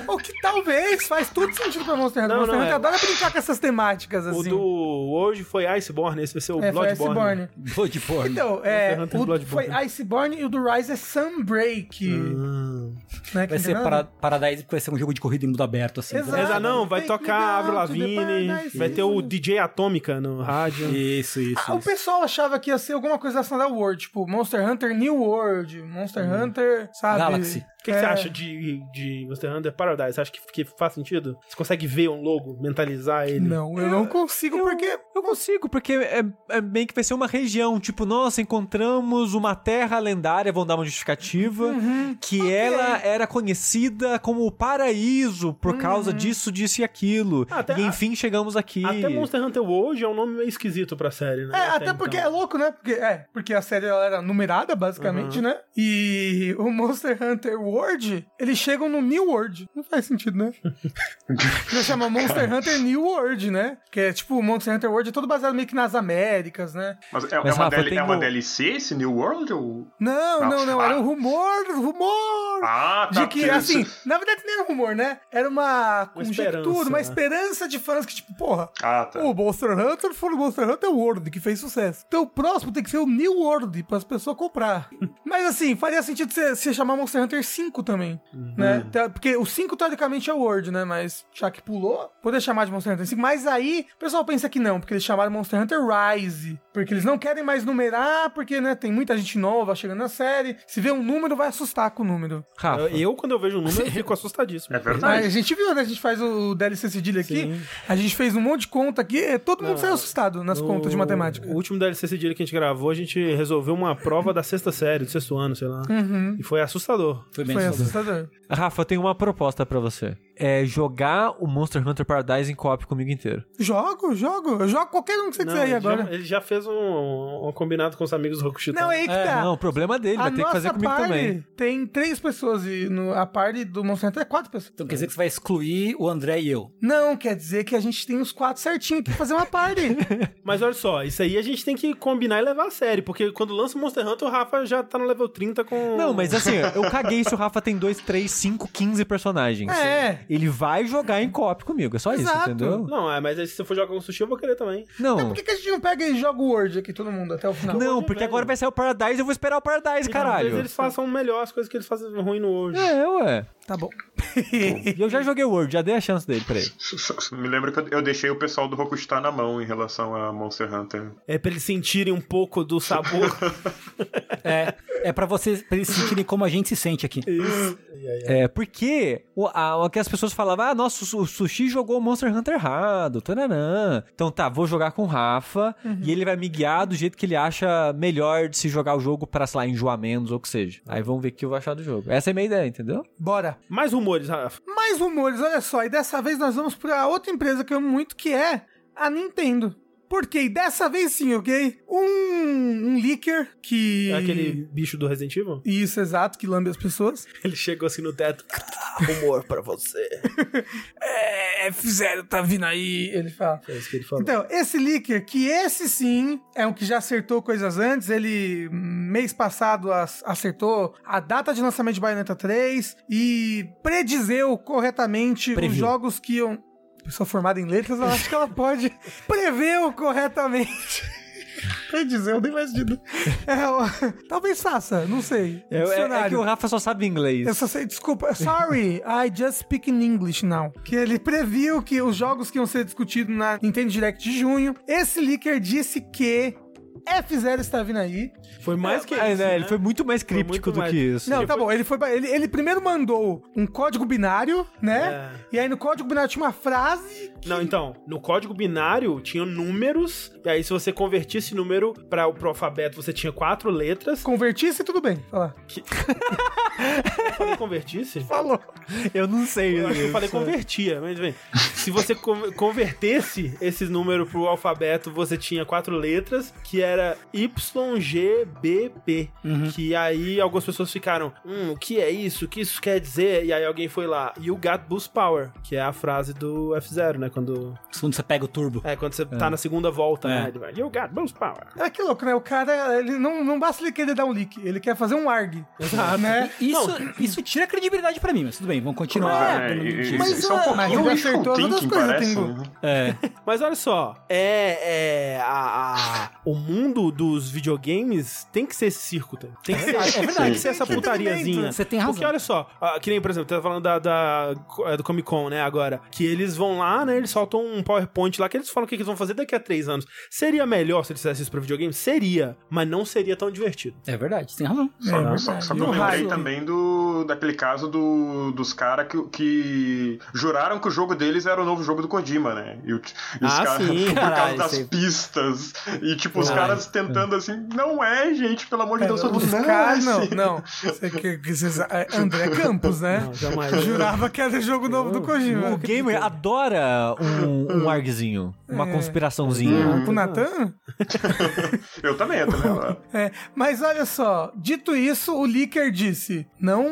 o que talvez faz todo sentido pra Monster Hunter.
Não,
Monster
não,
Hunter
é.
adora brincar com essas temáticas,
O
assim.
do World foi Iceborne, esse vai ser o
é, foi
Bloodborne.
Iceborne.
Bloodborne.
né? Então, é,
Monster Hunter
o-
Bloodborne.
foi Iceborne e o do Rise é Sunbreak.
Hum.
né?
Ah. Vai
que
ser
não-
para, Paradise, porque vai ser um jogo de corrida em mundo aberto, assim.
Exato.
né?
Mas, ah, não, vai
Take me
tocar
down
Avril
to the
Lavigne,
paradise.
vai ter o DJ Atômica no
É.
rádio.
Isso, isso.
Ah, o
isso.
pessoal achava que ia ser alguma coisa relacionada ao World, tipo Monster Hunter New World, Monster Hunter, sabe?
Hum. Galaxy.
O que, que você acha de, de Monster Hunter Paradise? Você acha que, que faz sentido? Você consegue ver um logo, mentalizar ele?
Não, eu não consigo porque
Eu consigo, porque é, é bem que vai ser uma região. Tipo, nossa, encontramos uma terra lendária, vão dar uma justificativa,
Uhum.
que ela era conhecida como o paraíso
Uhum.
por causa disso, disso e aquilo.
Ah, até-
e enfim, chegamos aqui.
Até Monster Hunter World é um nome meio esquisito pra série, né?
É, até, porque é
então.
louco, né? Porque, é, porque a série ela era numerada, basicamente, né? E o Monster Hunter World, eles chegam no New World. Não faz sentido, né? Não chama Monster Hunter New World, né? Que é tipo, o Monster Hunter World é todo baseado meio que nas Américas, né?
Mas é, é
Mas,
uma,
Rafa,
DL
tem
é uma
um-
DLC esse New World? Ou...
Não,
Não.
não, não. Era um rumor, rumor!
Ah, tá.
De que,
porque
assim,
isso-
na verdade nem era rumor, né? Era uma
Uma
conjectura,
esperança,
uma
né?
esperança de fãs que, tipo, porra,
Ah, tá.
O Monster Hunter foi o Monster Hunter World, que fez sucesso. Então o próximo tem que ser o New World, para as pessoas comprar. Mas assim, faria sentido você- você chamar Monster Hunter 5 também, né? Tá- Porque o 5 teoricamente é o World, né? Mas já que pulou, poder chamar de Monster Hunter 5. Mas aí, o pessoal pensa que não, porque eles chamaram Monster Hunter Rise. Porque eles não querem mais numerar, porque, né, tem muita gente nova chegando na série. Se vê um número, vai assustar com o número.
Rafa,
Eu, eu, quando eu vejo o número, eu fico assustadíssimo.
É verdade.
Mas a gente viu, né? A gente faz o DLC Cedilha aqui. A gente fez um monte de conta aqui. é, Todo mundo
Não,
saiu assustado nas
No-
contas de matemática.
O último DLC esse dia que a gente gravou, a gente resolveu uma prova da sexta série, do sexto ano, sei lá.
Uhum.
E foi assustador.
Foi bem assim.
Foi
assustador.
assustador.
Rafa, eu tenho uma proposta pra você. É jogar o Monster Hunter Paradise em co-op comigo inteiro.
Jogo, jogo. Eu jogo qualquer um que você
Não,
quiser aí
ele,
agora.
já, ele já fez um, um combinado com os amigos do Rokushita.
Não, é aí que
É,
tá.
não, o problema é dele,
a
vai ter que fazer
nossa
comigo
party
também.
tem três pessoas e no, a party do Monster Hunter é quatro pessoas.
Então quer dizer que você vai excluir o André e eu.
Não, quer dizer que a gente tem os quatro certinho pra fazer uma party.
Mas olha só, isso aí a gente tem que combinar e levar a sério, porque quando lança o Monster Hunter, o Rafa já tá no level 30 com...
Não, mas assim, eu caguei se o Rafa tem 2, 3, 5, 15 personagens.
é.
Ele vai jogar em co-op comigo, é só isso,
Exato.
entendeu?
Não, é, mas aí se você for jogar com sushi, eu vou querer também.
Não.
Então por que, que a gente não pega e joga o Word aqui, todo mundo, até o final?
Não,
hoje é
porque
velho.
agora vai sair o Paradise, eu vou esperar o
Talvez
Paradise, caralho.
eles façam melhor as coisas que eles fazem ruim no hoje.
É, ué.
Tá bom.
E eu já joguei o World, já dei a chance dele pra ele.
Me lembro que eu- eu deixei o pessoal do Rokustar na mão em relação a Monster Hunter.
É pra eles sentirem um pouco do sabor.
É, é pra vocês pra eles sentirem como a gente se sente aqui.
É, porque o, a, o que as pessoas falavam, ah, nossa, o Su- o Sushi jogou o Monster Hunter errado, tananã. Então tá, vou jogar com o Rafa, e ele vai me guiar do jeito que ele acha melhor de se jogar o jogo pra, sei lá, enjoar menos ou o que seja. Aí vamos ver o que eu vou achar do jogo. Essa é a minha ideia, entendeu?
Bora.
Mais rumores, Rafa.
Mais rumores, olha só. E dessa vez nós vamos pra outra empresa que eu amo muito, que é a Nintendo. Porque e dessa vez sim, ok? Um, um leaker que...
É aquele bicho do Resident Evil?
Isso, exato, que lambe as pessoas.
Ele chegou assim no teto. Rumor pra você.
É, F0 tá vindo aí, ele fala.
É isso que ele falou.
Então, esse leaker, que esse sim é um que já acertou coisas antes, ele mês passado as- acertou a data de lançamento de Bayonetta 3 e predizeu corretamente os
Previu.
jogos que iam. Pessoa formada em letras, eu acho que ela pode. Preveu corretamente. Predizeu, nem mais sentido. É, o- talvez faça, não sei.
É, é, é que
Dicionário.
o Rafa só sabe inglês.
Eu só sei, desculpa. Sorry, I just speak in English now. Que ele previu que os jogos que iam ser discutidos na Nintendo Direct de junho. Esse leaker disse que F0 está vindo aí.
Foi mais que
É,
isso,
né,
né?
Ele foi muito mais
Foi muito
críptico do
mais.
que isso.
Não, tá bom. Ele foi pra- ele, ele primeiro mandou um código binário, né?
É.
E aí no código binário tinha uma frase.
Não, então, no código binário tinha números, e aí se você convertir esse número para o pro alfabeto, você tinha quatro letras.
Convertisse, tudo bem. Fala.
Eu falei convertisse?
Falou.
Eu não sei.
Eu acho que eu falei convertia, mas bem. Se você con- convertesse esses números pro alfabeto, você tinha quatro letras, que era YGBP. Que aí algumas pessoas ficaram, hum, o que é isso? O que isso quer dizer? E aí alguém foi lá, you got boost power, que é a frase do F0, né? Quando.
Quando você pega o turbo.
É, quando você tá na segunda volta,
É.
né? Ele vai, you got boost power.
É que louco, né? O cara, ele não, não basta ele querer dar um leak, ele quer fazer um arg. Né?
Isso, Isso tira credibilidade pra mim, mas tudo bem, vamos continuar.
É,
dando
e- e-
notícia.
Mas,
isso é um
ah,
pouquinho
mas ele
wishful
acertou todas as
thinking,
coisas,
parece,
Tengu.
né?
É.
Mas olha só, é, é a- a- o mundo dos videogames tem que ser esse circo, tá? tem que ser, é verdade, tem que ser essa
Tem que ter
putariazinha.
Você tem razão.
Porque olha só, ah, que nem, por exemplo, tava falando da, da- eh, do Comic Con, né, agora, que eles vão lá, né, eles soltam um PowerPoint lá, que eles falam o que, que eles vão fazer daqui a três anos. Seria melhor se eles fizessem isso pra videogame? Seria, mas não seria tão divertido.
É verdade, você tem razão.
Só, só- só que eu
é, E o
lembrei
raio?
também do, daquele caso do, dos caras que, que juraram que o jogo deles era o novo jogo do Kojima, né? E, o- e os
Ah,
caras,
sim,
por
caralho,
causa das
sei.
pistas. E tipo, os
Caralho.
caras tentando assim, não é, gente, pelo amor de Deus, todo
Ah, é. Os
mundo não. é
caras, não,
assim."
não. Você que- que vocês- é, André Campos, né?
Não, jamais.
Jurava que era jogo novo do
O
Kojima.
gamer adora um, um arguezinho, uma
É.
É.
conspiraçãozinha.
O Natan?
Eu também, eu também. ó.
É, mas olha só, dito isso, o Leaker disse: não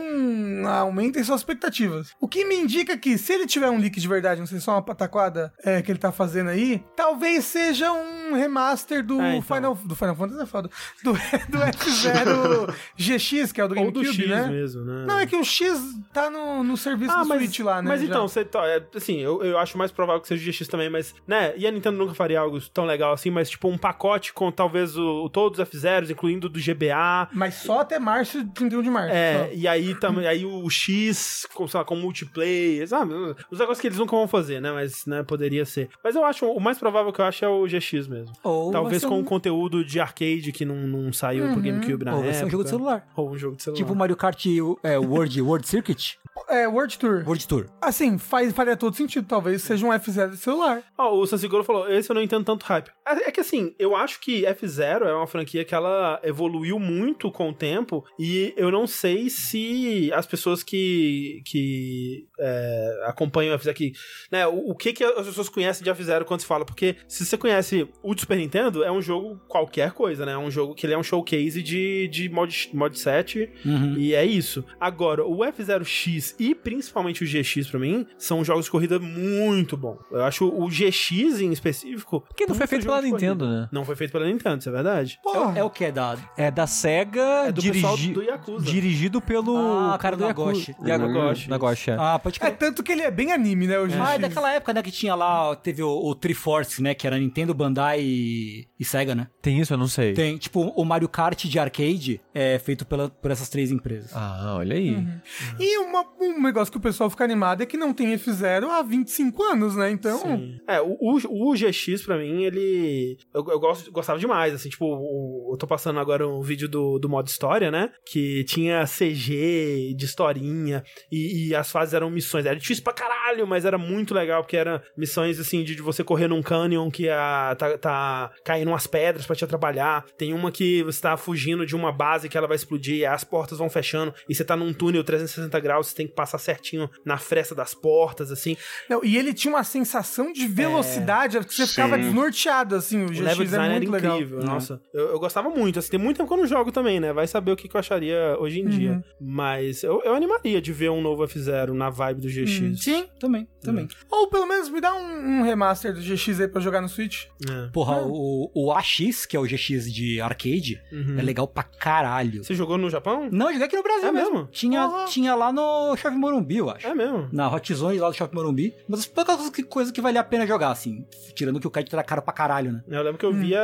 aumentem suas expectativas. O que me indica que, se ele tiver um leak de verdade, não sei só uma pataquada é, que ele tá fazendo aí, talvez seja um remaster do
É, então.
Final. Do Final Fantasy é foda. Do, do F0 GX, que é o do
Ou do
GameCube,
X
né?
mesmo, né?
Não, é que o X tá no, no serviço do Switch lá, né?
Ah, Mas
já.
então, você tá- é, assim, eu, eu acho mais provável que seja o GX também, mas, né? E a Nintendo nunca faria algo tão legal assim, mas tipo um pacote com talvez o, o todos os F-Zeros, incluindo o do GBA.
Mas só até março, 31 de março.
É,
só.
e aí também aí o X com, sei lá, com multiplayer, sabe? Os negócios que eles nunca vão fazer, né? Mas né, poderia ser. Mas eu acho, o mais provável que eu acho é o GX mesmo.
Ou
Talvez
vai ser
com
um-
um conteúdo de arcade que não, não saiu pro GameCube na
Ou
É,
vai
época.
ser um jogo de celular.
Ou um jogo de celular.
Tipo o Mario Kart é, World, World Circuit?
É, World Tour.
World Tour.
Assim, faz, faria todo sentido, talvez seja um F0 de celular.
Ó, o Sansigoro falou, esse eu não entendo tanto hype. É, é que assim, eu acho que F-Zero é uma franquia que ela evoluiu muito com o tempo e eu não sei se as pessoas que, que é, acompanham F-Zero, que, né, o, o que, que as pessoas conhecem de F-Zero quando se fala, porque se você conhece o de Super Nintendo, é um jogo qualquer coisa, né, é um jogo que ele é um showcase de, de mod, mod 7
Uhum.
e é isso. Agora, o F0X e principalmente o GX pra mim são jogos de corrida muito bom. Eu acho o GX em específico.
Porque não foi
puta
feito
jogo
pela
de corrida.
Nintendo, né?
Não foi feito pela Nintendo, isso é verdade.
Porra.
É, o que? É da.
É da SEGA,
É do pessoal
dirigi...
do Yakuza.
dirigido pelo Uhum.
Ah,
cara do
pelo
Yakuza.
Nagoshi.
Nagoshi.
Nagoshi, é.
Ah, pode
É
crer.
tanto que ele é bem anime, né, hoje. em
Ah, é
dia.
daquela época, né, que tinha lá, teve o, o Triforce, né, que era Nintendo, Bandai e, e Sega, né?
Tem isso? Eu não sei.
Tem, tipo, o Mario Kart de arcade é feito pela, por essas três empresas.
Ah, olha aí.
Uhum. E uma- um negócio que o pessoal fica animado é que não tem F0 há 25 anos, né? Então,
É, o, o, o GX pra mim, ele. Eu, eu gosto, gostava demais, assim, tipo, o- eu tô passando agora um vídeo do, do modo história, né? Que tinha CG de historinha e, e as fases eram missões. Era difícil pra caralho, mas era muito legal, porque eram missões, assim, de, de você correr num canyon que a, tá, tá caindo umas pedras pra te atrapalhar. Tem uma que você tá fugindo de uma base que ela vai explodir, as portas vão fechando e você tá num túnel 360 graus, você tem que passar certinho na fresta das portas, assim.
não, e ele tinha uma sensação
É.
de velocidade, que você
Sim.
ficava desnorteado, assim. O
O level
GX é
design era
muito legal.
incrível, nossa. Eu, eu gostava muito, assim, tem muito tempo que eu não jogo também, né? Vai saber o que, que eu acharia hoje em dia. Mas eu, eu animaria de ver um novo F0 na vibe do GX.
Sim, também, também.
Ou pelo menos me dá um, um remaster do GX aí pra eu jogar no Switch.
É.
Porra, o, o AX, que é o GX de arcade,
Uhum.
Hum.
é legal pra caralho.
Você jogou no Japão?
Não, eu joguei aqui no Brasil
É
mesmo.
mesmo?
Tinha,
Porra.
tinha lá no Shopping Morumbi, eu acho.
É mesmo.
Na Hot Zone lá do Shopping Morumbi. Uma das poucas coisas que, coisa que vale a pena jogar, assim. Tirando que o kart era caro pra caralho, né?
Eu lembro que eu via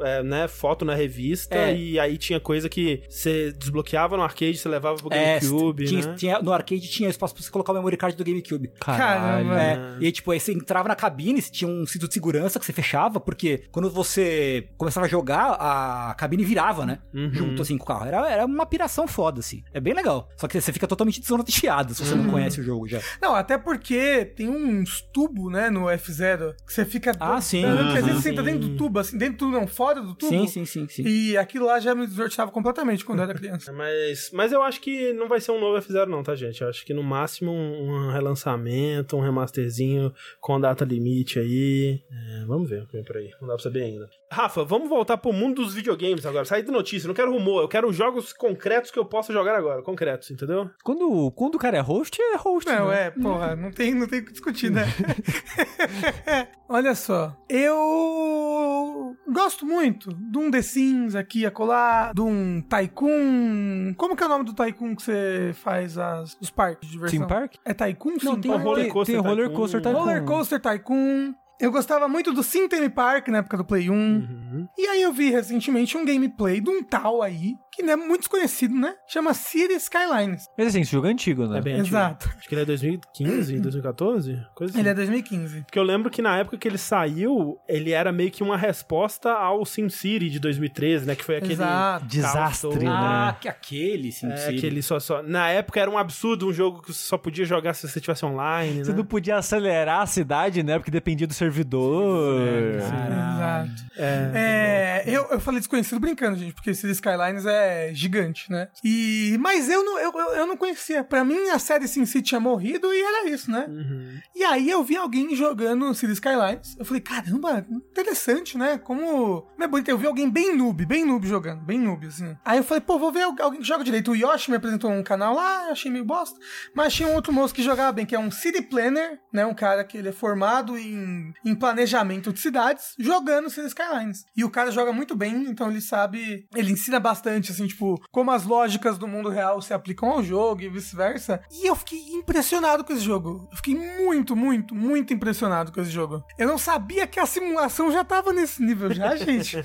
é, né, foto na revista
É.
e aí tinha coisa que você desbloqueava no arcade, você levava pro
É,
GameCube,
tinha-
né?
tinha- no arcade tinha espaço pra você colocar o memory card do GameCube.
Caralho.
Caramba.
É, e aí, tipo, aí você entrava na cabine, você tinha um cinto de segurança que você fechava, porque quando você começava a jogar, a cabine virava, né?
Uhum.
Junto assim com o carro. Era, era uma piração foda, assim. É bem legal. Só que você fica totalmente desnorteado se você
Uhum.
não conhece o jogo já.
Não, até porque tem uns tubo, né, no F0, que você fica...
Ah, sim.
Às vezes você
Sim.
entra dentro do tubo, assim, dentro do tubo, não, fora do tubo.
Sim, sim, sim, sim.
E aquilo lá já me desnorteava completamente quando eu era criança.
Mas, mas eu acho que não vai ser um novo F0 não, tá, gente? Eu acho que no máximo um, um lançamento, um remasterzinho com data limite aí. É, vamos ver o que vem por aí. Não dá pra saber ainda. Rafa, vamos voltar pro mundo dos videogames agora. Sair de notícia, não quero rumor, eu quero jogos concretos que eu possa jogar agora. Concretos, entendeu?
Quando, quando o cara é host, é host.
Não,
né?
é, porra, não tem, não tem o que discutir, né? Olha só, eu gosto muito de um The Sims aqui, acolá, de um Tycoon... Como que é o nome do Tycoon que você faz as, os parques de diversão?
Team Park?
É Tycoon?
Não,
Sim,
Park.
tem, tem-
Roller Coaster
tem um Roller
Tycoon.
Coaster tá Tycoon.
um Roller Coaster Tycoon... Eu gostava muito do Sim Theme Park na época do Play 1. E aí eu vi recentemente um gameplay de um tal aí, que não é muito desconhecido, né? Chama City Skylines.
Mas assim, esse jogo é antigo, né?
É bem antigo.
Exato.
Acho que ele é 2015, 2014? Coisa assim.
Ele é 2015.
Porque eu lembro que na época que ele saiu, ele era meio que uma resposta ao SimCity de 2013, né? Que foi aquele.
Exato.
né?
Desastre,
Ah, que aquele, sim,
né? É,
sim.
que ele só, só. Na época era um absurdo um jogo que você só podia jogar se você tivesse online.
Você
né?
não podia acelerar a cidade, né? Porque dependia do servidor.
Exato.
É.
É, eu, eu falei desconhecido brincando, gente, porque City Skylines é gigante, né? E, mas eu não, eu, eu- eu não conhecia. Pra mim, a série SimCity tinha morrido e era isso, né?
Uhum.
E aí eu vi alguém jogando City Skylines. Eu falei, caramba, interessante, né? Como. Não é bonito. Eu vi alguém bem noob, bem noob jogando, bem noob, assim. Aí eu falei, pô, vou ver al- alguém que joga direito. O Yoshi me apresentou um canal lá, eu achei meio bosta. Mas tinha um outro moço que jogava bem, que é um City Planner, né? Um cara que ele é formado em, em planejamento de cidades, jogando City Skylines. E o cara joga muito bem, então ele sabe. Ele ensina bastante, assim, tipo, como as lógicas do mundo real se aplicam ao jogo e vice-versa. E eu fiquei impressionado com esse jogo. Eu fiquei muito, muito, muito impressionado com esse jogo. Eu não sabia que a simulação já tava nesse nível, já, gente.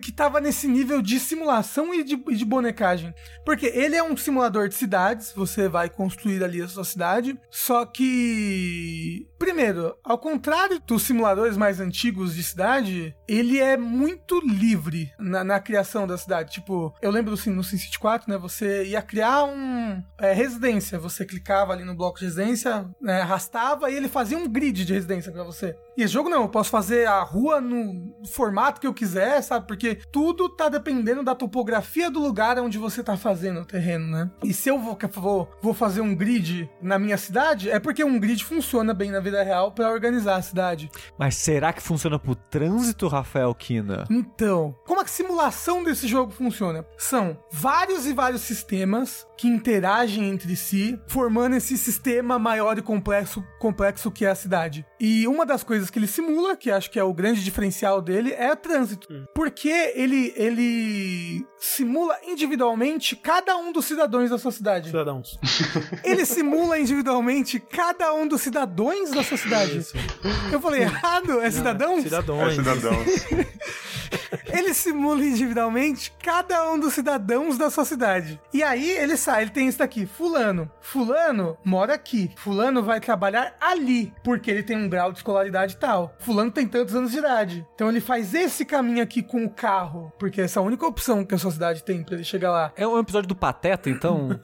que tava nesse nível de simulação e de, e de bonecagem. Porque ele é um simulador de cidades, você vai construir ali a sua cidade. Só que. Primeiro, ao contrário dos simuladores mais antigos de cidade, ele é muito livre na, na criação da cidade. Tipo, eu lembro do Sim- no SimCity 4, né? Você ia criar um. é, residência. Você clicava ali no bloco de residência, né, arrastava e ele fazia um grid de residência pra você. E esse jogo não, eu posso fazer a rua no formato que eu quiser, sabe? Porque tudo tá dependendo da topografia do lugar onde você tá fazendo o terreno, né? E se eu vou, vou, vou fazer um grid na minha cidade, é porque um grid funciona bem na vida real pra organizar a cidade.
Mas será que funciona pro trânsito, Rafael Kina?
Então, como a simulação desse jogo funciona? São vários e vários sistemas que interagem entre si, formando esse sistema maior e complexo, complexo que é a cidade. E uma das coisas que ele simula, que acho que é o grande diferencial dele, é o trânsito. Porque ele, ele simula individualmente cada um dos cidadãos da sua cidade.
Cidadãos.
Ele simula individualmente cada um dos cidadãos da sua cidade. Eu falei errado? É cidadão?
É
Cidadãos.
cidadão.
Ele simula individualmente cada um dos cidadãos da sua cidade. E aí ele sai, ele tem isso daqui: Fulano. Fulano mora aqui. Fulano vai trabalhar ali, porque ele tem um grau de escolaridade tal. Fulano tem tantos anos de idade. Então ele faz esse caminho aqui com o carro, porque essa é a única opção que a sua cidade tem pra ele chegar lá.
É um episódio do Pateta, então?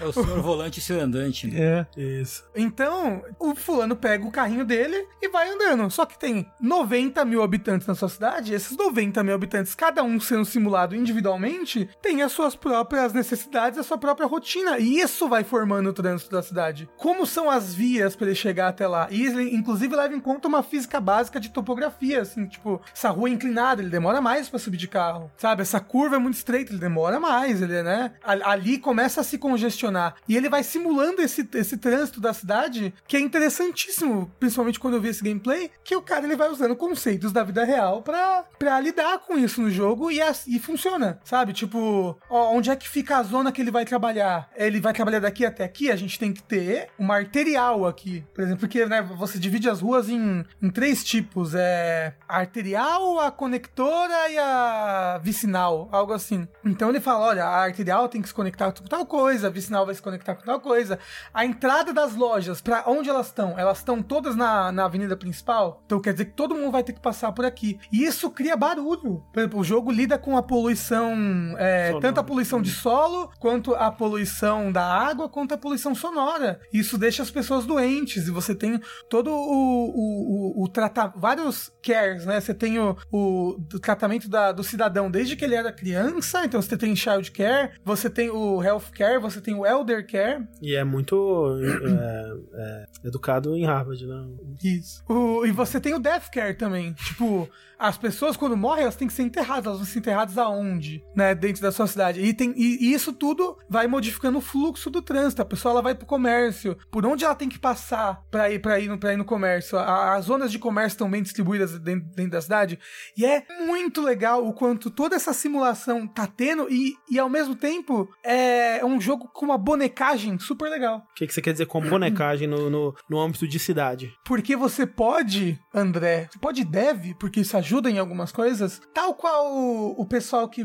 É o senhor volante e o senhor andante. Né?
é.
Isso.
Então, o fulano pega o carrinho dele e vai andando. Só que tem 90 mil habitantes na sua cidade, esses 90 mil habitantes, cada um sendo simulado individualmente, tem as suas próprias necessidades, a sua própria rotina. E isso vai formando o trânsito da cidade. Como são as vias para ele chegar até lá? E ele, inclusive, leva em conta uma física básica de topografia, assim, tipo, essa rua é inclinada, ele demora mais para subir de carro. Sabe, essa curva é muito estreita, ele demora mais, ele, né? A- Ali começa a se congestionar. E ele vai simulando esse, esse trânsito da cidade, que é interessantíssimo, principalmente quando eu vi esse gameplay, que o cara ele vai usando conceitos da vida real pra, pra lidar com isso no jogo e, as- e funciona, sabe? Tipo, ó, onde é que fica a zona que ele vai trabalhar? Ele vai trabalhar daqui até aqui, a gente tem que ter uma arterial aqui, por exemplo, porque né, você divide as ruas em, em três tipos, é a arterial, a conectora e a vicinal, algo assim. Então ele fala, olha, a arterial tem que se conectar com tal coisa, a vicinal vai se conectar com tal coisa, a entrada das lojas, pra onde elas estão? Elas estão todas na, na avenida principal? Então quer dizer que todo mundo vai ter que passar por aqui. E, e isso cria barulho. Por exemplo, o jogo lida com a poluição, é,
Sonora.
tanto a poluição de solo, quanto a poluição da água, quanto a poluição sonora. Isso deixa as pessoas doentes e você tem todo o, o, o, o tratar vários cares, né? Você tem o, o do tratamento da, do cidadão desde que ele era criança, então você tem child care, você tem o health care, você tem o elder care,
E é muito é, é, educado em Harvard, né?
Isso. O- e você tem o Death Care também. Tipo, as pessoas quando morrem, elas têm que ser enterradas. Elas vão ser enterradas aonde? Né? Dentro da sua cidade. E, tem, e, e isso tudo vai modificando o fluxo do trânsito. A pessoa ela vai pro comércio. Por onde ela tem que passar pra ir, pra ir, no, pra ir no comércio? A- as zonas de comércio estão bem distribuídas dentro, dentro da cidade. E é muito legal o quanto toda essa simulação tá tendo. E, e ao mesmo tempo, é um jogo com uma bonecagem super legal.
O que, que você quer dizer com bonecagem no, no, no âmbito de cidade?
Porque você pode, André, você pode e deve, porque isso ajuda em algumas coisas, tal qual o, o pessoal que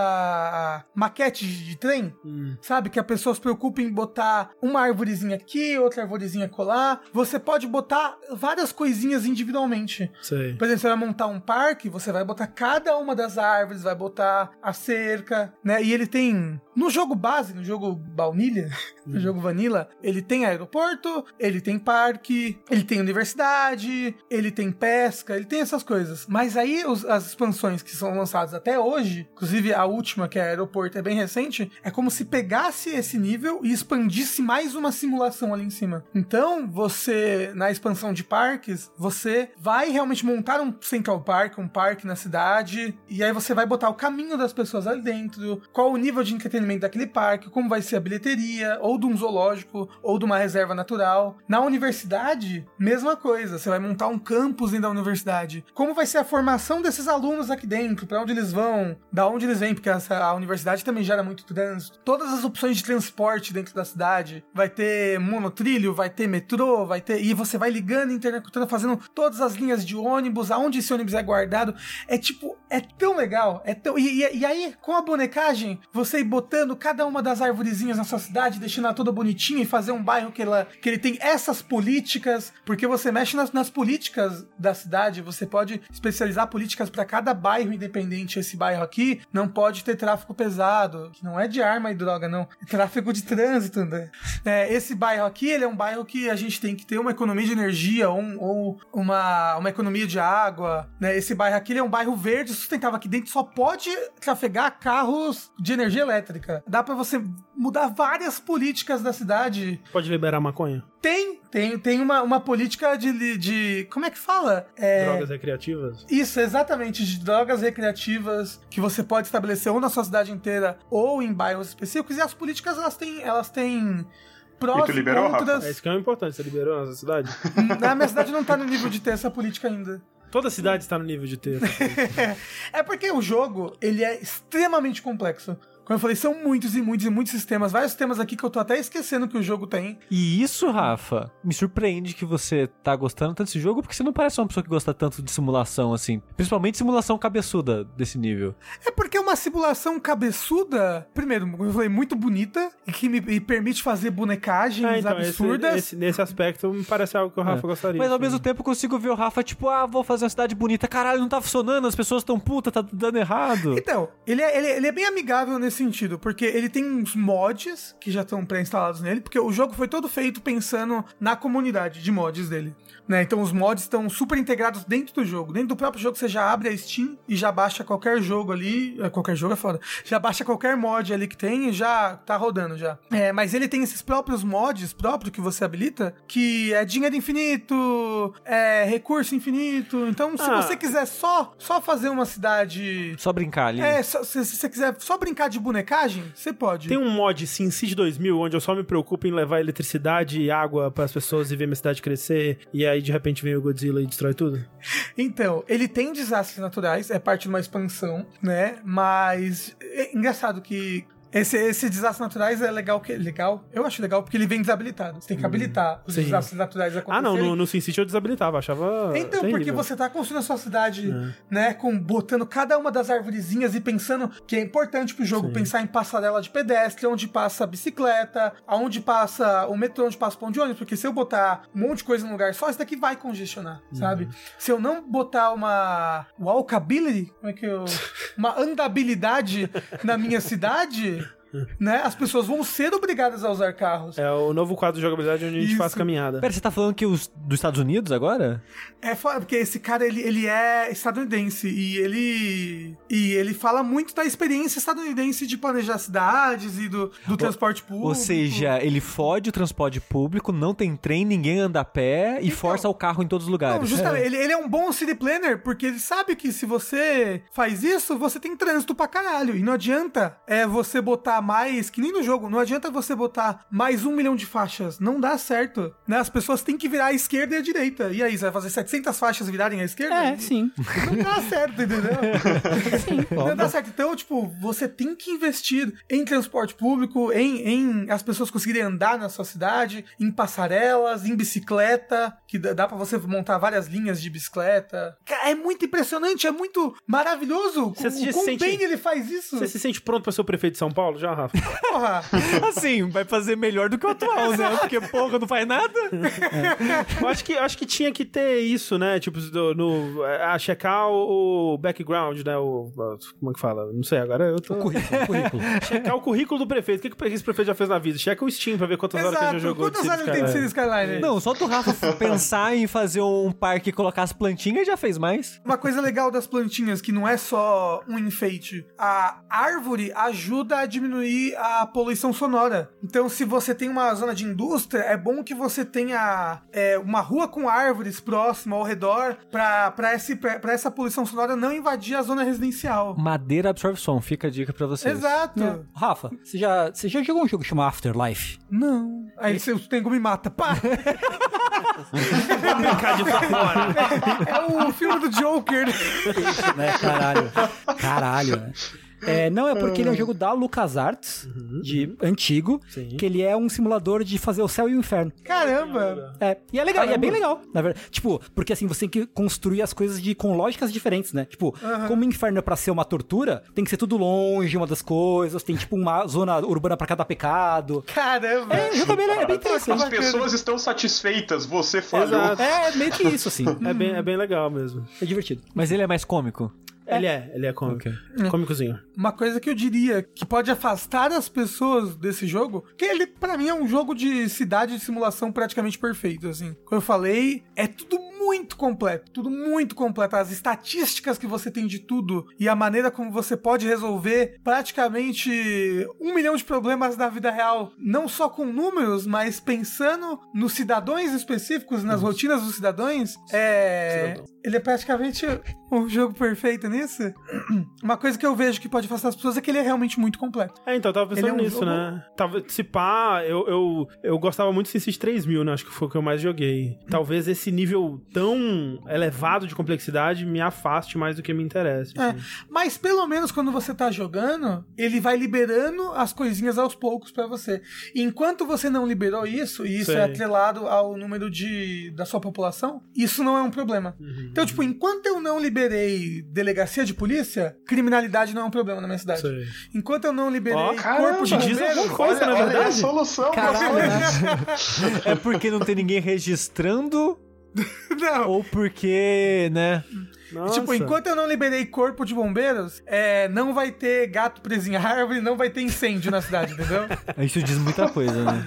monta maquete de, de trem, sabe? Que a pessoa se preocupa em botar uma arvorezinha aqui, outra arvorezinha colar. Você pode botar várias coisinhas individualmente.
Sei.
Por exemplo, você vai montar um parque, você vai botar cada uma das árvores, vai botar a cerca, né? E ele tem. No jogo base, no jogo baunilha, no jogo vanilla, ele tem aeroporto, ele tem parque, ele tem universidade, ele tem pesca, ele tem essas coisas. Mas aí os- as expansões que são lançadas até hoje, inclusive a última, que é aeroporto, é bem recente, é como se pegasse esse nível e expandisse mais uma simulação ali em cima. Então, você, na expansão de parques, você vai realmente montar um Central Park, um parque na cidade, e aí você vai botar o caminho das pessoas ali dentro, qual o nível de entretenimento daquele parque, como vai ser a bilheteria, ou de um zoológico, ou de uma reserva natural. Na universidade, mesma coisa, você vai montar um campus dentro da universidade. Como vai ser a formação desses alunos aqui dentro, pra onde eles vão, da onde eles vêm, porque essa- a universidade também gera muito trânsito. Todas as opções de transporte dentro da cidade, vai ter monotrilho, vai ter metrô, vai ter. E você vai ligando, interconectando, fazendo todas as linhas de ônibus, aonde esse ônibus é guardado. É tipo, é tão legal. É tão... E, e- e aí, com a bonecagem, você ir botando cada uma das arvorezinhas na sua cidade, deixando ela toda bonitinha e fazer um bairro que, ela, que ele tem essas políticas, porque você mexe nas, nas políticas da cidade, você pode especializar políticas para cada bairro independente. Esse bairro aqui não pode ter tráfico pesado, que não é de arma e droga, não. É tráfico de trânsito, André. É, esse bairro aqui, ele é um bairro que a gente tem que ter uma economia de energia ou, um- ou uma, uma economia de água, né? Esse bairro aqui, ele é um bairro verde sustentável. Aqui dentro só pode trafegar carros de energia elétrica. Dá pra você mudar várias políticas da cidade.
Pode liberar maconha?
Tem, tem, tem uma, uma política de, li- de... Como é que fala? É...
Drogas recreativas?
Isso, exatamente, de drogas recreativas que você pode estabelecer ou na sua cidade inteira ou em bairros específicos. E as políticas, elas têm, elas têm prós
E tu liberou, Rafa?
É
contras.
isso que é o importante, você liberou na cidade?
Na minha cidade não tá no nível de ter essa política ainda.
Toda cidade está no nível de ter.
É porque o jogo, ele é extremamente complexo. Como eu falei, são muitos e muitos e muitos sistemas. Vários sistemas aqui que eu tô até esquecendo que o jogo tem.
E isso, Rafa, me surpreende que você tá gostando tanto desse jogo, porque você não parece uma pessoa que gosta tanto de simulação, assim. Principalmente simulação cabeçuda desse nível.
É porque é uma simulação cabeçuda, primeiro, como eu falei, muito bonita, e que me e permite fazer bonecagens
Ah, então, esse-
absurdas.
esse- nesse aspecto, me parece algo que o Rafa gostaria.
Mas ao
assim.
mesmo tempo eu consigo ver o Rafa, tipo, ah, vou fazer uma cidade bonita. Caralho, não tá funcionando, as pessoas estão puta, tá dando errado.
Então, ele é, ele é- ele é bem amigável nesse sentido, porque ele tem uns mods que já estão pré-instalados nele, porque o jogo foi todo feito pensando na comunidade de mods dele. Né? Então os mods estão super integrados dentro do jogo. Dentro do próprio jogo você já abre a Steam e já baixa qualquer jogo ali. é, Qualquer jogo é foda. Já baixa qualquer mod ali que tem e já tá rodando já. É, mas ele tem esses próprios mods próprios que você habilita, que é dinheiro infinito, é recurso infinito. Então se
Ah.
você quiser só, só fazer uma cidade
Só brincar ali.
é, só- se se você quiser só brincar de bonecagem, você pode.
Tem um mod SimCity 2000 onde eu só me preocupo em levar eletricidade e água pras pessoas e ver minha cidade crescer e aí de repente vem o Godzilla e destrói tudo?
Então, ele tem desastres naturais, é parte de uma expansão, né? Mas é engraçado que Esse, esse desastres naturais é legal que legal. Eu acho legal porque ele vem desabilitado. Você tem que habilitar os
Uhum. Sim.
desastres naturais
Ah,
acontecerem.
não, no, no Sin City eu desabilitava, achava.
Então,
terrível.
porque você tá construindo a sua cidade, né, com botando cada uma das arvorezinhas e pensando que é importante pro jogo pensar em passarela de pedestre, onde passa a bicicleta, aonde passa o metrô, onde passa o pão de ônibus, porque se eu botar um monte de coisa no lugar só, isso daqui vai congestionar, sabe? Se eu não botar uma walkability, como é que eu... uma andabilidade na minha cidade, né, as pessoas vão ser obrigadas a usar carros.
É o novo quadro de jogabilidade onde a gente
Isso.
faz caminhada.
Pera, você tá falando que os dos Estados Unidos agora?
É foda, porque esse cara, ele, ele é estadunidense e ele e ele fala muito da experiência estadunidense de planejar cidades e do, do transporte público.
Ou seja, ele fode o transporte público, não tem trem, ninguém anda a pé e força o carro em todos os lugares.
Não, justamente, ele, ele é um bom city planner, porque ele sabe que se você faz isso, você tem trânsito pra caralho. E não adianta é você botar mais, que nem no jogo, não adianta você botar mais um milhão de faixas. Não dá certo. Né? As pessoas têm que virar à esquerda e à direita. E aí, você vai fazer 700 faixas virarem à esquerda?
É, sim.
Não dá certo, entendeu? Não dá certo. Então, tipo, você tem que investir em transporte público, em, em as pessoas conseguirem andar na sua cidade, em passarelas, em bicicleta, que dá- dá pra você montar várias linhas de bicicleta. Cara, é muito impressionante, é muito maravilhoso.
Você
Você
se
o quão
sente-
bem ele faz isso.
Você se sente pronto pra ser o prefeito de São Paulo já, Rafa?
Porra.
Assim, vai fazer melhor do que o atual, né? Porque, porra, não faz nada.
eu acho que, eu acho que tinha que ter isso, né? Tipo, do- no, ah, checar o, o background, né? O, como é que fala? Não sei, agora eu tô...
O currículo, o currículo.
Checar o currículo do prefeito. O que, que esse prefeito já fez na vida? Checa o Steam pra ver quantas horas que ele já
Exato.
jogou.
Quantas
de
horas ele tem de City
Skyline.
Skyline?
Não, só do Rafa pensar em fazer um parque e colocar as plantinhas já fez mais.
Uma coisa legal das plantinhas, que não é só um enfeite, a árvore ajuda a diminuir a poluição sonora. Então, se você tem uma zona de indústria, é bom que você tenha é, uma rua com árvores próxima ao redor pra, pra, esse, pra, pra essa poluição sonora não invadir a zona residencial.
Madeira absorve som, fica a dica pra vocês.
Exato.
Não. Rafa, você já, você já jogou um jogo que chama Afterlife?
Não. Aí você, o Tengu me mata. Pá!
Brincar de fora.
é o filme do Joker.
né? Caralho. Caralho, né? É, não, é porque ele é um jogo da LucasArts, de antigo, que ele é um simulador de fazer o céu e o inferno.
Caramba.
É, e é legal, e é
Caramba.
bem legal, na verdade. Tipo, porque assim, você tem que construir as coisas de, com lógicas diferentes, né? Tipo, como o inferno é pra ser uma tortura, tem que ser tudo longe uma das coisas, tem tipo uma zona urbana pra cada pecado.
Caramba.
É, o jogo é bem, é bem
As
interessante.
pessoas estão satisfeitas, você falhou.
Exato.
É, meio que isso, assim.
É bem,
Uhum.
é bem legal mesmo.
É divertido.
Mas ele é mais cômico.
Ele é, ele é cômico. Cômicozinho.
Uma coisa que eu diria que pode afastar as pessoas desse jogo, que ele pra mim é um jogo de cidade de simulação praticamente perfeito, assim. Como eu falei, é tudo muito completo, tudo muito completo. As estatísticas que você tem de tudo e a maneira como você pode resolver praticamente um milhão de problemas da vida real, não só com números, mas pensando nos cidadãos específicos, nas rotinas dos cidadãos, é... ele é praticamente um jogo perfeito nisso. Uma coisa que eu vejo que pode afastar as pessoas é que ele é realmente muito completo.
É, então, eu tava pensando
Ele é um
nisso,
jogo-
né? Talvez, se pá, eu, eu, eu gostava muito de SimCity 3000, né? Acho que foi o que eu mais joguei. Talvez esse nível tão elevado de complexidade me afaste mais do que me assim, interessa.
É. Mas pelo menos quando você tá jogando, ele vai liberando as coisinhas aos poucos pra você. E enquanto você não liberou isso, e isso
Sei.
é atrelado ao número de da sua população, isso não é um problema.
Uhum.
Então, tipo, enquanto eu não liberei delegacia de polícia, criminalidade não é um problema na minha cidade.
Sei.
Enquanto eu não liberei
Ó,
corpo de
te diz
bombeiro,
alguma coisa, né? na
olha, olha aí a
é verdade.
solução,
Caralho,
você-
né?
É porque não tem ninguém registrando
não.
ou porque, né?
Nossa.
Tipo, enquanto eu não liberei corpo de bombeiros, é, não vai ter gato preso em árvore, não vai ter incêndio na cidade, entendeu?
Isso diz muita coisa, né?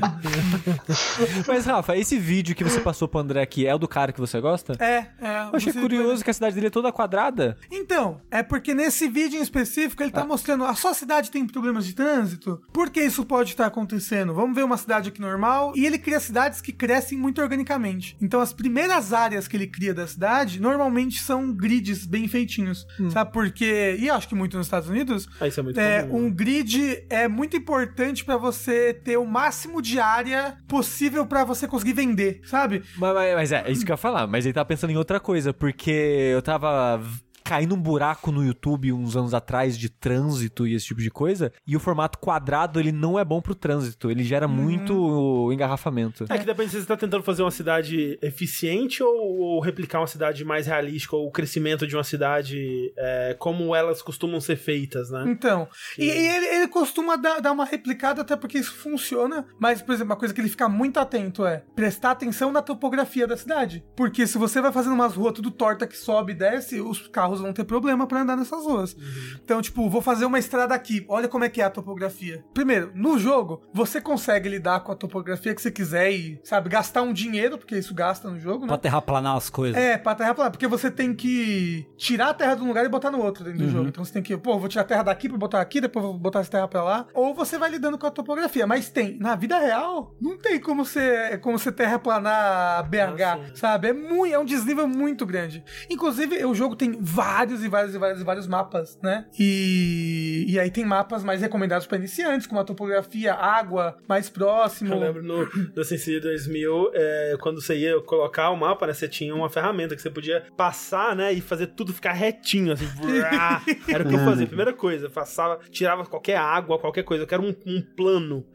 Mas, Rafa, esse vídeo que você passou pro André aqui é o do cara que você gosta?
É, é.
Eu achei
você-
curioso que a cidade dele é toda quadrada.
Então, é porque nesse vídeo em específico
Ah.
ele tá mostrando a sua cidade tem problemas de trânsito? Por que isso pode estar acontecendo? Vamos ver uma cidade aqui normal. E ele cria cidades que crescem muito organicamente. Então, as primeiras áreas que ele cria da cidade normalmente são grids bem feitinhos.
Hum.
Sabe? Porque, e acho que muito nos Estados Unidos,
Ah, isso é muito
é,
comum,
um grid é muito importante pra você ter o máximo de área possível pra você conseguir vender, sabe?
Mas, mas- mas é, é isso que eu ia falar. Mas ele tava pensando em outra coisa, porque eu tava. caí num buraco no YouTube uns anos atrás de trânsito e esse tipo de coisa, e o formato quadrado ele não é bom pro trânsito, ele
Uhum.
gera muito engarrafamento.
É que depende se você está tentando fazer uma cidade eficiente ou, ou replicar uma cidade mais realística, ou o crescimento de uma cidade é, como elas costumam ser feitas, né?
Então, e, e ele, ele costuma dar, dar uma replicada até porque isso funciona, mas, por exemplo, uma coisa que ele fica muito atento é prestar atenção na topografia da cidade. Porque se você vai fazendo umas ruas tudo torta que sobe e desce, os carros vão ter problema pra andar nessas ruas. Então, tipo, vou fazer uma estrada aqui, olha como é que é a topografia. Primeiro, no jogo, você consegue lidar com a topografia que você quiser e, sabe, gastar um dinheiro, porque isso gasta no jogo, né?
Pra terraplanar as coisas.
É, pra terra planar, porque você tem que tirar a terra de um lugar e botar no outro dentro do jogo. Então você tem que, pô, vou tirar a terra daqui pra botar aqui, depois vou botar essa terra pra lá. Ou você vai lidando com a topografia, mas tem. Na vida real, não tem como você, como você terraplanar BH,
Ah, sim.
sabe? É muito, é um desnível muito grande. Inclusive, o jogo tem vários e vários e vários e vários mapas, né? E, e aí tem mapas mais recomendados pra iniciantes, com uma topografia, água mais próximo.
Eu lembro no, no SimCity 2000, é, quando você ia colocar o mapa, né? Você tinha uma ferramenta que você podia passar, né? E fazer tudo ficar retinho, assim. vrá. Era o que eu fazia. Primeira coisa, eu passava, tirava qualquer água, qualquer coisa. Eu quero um, um plano.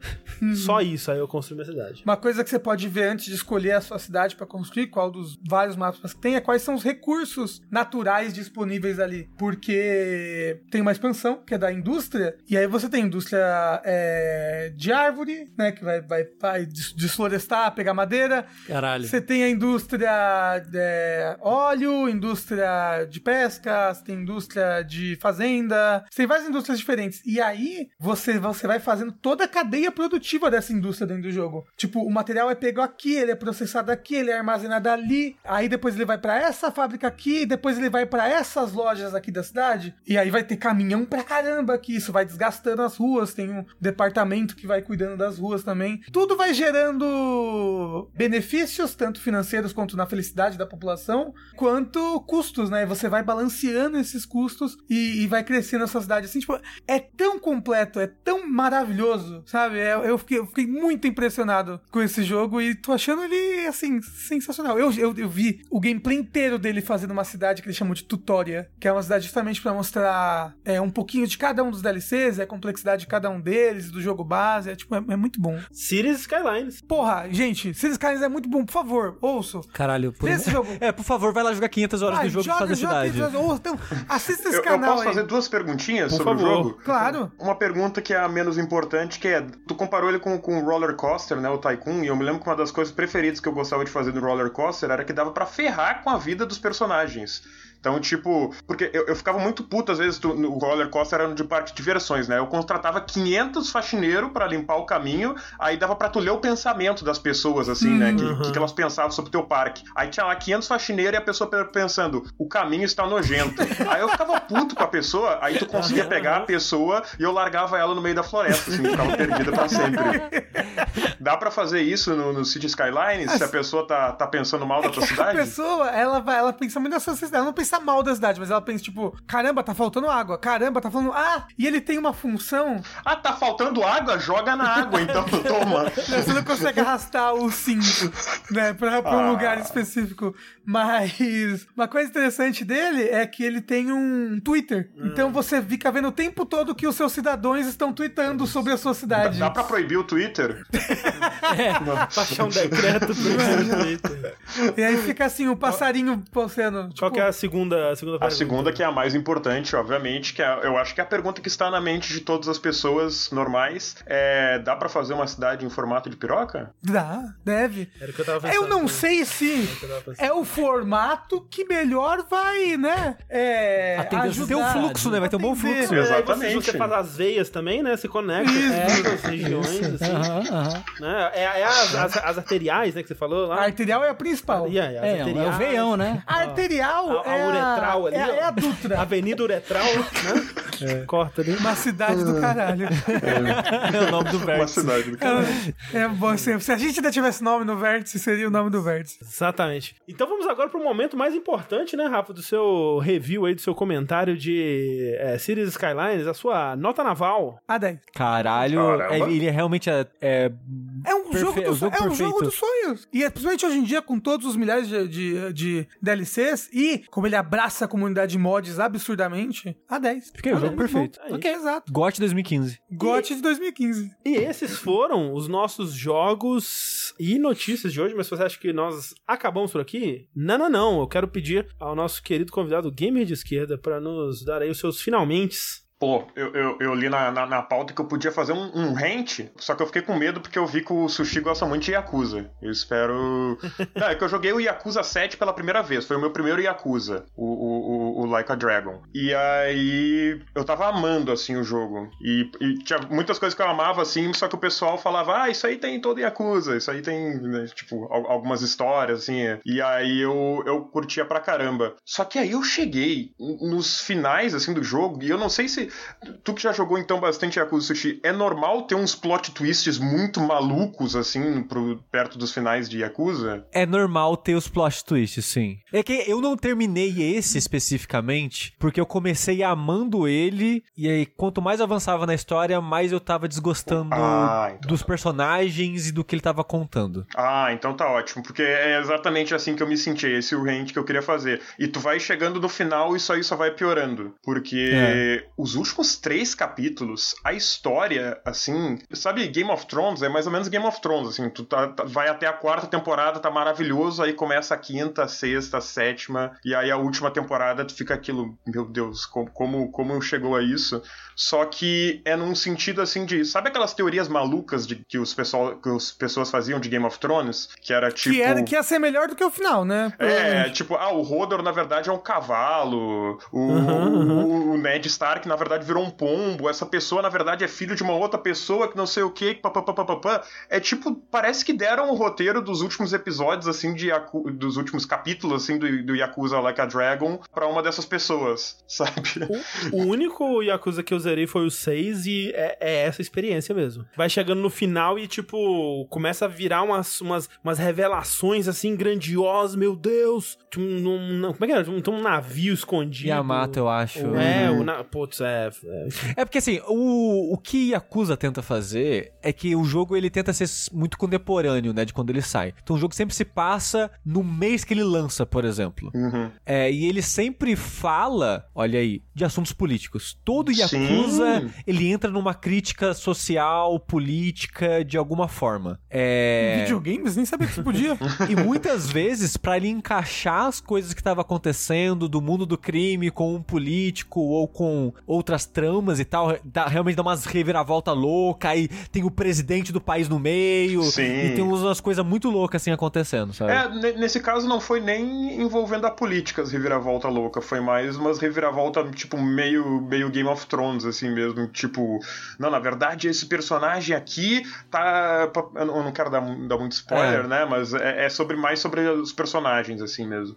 Uhum.
Só isso, aí eu construí minha cidade.
Uma coisa que você pode ver antes de escolher a sua cidade pra construir, qual dos vários mapas que tem, é quais são os recursos naturais disponíveis ali. Porque tem uma expansão, que é da indústria, e aí você tem indústria é, de árvore, né, que vai, vai, vai des- desflorestar, pegar madeira.
Caralho.
Você tem a indústria é, óleo, indústria de pesca, você tem indústria de fazenda, você tem várias indústrias diferentes. E aí você, você vai fazendo toda a cadeia produtiva dessa indústria dentro do jogo. Tipo, o material é pego aqui, ele é processado aqui, ele é armazenado ali, aí depois ele vai pra essa fábrica aqui, depois ele vai pra essas lojas aqui da cidade, e aí vai ter caminhão pra caramba que isso vai desgastando as ruas, tem um departamento que vai cuidando das ruas também. Tudo vai gerando benefícios, tanto financeiros quanto na felicidade da população, quanto custos, né? Você vai balanceando esses custos e, e vai crescendo essa cidade assim, tipo, é tão completo, é tão maravilhoso, sabe? É, Eu, fiquei, eu fiquei muito impressionado com esse jogo e tô achando ele, assim, sensacional. Eu, eu, eu vi o gameplay inteiro dele fazendo uma cidade que ele chamou de Tutória, que é uma cidade justamente pra mostrar é, um pouquinho de cada um dos DLCs, a complexidade de cada um deles, do jogo base, é tipo, é, é muito bom.
Cities Skylines.
Porra, gente, Cities Skylines é muito bom, por favor, ouçam.
Caralho, por
Esse jogo.
É, por favor, vai lá jogar 500 horas
Vai,
do jogo
joga,
pra fazer
joga,
cidade.
joga, ouça, então, assista esse
Eu, eu
canal
posso
aí.
fazer duas perguntinhas
Por
É sobre
favor.
o jogo?
Claro.
Uma pergunta que é a menos importante, que é, tu comparou ele com, com o Roller Coaster, né, o Tycoon, e eu me lembro que uma das coisas preferidas que eu gostava de fazer no Roller Coaster era que dava pra ferrar com a vida dos personagens. Então, tipo, porque eu, eu ficava muito puto, às vezes, do- no o roller coaster era de parque de diversões, né? Eu contratava 500 faxineiros pra limpar o caminho, aí dava pra tu ler o pensamento das pessoas, assim, né? O que,
Uhum.
que que elas pensavam sobre o teu parque. Aí tinha lá 500 faxineiros e a pessoa pensando, o caminho está nojento. aí eu ficava puto com a pessoa, aí tu conseguia pegar a pessoa e eu largava ela no meio da floresta, assim, ficava perdida pra sempre. Dá pra fazer isso no, no City Skylines, se a pessoa tá, tá pensando mal da tua
É A
cidade?
pessoa, ela vai, ela pensa muito na sua cidade. Ela não pensa mal da cidade, mas ela pensa, tipo, caramba, tá faltando água, caramba, tá faltando. Ah, e ele tem uma função.
Ah, tá faltando água? Joga na água, então toma.
né, Você não consegue arrastar o cinto, né, pra, pra um
Ah.
lugar específico. Mas uma coisa interessante dele é que ele tem um Twitter.
Hum.
Então você fica vendo o tempo todo que os seus cidadãos estão tweetando sobre a sua
Dá,
cidade.
dá pra proibir o Twitter?
Baixar um decreto. pra-
E aí fica assim, o passarinho postando.
Qual
tipo,
que é a segunda, a segunda
A
pergunta? né?
segunda, que é a mais importante, obviamente, que é, eu acho que é a pergunta que está na mente de todas as pessoas normais é: dá pra fazer uma cidade em formato de piroca?
Dá, deve.
Era o que eu tava pensando.
Eu não
né?
sei se
Eu tava pensando.
é o formato que melhor vai, né?
Atender
É,
as
ajudar.
necessidades.
Tem um fluxo, né? Vai ter um bom
Atender.
fluxo.
É, aí
Exatamente.
Você, você faz as veias também, né? Você conecta todas as regiões, assim,
Aham, aham.
né? É, é as, as- as arteriais, né? Que você falou
A
lá.
arterial é a principal.
E aí, as
É, é o
Ah,
arteriais,
veião, né?
A arterial
A, a
é, a,
uretral ali,
é, a-
ó.
é a Dutra.
Avenida Uretral, né? Corta ali.
Uma cidade do caralho.
É o nome do
Uma
vértice.
cidade do cara.
É, é bom, se, se a gente ainda tivesse nome no vértice, seria o nome do vértice.
Exatamente. Então vamos agora pro momento mais importante, né, Rafa, do seu review aí, do seu comentário de é, Cities Skylines, a sua nota naval.
A 10.
Caralho,
Caramba.
é- ele é realmente é, é
É um o jogo
Perfe-
dos
o jogo
sonhos. É o
perfeito.
jogo dos sonhos. E é, principalmente hoje em dia, com todos os milhares de, de, de DLCs e como ele abraça a comunidade de mods absurdamente, a 10.
Fiquei, É o
Ah,
jogo
muito
perfeito.
é
bom. Ok, exato.
GOT 2015.
GOT de 2015.
E esses foram os nossos jogos e notícias de hoje, mas se você acha que nós acabamos por aqui, não, não, não. Eu quero pedir ao nosso querido convidado gamer de esquerda para nos dar aí os seus finalmente.
Pô, eu, eu, eu li na, na, na pauta que eu podia fazer um, um rant, só que eu fiquei com medo porque eu vi que o Sushi gosta muito de Yakuza. Eu espero. Não, é que eu joguei o Yakuza 7 pela primeira vez, foi o meu primeiro Yakuza, o, o, o, o Like a Dragon. E aí eu tava amando, assim, o jogo. E, e tinha muitas coisas que eu amava, assim, só que o pessoal falava, ah, isso aí tem em todo Yakuza, isso aí tem, né, tipo, al- algumas histórias, assim. é. E aí eu, eu curtia pra caramba. Só que aí eu cheguei nos finais, assim, do jogo, e eu não sei se. Tu que já jogou então bastante Yakuza Sushi, é normal ter uns plot twists muito malucos, assim, pro, perto dos finais de Yakuza?
É normal ter os plot twists, sim. É que eu não terminei esse especificamente, porque eu comecei amando ele, e aí quanto mais eu avançava na história, mais eu tava desgostando
Ah, então.
dos personagens e do que ele tava contando.
Ah, então tá ótimo, porque é exatamente assim que eu me senti, esse é o rant que eu queria fazer. E tu vai chegando no final e isso aí só vai piorando, porque os últimos três capítulos, a história, assim, sabe Game of Thrones? É mais ou menos Game of Thrones, assim, tu tá, tá- vai até a quarta temporada, tá maravilhoso, aí começa a quinta, a sexta, a sétima, e aí a última temporada tu fica aquilo, meu Deus, como, como, como chegou a isso? Só que é num sentido assim de. Sabe aquelas teorias malucas de, que, os pessoal, que as pessoas faziam de Game of Thrones? Que era tipo.
Que, era, que ia ser melhor do que o final, né?
É, tipo, ah, o Hodor na verdade é um cavalo, o,
Uhum,
o- o Ned Stark na verdade virou um pombo, essa pessoa na verdade é filho de uma outra pessoa que não sei o que, papapá. É tipo, parece que deram o roteiro dos últimos episódios, assim, de Yaku- dos últimos capítulos, assim, do, do Yakuza Like a Dragon pra uma dessas pessoas, sabe?
O único Yakuza que eu zerei foi o 6 e é, é essa experiência mesmo. Vai chegando no final e, tipo, começa a virar umas, umas, umas revelações assim grandiosas, meu Deus! Tinha Um, um- não, como é que era? Um, tem um navio escondido.
Yamato, eu acho.
É, o na... putz, é, é.
É porque assim, o, o que Yakuza tenta fazer é que o jogo ele tenta ser muito contemporâneo, né, de quando ele sai. Então o jogo sempre se passa no mês que ele lança, por exemplo.
Uhum.
É, e ele sempre fala, olha aí, de assuntos políticos. Todo Yakuza,
Sim.
ele entra numa crítica social, política, de alguma forma.
Em
É...
Videogames? Nem sabia que isso podia.
E muitas vezes, pra ele encaixar as coisas que estavam acontecendo do mundo do crime com um político ou com outras tramas e tal, dá- realmente dá umas reviravolta louca, aí tem o presidente do país no meio,
Sim.
e tem umas coisas muito loucas assim acontecendo, sabe?
É, ne- nesse caso não foi nem envolvendo a política as reviravolta louca, foi mais umas reviravolta tipo meio meio Game of Thrones assim mesmo, tipo, não, na verdade esse personagem aqui tá pa- eu não eu não quero dar, mu- dar muito spoiler,
É.
né, mas é, é sobre mais sobre os personagens assim mesmo.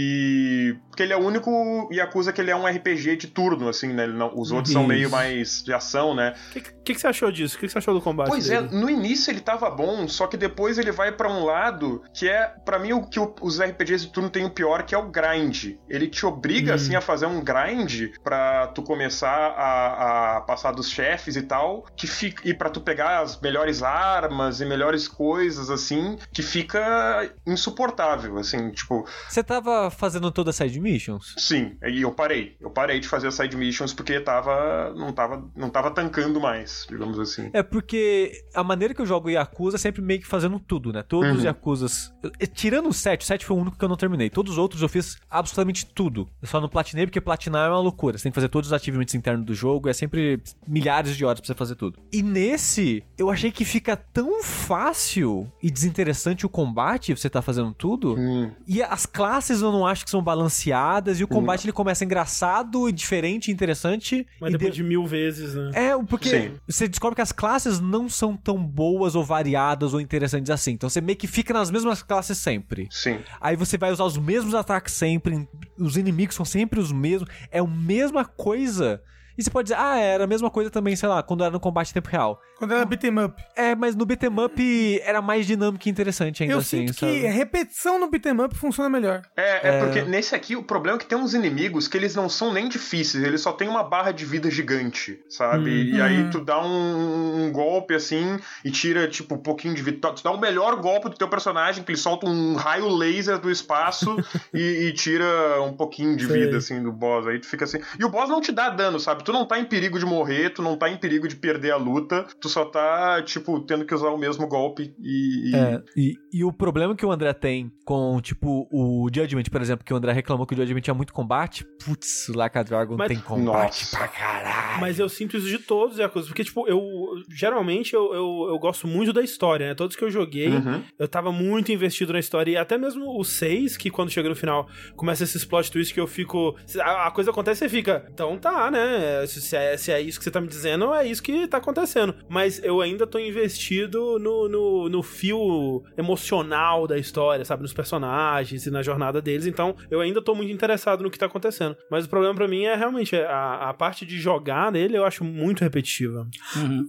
E porque ele é o único Yakuza que ele é um RPG de turno assim, né? Ele não- os outros são
Isso.
meio mais de ação, né?
O que, que, que você achou disso? O que, que você achou do combate?
Pois é,
dele?
no início ele tava bom, só que depois ele vai pra um lado que é, pra mim, o que o- os RPGs de turno tem o pior, que é o grind. Ele te obriga, assim, a fazer um grind pra tu começar a, a passar dos chefes e tal, que fica, e pra tu pegar as melhores armas e melhores coisas, assim, que fica insuportável, assim, tipo,
Você tava fazendo toda a side missions?
sim, e eu parei. Eu parei de fazer as side missions porque tava, não tava, não tava tancando mais, digamos assim.
É porque a maneira que eu jogo Yakuza é sempre meio que fazendo tudo, né? Todos os
Uhum.
Yakuzas. eu- eu- Tirando o 7, o 7 foi o único que eu não terminei. Todos os outros eu fiz absolutamente tudo. Eu só não platinei, porque platinar é uma loucura. Você tem que fazer todos os achievements internos do jogo, é sempre milhares de horas pra você fazer tudo. E nesse, eu achei que fica tão fácil e desinteressante o combate, você tá fazendo tudo.
Hum.
E as classes eu não acho que são balanceadas, e o combate ele começa engraçado, diferente, interessante.
Mas
e de-
depois de mil vezes, né?
é, porque
Sim.
você descobre que as classes não são tão boas ou variadas ou interessantes assim. Então você meio que fica nas mesmas classes sempre.
Sim.
Aí você vai usar os mesmos ataques sempre, os inimigos são sempre os mesmos. É a mesma coisa. E você pode dizer, ah, era a mesma coisa também, sei lá, quando era no combate em tempo real.
Quando era beat 'em up.
É, mas no beat'em up era mais dinâmico e interessante ainda
Eu
assim,
sinto
sabe?
que é. repetição no beat 'em up funciona melhor.
É, é, porque nesse aqui o problema é que tem uns inimigos que eles não são nem difíceis, eles só têm uma barra de vida gigante, sabe? E
Uhum.
aí tu dá um, um golpe assim e tira, tipo, um pouquinho de vitória. Tu dá o melhor golpe do teu personagem, que ele solta um raio laser do espaço e, e tira um pouquinho de vida, assim, do boss. Aí tu fica assim. E o boss não te dá dano, sabe? Tu não tá em perigo de morrer, tu não tá em perigo de perder a luta, tu só tá, tipo, tendo que usar o mesmo golpe e. e-
É, e, e o problema que o André tem com, tipo, o Judgment, por exemplo, que o André reclamou que o Judgment tinha muito combate. Putz, Laca Dragon
Mas-
tem combate
Nossa.
pra caralho.
Mas eu sinto isso de todos, é coisa. Porque, tipo, eu. Geralmente eu, eu, eu gosto muito da história, né? Todos que eu joguei,
Uhum.
eu tava muito investido na história. E até mesmo o 6, que quando chega no final, começa esses plot twists que eu fico. A, a coisa acontece e você fica. Então tá, né? Se, se é, se é isso que você tá me dizendo, é isso que tá acontecendo. Mas eu ainda tô investido no, no, no fio emocional da história, sabe? Nos personagens e na jornada deles. Então eu ainda tô muito interessado no que tá acontecendo. Mas o problema pra mim é realmente a, a parte de jogar nele eu acho muito repetitiva.
Uhum.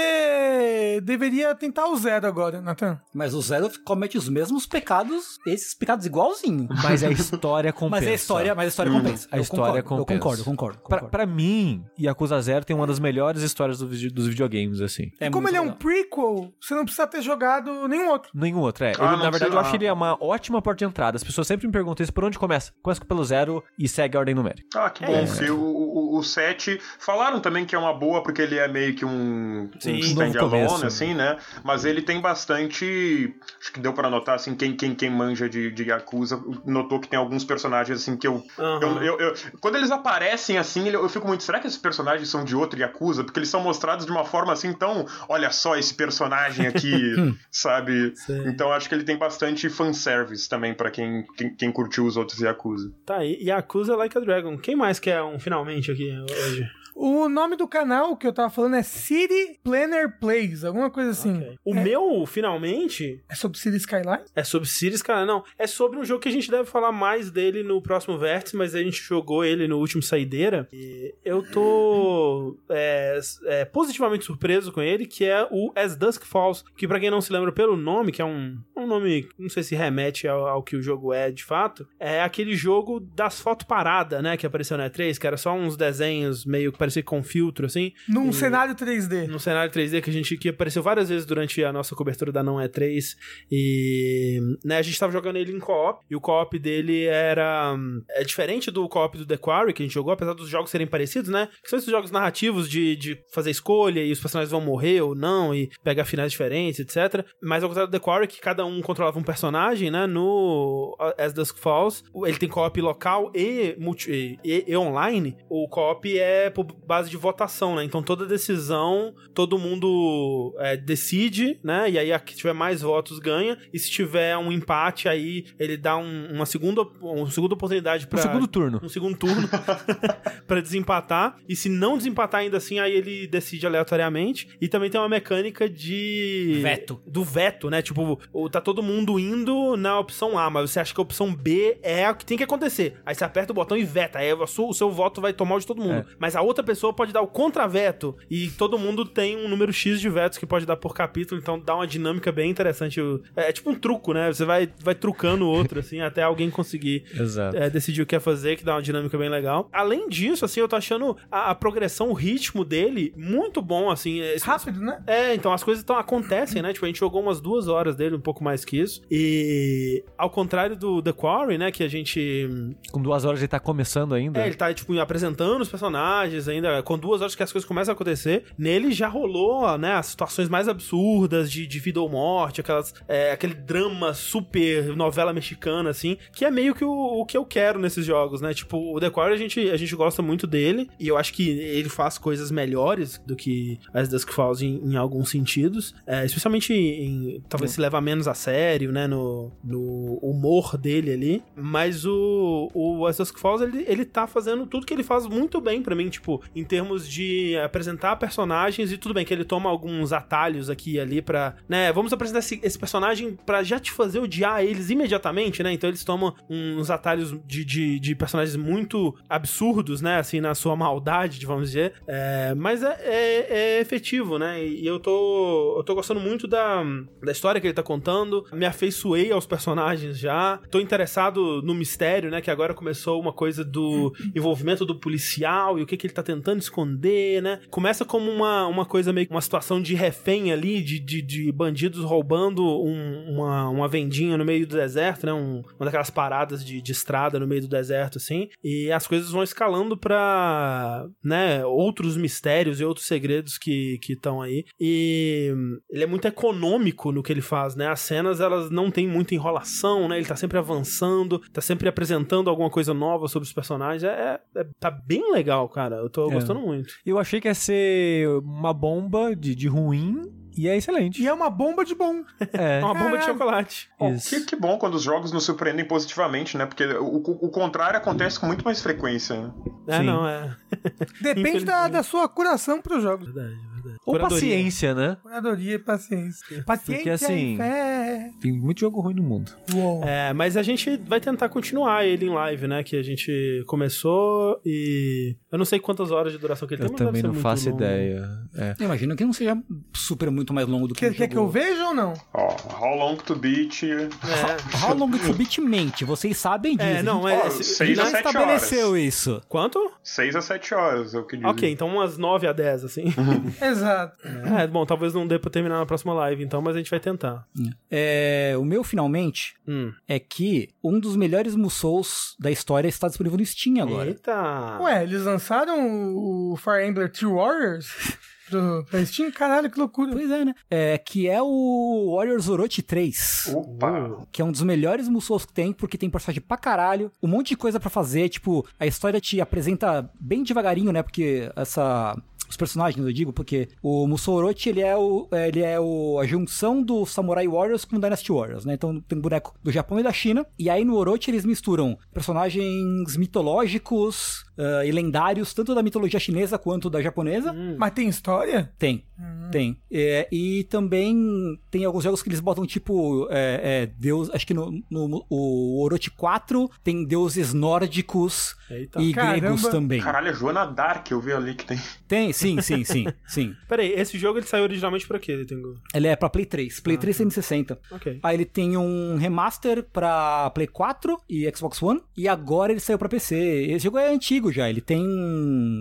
Você deveria tentar o zero agora, Nathan.
Mas o Zero comete os mesmos pecados, esses pecados igualzinho.
Mas é a história compensa.
Mas é a história, mas a história compensa.
A
Eu
história
concordo,
compensa.
Eu concordo, concordo.
Pra,
concordo.
pra mim, Yakuza Zero tem uma das melhores histórias do vide- dos videogames, assim.
É
Como
muito
ele é um
legal.
prequel, você não precisa ter jogado nenhum outro.
Nenhum outro, é.
Ah,
Eu,
não
na verdade,
sei
eu
lá.
acho ele é uma ótima porta de entrada. As pessoas sempre me perguntam isso, por onde começa? Começa pelo zero e segue a ordem numérica.
Ah, que
É
bom.
isso.
E o, o, o 7. Falaram também que é uma boa, porque ele é meio que um,
Sim,
um
novo
stand-alone,
começo.
assim, né? Mas ele tem bastante. Acho que deu pra notar, assim, quem, quem, quem manja de, de Yakuza notou que tem alguns personagens, assim, que eu. eu- eu- eu- quando eles aparecem assim, ele- eu fico muito. Será que esses personagens são de outro Yakuza? Porque eles são mostrados de uma forma assim tão. Olha só esse personagem aqui, sabe?
Sim.
Então acho que ele tem bastante fanservice também pra quem, quem, quem curtiu os outros Yakuza.
Tá aí. Yakuza Like a Dragon. Quem mais quer um finalmente aqui hoje?
O nome do canal que eu tava falando é City Planner Plays, alguma coisa assim.
Ok. O meu, finalmente,
É sobre City Skyline?
é sobre Cities, cara. Não, é sobre um jogo que a gente deve falar mais dele no próximo vértice, mas a gente jogou ele no último Saideira. E eu tô é, s- é, positivamente surpreso com ele, que é o As Dusk Falls, que pra quem não se lembra pelo nome, que é um, um nome, não sei se remete ao, ao que o jogo é de fato, é aquele jogo das fotos paradas, né, que apareceu na E3, que era só uns desenhos meio que parecia com filtro, assim.
Num
O-
cenário 3D.
no cenário 3D que a gente que apareceu várias vezes durante a nossa cobertura da Não É 3 e né, a gente tava jogando ele em co-op e o co-op dele era hum, é diferente do co-op do The Quarry que a gente jogou, apesar dos jogos serem parecidos, né? Que são esses jogos narrativos de, de fazer escolha e os personagens vão morrer ou não e pegar finais diferentes, etc. Mas ao contrário do The Quarry que cada um controlava um personagem, né? No uh, As Dusk Falls, ele tem co-op local e, multi- e- e- e online. O co-op é por base de votação, né? Então toda decisão todo mundo é, decide, né? E aí a que tiver mais votos ganha. E se tiver um empate, aí ele dá um- uma segunda, uma segunda oportunidade
Pro
para
segundo turno.
um segundo turno pra desempatar. E se não desempatar ainda assim, aí ele decide aleatoriamente. E também tem uma mecânica de.
Veto.
Do veto, né? Tipo, o- tá todo mundo indo na opção A, mas você acha que a opção B é a que tem que acontecer. Aí você aperta o botão e veta. Aí a sua- o seu voto vai tomar o de todo mundo. Mas a outra pessoa pode dar o contraveto. E todo mundo tem um número X de vetos que pode dar por capítulo. Então dá uma dinâmica bem interessante. É, é tipo um truco, né? Você vai, vai trucando o outro, assim, até alguém conseguir
Exato.
é, decidiu o que ia fazer, que dá uma dinâmica bem legal. Além disso, assim, eu tô achando a, a progressão, o ritmo dele muito bom, assim. é-
Rápido, né?
é, então as coisas tão, acontecem, né? Tipo, a gente jogou umas duas horas dele, um pouco mais que isso. E ao contrário do The Quarry, né? Que a gente.
Com duas horas ele tá começando ainda.
É, ele tá, tipo, apresentando os personagens ainda. Com duas horas que as coisas começam a acontecer. Nele já rolou, né? As situações mais absurdas de, de vida ou morte, aquelas, é, aquele drama super novela mexicana, assim. Que é meio que o, o que eu quero nesses jogos, né? Tipo, o The Quarry a gente, a gente gosta muito dele. E eu acho que ele faz coisas melhores do que as Dusk Falls em, em alguns sentidos. É, especialmente em. Talvez se leva menos a sério, né? No, no humor dele ali. Mas o, o As Dusk Falls, ele, ele tá fazendo tudo que ele faz muito bem pra mim. Tipo, jogo em termos de apresentar personagens e tudo bem que ele toma alguns atalhos aqui e ali pra, né, vamos apresentar esse, esse personagem pra já te fazer odiar eles imediatamente, né? Então eles tomam uns atalhos de, de, de personagens muito absurdos, né, assim, na sua maldade, vamos dizer, É, mas é, é- é efetivo, né? E eu tô, eu tô gostando muito da, da história que ele tá contando, me afeiçoei aos personagens já, tô interessado no mistério, né, que agora começou uma coisa do envolvimento do policial e o que, que ele tá tentando esconder, né? Começa como uma, uma coisa meio que uma situação de refém ali, de, de, de bandidos roubando um- uma, uma vendinha no meio do deserto, né? Um- uma daquelas paradas de, de estrada no meio do deserto, assim. E as coisas vão escalando pra, né, outros mistérios e outros segredos que estão aí. E hum, ele é muito econômico no que ele faz, né? As cenas, elas não têm muita enrolação, né? Ele tá sempre avançando, tá sempre apresentando alguma coisa nova sobre os personagens. É, é- tá bem legal, cara. Eu tô
É.
gostando
tá-
muito.
Eu achei que ia ser uma bomba de, de ruim e é excelente.
E é uma bomba de bom.
É
É,
uma bomba de
Caralho.
chocolate.
Bom,
isso.
que, que bom quando os jogos nos surpreendem positivamente, né? Porque o, o- o contrário acontece com muito mais frequência. né?
É,
Sim.
não, é.
Depende da, da sua curação pro jogo.
Ou
Curadoria.
paciência, né?
Curadoria e paciência. Paciência
Porque, assim,
e fé.
Tem muito jogo ruim no mundo.
Uou.
É, mas a gente vai tentar continuar ele em live, né? Que a gente começou e. Eu não sei quantas horas de duração que ele
Eu
tem, mas deve
também
ser
Então não
muito
faço
longo.
ideia. É.
Eu imagino que não seja super muito mais longo do que um
Quer, quer que eu veja ou não?
Ó, How Long to Beat.
É.
How long to beat mente, vocês sabem disso.
É, não,
Ó,
é. esse-
seis
não-
a sete
estabeleceu
horas.
isso.
Quanto?
6 a 7 horas, é o que diz.
Ok, então umas 9 a 10, assim.
Exato.
é, bom, talvez não dê pra terminar na próxima live, então, mas a gente vai tentar.
É, o meu, finalmente,
Hum.
é que um dos melhores Musous da história está disponível no Steam agora.
Eita!
Ué, eles lançaram o o Fire Emblem True Warriors pro, pra Steam? Caralho, que loucura.
Pois é, né? É, que é o Warriors Orochi 3.
Opa!
que é um dos melhores Musous que tem, porque tem personagem pra caralho, um monte de coisa pra fazer, tipo, a história te apresenta bem devagarinho, né, porque essa... Os personagens, eu digo, porque o Musou Orochi, ele é, o, é, ele é o, a junção do Samurai Warriors com o Dynasty Warriors, né? Então tem boneco do Japão e da China. E aí no Orochi eles misturam personagens mitológicos ah, e lendários, tanto da mitologia chinesa quanto da japonesa.
Mas tem história?
Tem, tem. É, e também tem alguns jogos que eles botam, tipo, é, é, Deus. Acho que no, no o Orochi 4 tem deuses nórdicos
Eita.
e
Caramba.
gregos também.
Caralho, a Joana Dark, eu vi ali que tem. É,
Tem, sim, sim, sim, sim.
Peraí, esse jogo ele saiu originalmente pra quê, Detengu?
Ele é pra Play 3, Play 3 360.
Ok.
Aí ele tem um remaster pra Play 4 e Xbox One. E agora ele saiu pra PC. Esse jogo é antigo já. Ele tem,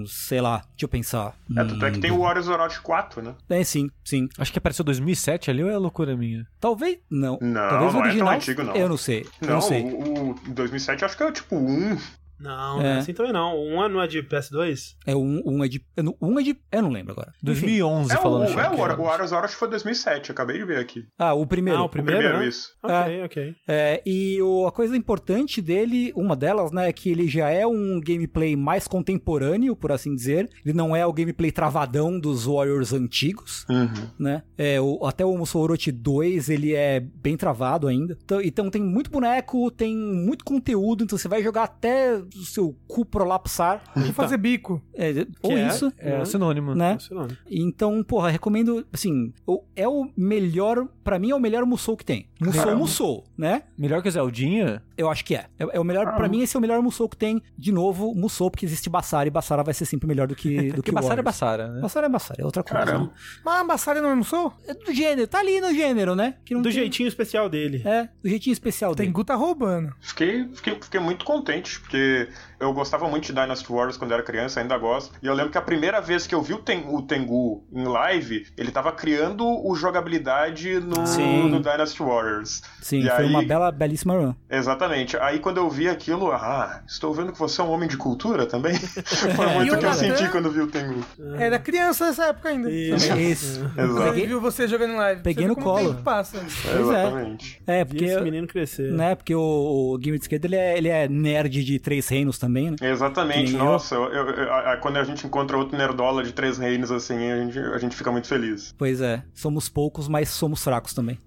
sei lá, deixa eu pensar. Hum.
É, tanto é que tem o Warriors Orochi 4, né?
É, sim, sim.
Acho que apareceu 2007 ali ou é loucura minha?
Talvez. Não.
Não,
Talvez
não é tão
o original.
antigo, não.
Eu não sei. eu
Não,
não sei.
o, o 2007 acho que é tipo 1.
Não, não é
É.
assim também não. Um ano é de PS2?
É um, um é de. eu não- Um é de. Eu não lembro agora. Enfim.
2011
É, o,
falando.
é o,
aqui.
War- o Warriors Orochi foi 2007, acabei de ver aqui.
Ah, o primeiro.
Ah, o
O
primeiro,
primeiro,
né?
isso.
Ok, ok.
É, e o- a coisa importante dele, uma delas, né, é que ele já é um gameplay mais contemporâneo, por assim dizer. Ele não é o gameplay travadão dos Warriors antigos,
Uhum.
né? É, o- até o Musou Orochi 2, ele é bem travado ainda. Então, então tem muito boneco, tem muito conteúdo, então você vai jogar até o seu cu prolapsar.
Vou fazer bico.
É, ou
é?
isso,
É sinônimo.
né?
Não sei o nome.
Então, porra, recomendo, assim, o- é o melhor, pra mim é o melhor Musou que tem. Musou, é
Caramba.
Musou, né?
Melhor que o Zeldinha?
Eu acho que é. É, é o melhor, pra mim esse é o melhor Musou que tem. De novo, Musou, porque existe Bassara e Bassara vai ser sempre melhor do que do
Porque
que
Bassara é
Warriors.
Bassara, né?
Bassara é Bassara, é outra coisa.
Caramba.
Mas a Massari não é Musou?
É do gênero, tá ali no gênero, né? Que não
Do
tem-
jeitinho especial dele.
É, do jeitinho especial
Tem
dele.
Guta roubando.
Fiquei, fiquei, fiquei muito contente, porque eu gostava muito de Dynasty Warriors quando era criança, ainda gosto. E eu lembro que a primeira vez que eu vi o, Ten- o Tengu em live, ele tava criando o jogabilidade no,
Sim.
no Dynasty Warriors.
Sim,
E
foi uma
aí-
bela, belíssima run.
Exatamente. Aí quando eu vi aquilo, ah, estou vendo que você é um homem de cultura também. Foi
E
muito
o
o que eu
Natan?
senti quando vi o Tengu.
Ah.
Era criança nessa época ainda.
Isso.
Isso.
Exato.
Ele viu você jogando em live.
Peguei
Você
no
vê como
colo.
o tempo passa.
é.
Exatamente.
É,
Vi
porque
esse menino crescer.
né, porque o, o Game de Esquerda ele é, ele é nerd de três reinos também, né? Que
Exatamente,
nem eu.
nossa, eu- eu- a- a- quando a gente encontra outro nerdola de três reinos assim, a gente, a gente fica muito feliz.
Pois é, somos poucos, mas somos fracos também.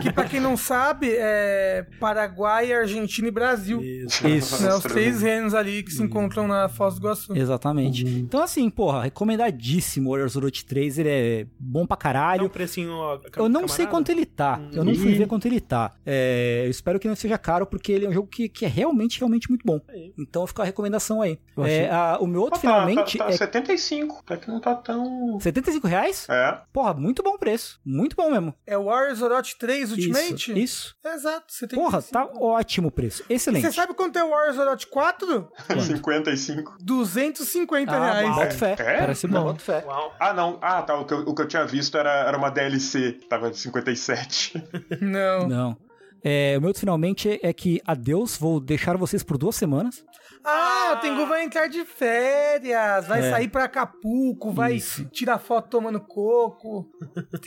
Que pra quem não sabe, é Paraguai, Argentina e Brasil.
Isso.
Isso.
Né, os três reinos ali que se encontram na Foz do Iguaçu.
Exatamente.
Uhum.
Então, assim, porra, recomendadíssimo Warriors Road 3, ele é bom pra caralho.
Dá um precinho, ó, ca-
Eu não sei
camarada.
quanto ele tá.
Uhum.
Eu não fui ver quanto ele tá. É, eu espero que não seja caro, porque ele é um jogo que, que é realmente, realmente muito bom.
É
Então fica a recomendação aí.
Eu achei-
É, a- o meu outro,
Ah, tá,
finalmente,
assim.
tá, tá,
é
75, até que não tá tão.
R$ 75
Tá.
reais?
É.
Porra, muito bom preço. Muito bom mesmo.
É o Warriors Orochi 3 Ultimate?
Isso. isso.
Exato, você tem
Porra,
que-
tá ótimo o preço.
E
Excelente.
Você sabe quanto é o Warriors Orochi 4?
55.
250
Ah,
reais.
boto fé.
É?
Parece bom.
Boto fé.
Uau.
Ah, não. Ah, tá. O que eu, o que eu tinha visto era, era uma DLC. Tava de 57.
Não.
Não. É, o meu outro finalmente é que adeus, vou deixar vocês por duas semanas.
Ah, o Tengu vai entrar de férias, vai sair pra Acapulco, vai
Isso.
tirar foto tomando coco.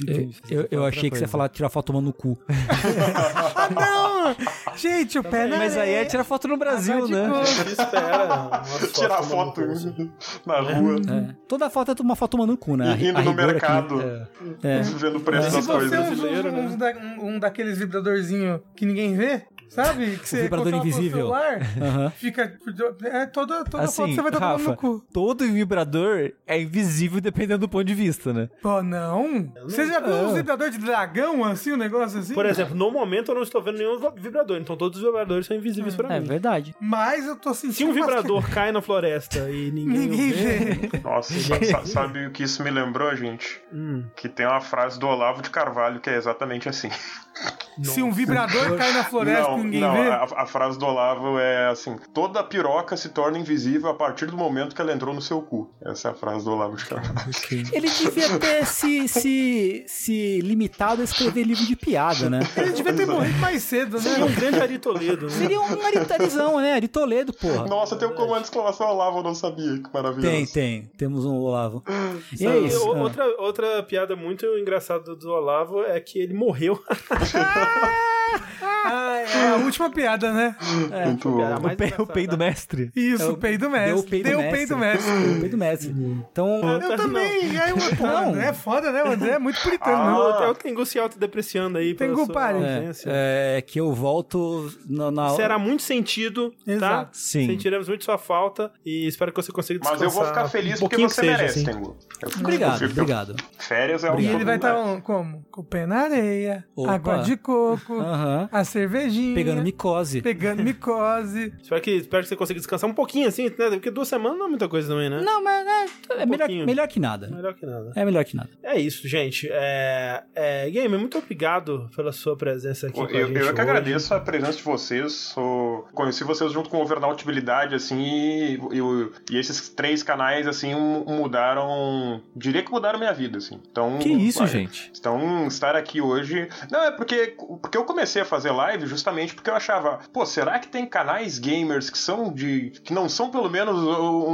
Eu, É, eu- eu achei que você ia falar tirar foto tomando no cu.
Ah, não! Gente, o
Tá
pé na
Mas aí é
areia.
tirar foto no Brasil,
Vai de
né?
coco.
Espera. umas
Tirar
fotos
foto né?
malucas, assim.
na rua.
É. Toda foto é uma foto tomando no cu, né? A ri-
Indo
a
no
rigor aqui,
mercado.
né? É.
Vendo o preço
Se
das
você é
coisas.
um, um- um da- um- um daqueles vibradorzinhos que ninguém vê, sabe? Que você
vibrador
controla pelo
invisível.
celular,
Aham.
fica... É, toda toda foto
Assim,
você vai estar tomando
Rafa,
no cu.
todo vibrador é invisível dependendo do ponto de vista, né?
Pô, não? Você já viu um vibrador de dragão, assim, um negócio assim?
Por exemplo, no momento eu não estou vendo nenhum vibrador, então todos os vibradores são invisíveis pra
É assim?
mim.
verdade.
Mas eu tô sentindo...
Se um vibrador cai na floresta e ninguém,
Ninguém
o vê,
vê.
Nossa, sa- sa- sabe o que isso me lembrou, gente? Que tem uma frase do Olavo de Carvalho que é exatamente assim.
Se um vibrador cai na floresta e
não,
ninguém
não
vê...
a, a frase do Olavo é assim: toda piroca se torna invisível a partir do momento que ela entrou no seu cu. Essa é a frase do Olavo de Carvalho.
Ele devia ter se, se, se limitado a escrever livro de piada, né?
Ele devia ter morrido mais cedo,
seria
né?
um grande Ari Toledo, né?
Seria um maritarizão, né? De Toledo, porra.
Nossa, tem um comando de exclamação Olavo, eu não sabia. Que maravilhoso.
Tem, tem. Temos um Olavo. E é
Sabe,
isso.
o-
Ah.
outra, outra piada muito engraçada do Olavo é que ele morreu.
Ah, é a última piada, né?
É, Muito
A
bom.
mais
O pei, o
engraçada.
pei do mestre.
Isso,
É o-
o peido
Deu o
mestre.
peido
Deu o
mestre.
peido mestre.
Deu o peido mestre. Então,
Eu também. E aí, o outro,
Não.
André é foda, né? O André é muito
Ah,
puritano. né?
até o Tengu se autodepreciando aí. pela
Tengu,
sua
pare.
ausência.
é, que eu volto na... na...
Será muito sentido, tá?
Exato.
Sim.
Sentiremos muito sua falta e espero que você consiga
Mas
descansar.
eu vou ficar feliz
um
porque
pouquinho
você
que seja,
merece,
assim.
Tengu. Eu fico-
Obrigado,
eu fico-
obrigado.
Férias
Tá
é um
E ele vai tá estar
problema.
como? Com o pé na areia,
Opa.
água de coco,
Aham.
a cervejinha.
Pegando micose.
pegando micose.
Espero que, espero que você consiga descansar um pouquinho, assim, né? Porque duas semanas não é muita coisa também, né?
Não, mas é, é
Um
melhor,
pouquinho.
melhor que nada.
Melhor que nada.
É melhor que nada.
É isso, gente. É, é, Gamer, muito obrigado pela sua presença aqui com a
Eu,
gente
eu é
hoje.
que agradeço a presença de vocês. sou- Conheci vocês junto com o Overnautibilidade, assim, e, e- e esses três canais, assim, mu- mudaram. Diria que mudaram minha vida, assim. Então,
Que isso,
vai-
gente?
Então, estar aqui hoje. Não, é porque, porque eu comecei a fazer live justamente porque eu achava, pô, será que tem canais gamers que são de. que não são pelo menos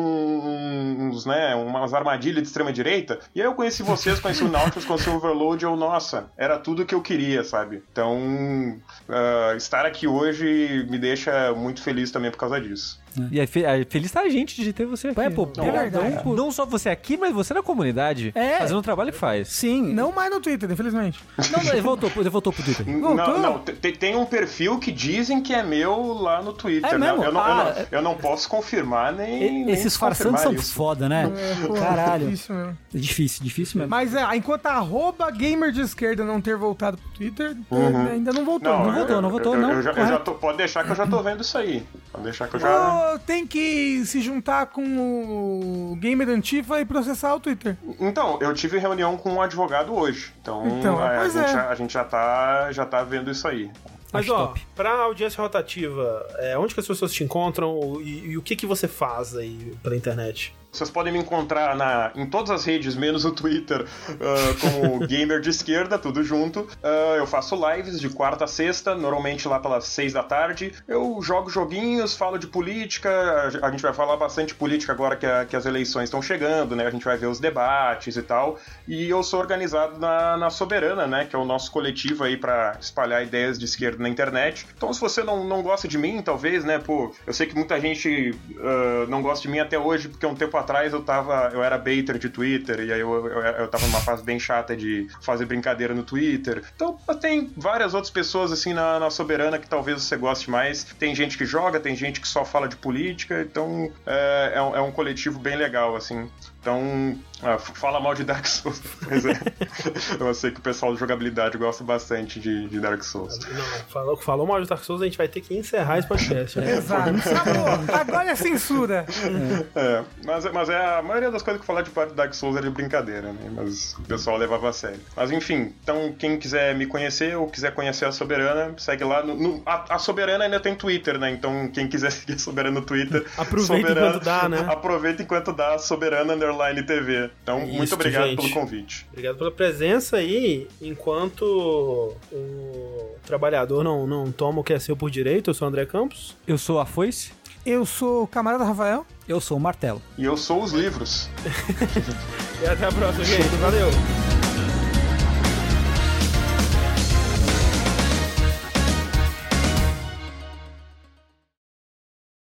um- uns, né, umas armadilhas de extrema direita? E aí eu conheci vocês, conheci o Nautilus, conheci o Overload, e eu, nossa, era tudo que eu queria, sabe? Então, ah, estar aqui hoje me deixa muito feliz também por causa disso.
E é fe- é feliz tá a gente de ter você aqui.
É, pô, obrigadão por-
Não só você aqui, mas você na comunidade.
É.
Fazendo o trabalho que faz.
Sim. Não,
Não mais no Twitter, infelizmente.
não, ele voltou, ele voltou pro Twitter.
Bom,
não,
então-
não, te- te- tem um perfil que dizem que é meu lá no Twitter,
É
né?
mesmo?
Eu não, eu
Ah,
não- eu não posso confirmar nem.
E-
nem
Esses farsantes
confirmar
são
isso.
foda, né?
É, pô,
Caralho.
Difícil mesmo.
Difícil, difícil mesmo.
Mas é, enquanto a arroba gamer de esquerda não ter voltado pro Twitter,
Uhum.
é, ainda não voltou.
Não,
não
eu-
voltou, não
eu-
voltou,
eu-
não.
eu já- eu
Correto.
já tô- pode deixar que eu já tô vendo isso aí. Pode deixar que eu
Ah.
já. né?
Ou tem que se juntar com o Gamer Antifa e processar o Twitter.
Então, eu tive reunião com um advogado hoje. Então,
Então,
a, a
pois
gente,
é.
já- a gente já, tá, já tá vendo isso aí.
Mas,
Acho
ó,
top.
pra audiência rotativa, é, onde que as pessoas te encontram e, e o que que você faz aí pela internet?
Vocês podem me encontrar na, em todas as redes, menos o Twitter, ah, como gamer de esquerda, tudo junto. Ah, eu faço lives de quarta a sexta, normalmente lá pelas seis da tarde. Eu jogo joguinhos, falo de política. A gente vai falar bastante política agora que, a- que as eleições estão chegando, né? A gente vai ver os debates e tal. E eu sou organizado na, na Soberana, né? Que é o nosso coletivo aí para espalhar ideias de esquerda na internet. Então, se você não, não gosta de mim, talvez, né? Pô, eu sei que muita gente ah, não gosta de mim até hoje, porque um tempo atrás eu tava. Eu era baiter de Twitter, e aí eu, eu, eu tava numa fase bem chata de fazer brincadeira no Twitter. Então, mas tem várias outras pessoas assim na, na Soberana que talvez você goste mais. Tem gente que joga, tem gente que só fala de política, então é, é um, é um coletivo bem legal, assim. Então, ah, f- fala mal de Dark Souls, pois é. Eu sei que o pessoal de jogabilidade gosta bastante de, de Dark Souls.
Não, falou, falou mal de Dark Souls, a gente vai ter que encerrar esse podcast. né?
Exato. Acabou. Agora é censura.
É, mas, mas é a maioria das coisas que falar de parte de Dark Souls é de brincadeira, né? Mas o pessoal levava a sério. Mas enfim, então quem quiser me conhecer ou quiser conhecer a Soberana, segue lá. No, no- a, a Soberana ainda tem Twitter, né? Então quem quiser seguir a Soberana no Twitter.
Aproveita
Soberana-
enquanto dá, né?
Aproveita enquanto dá Soberana Underline TV. Então,
É
muito
isso,
obrigado
gente.
pelo convite.
Obrigado pela presença aí. Enquanto o trabalhador não, não toma o que é seu por direito, eu sou o André Campos.
Eu sou a Foice.
Eu sou o camarada Rafael.
Eu sou o Martelo.
E eu sou os livros.
E até a próxima, gente. Valeu!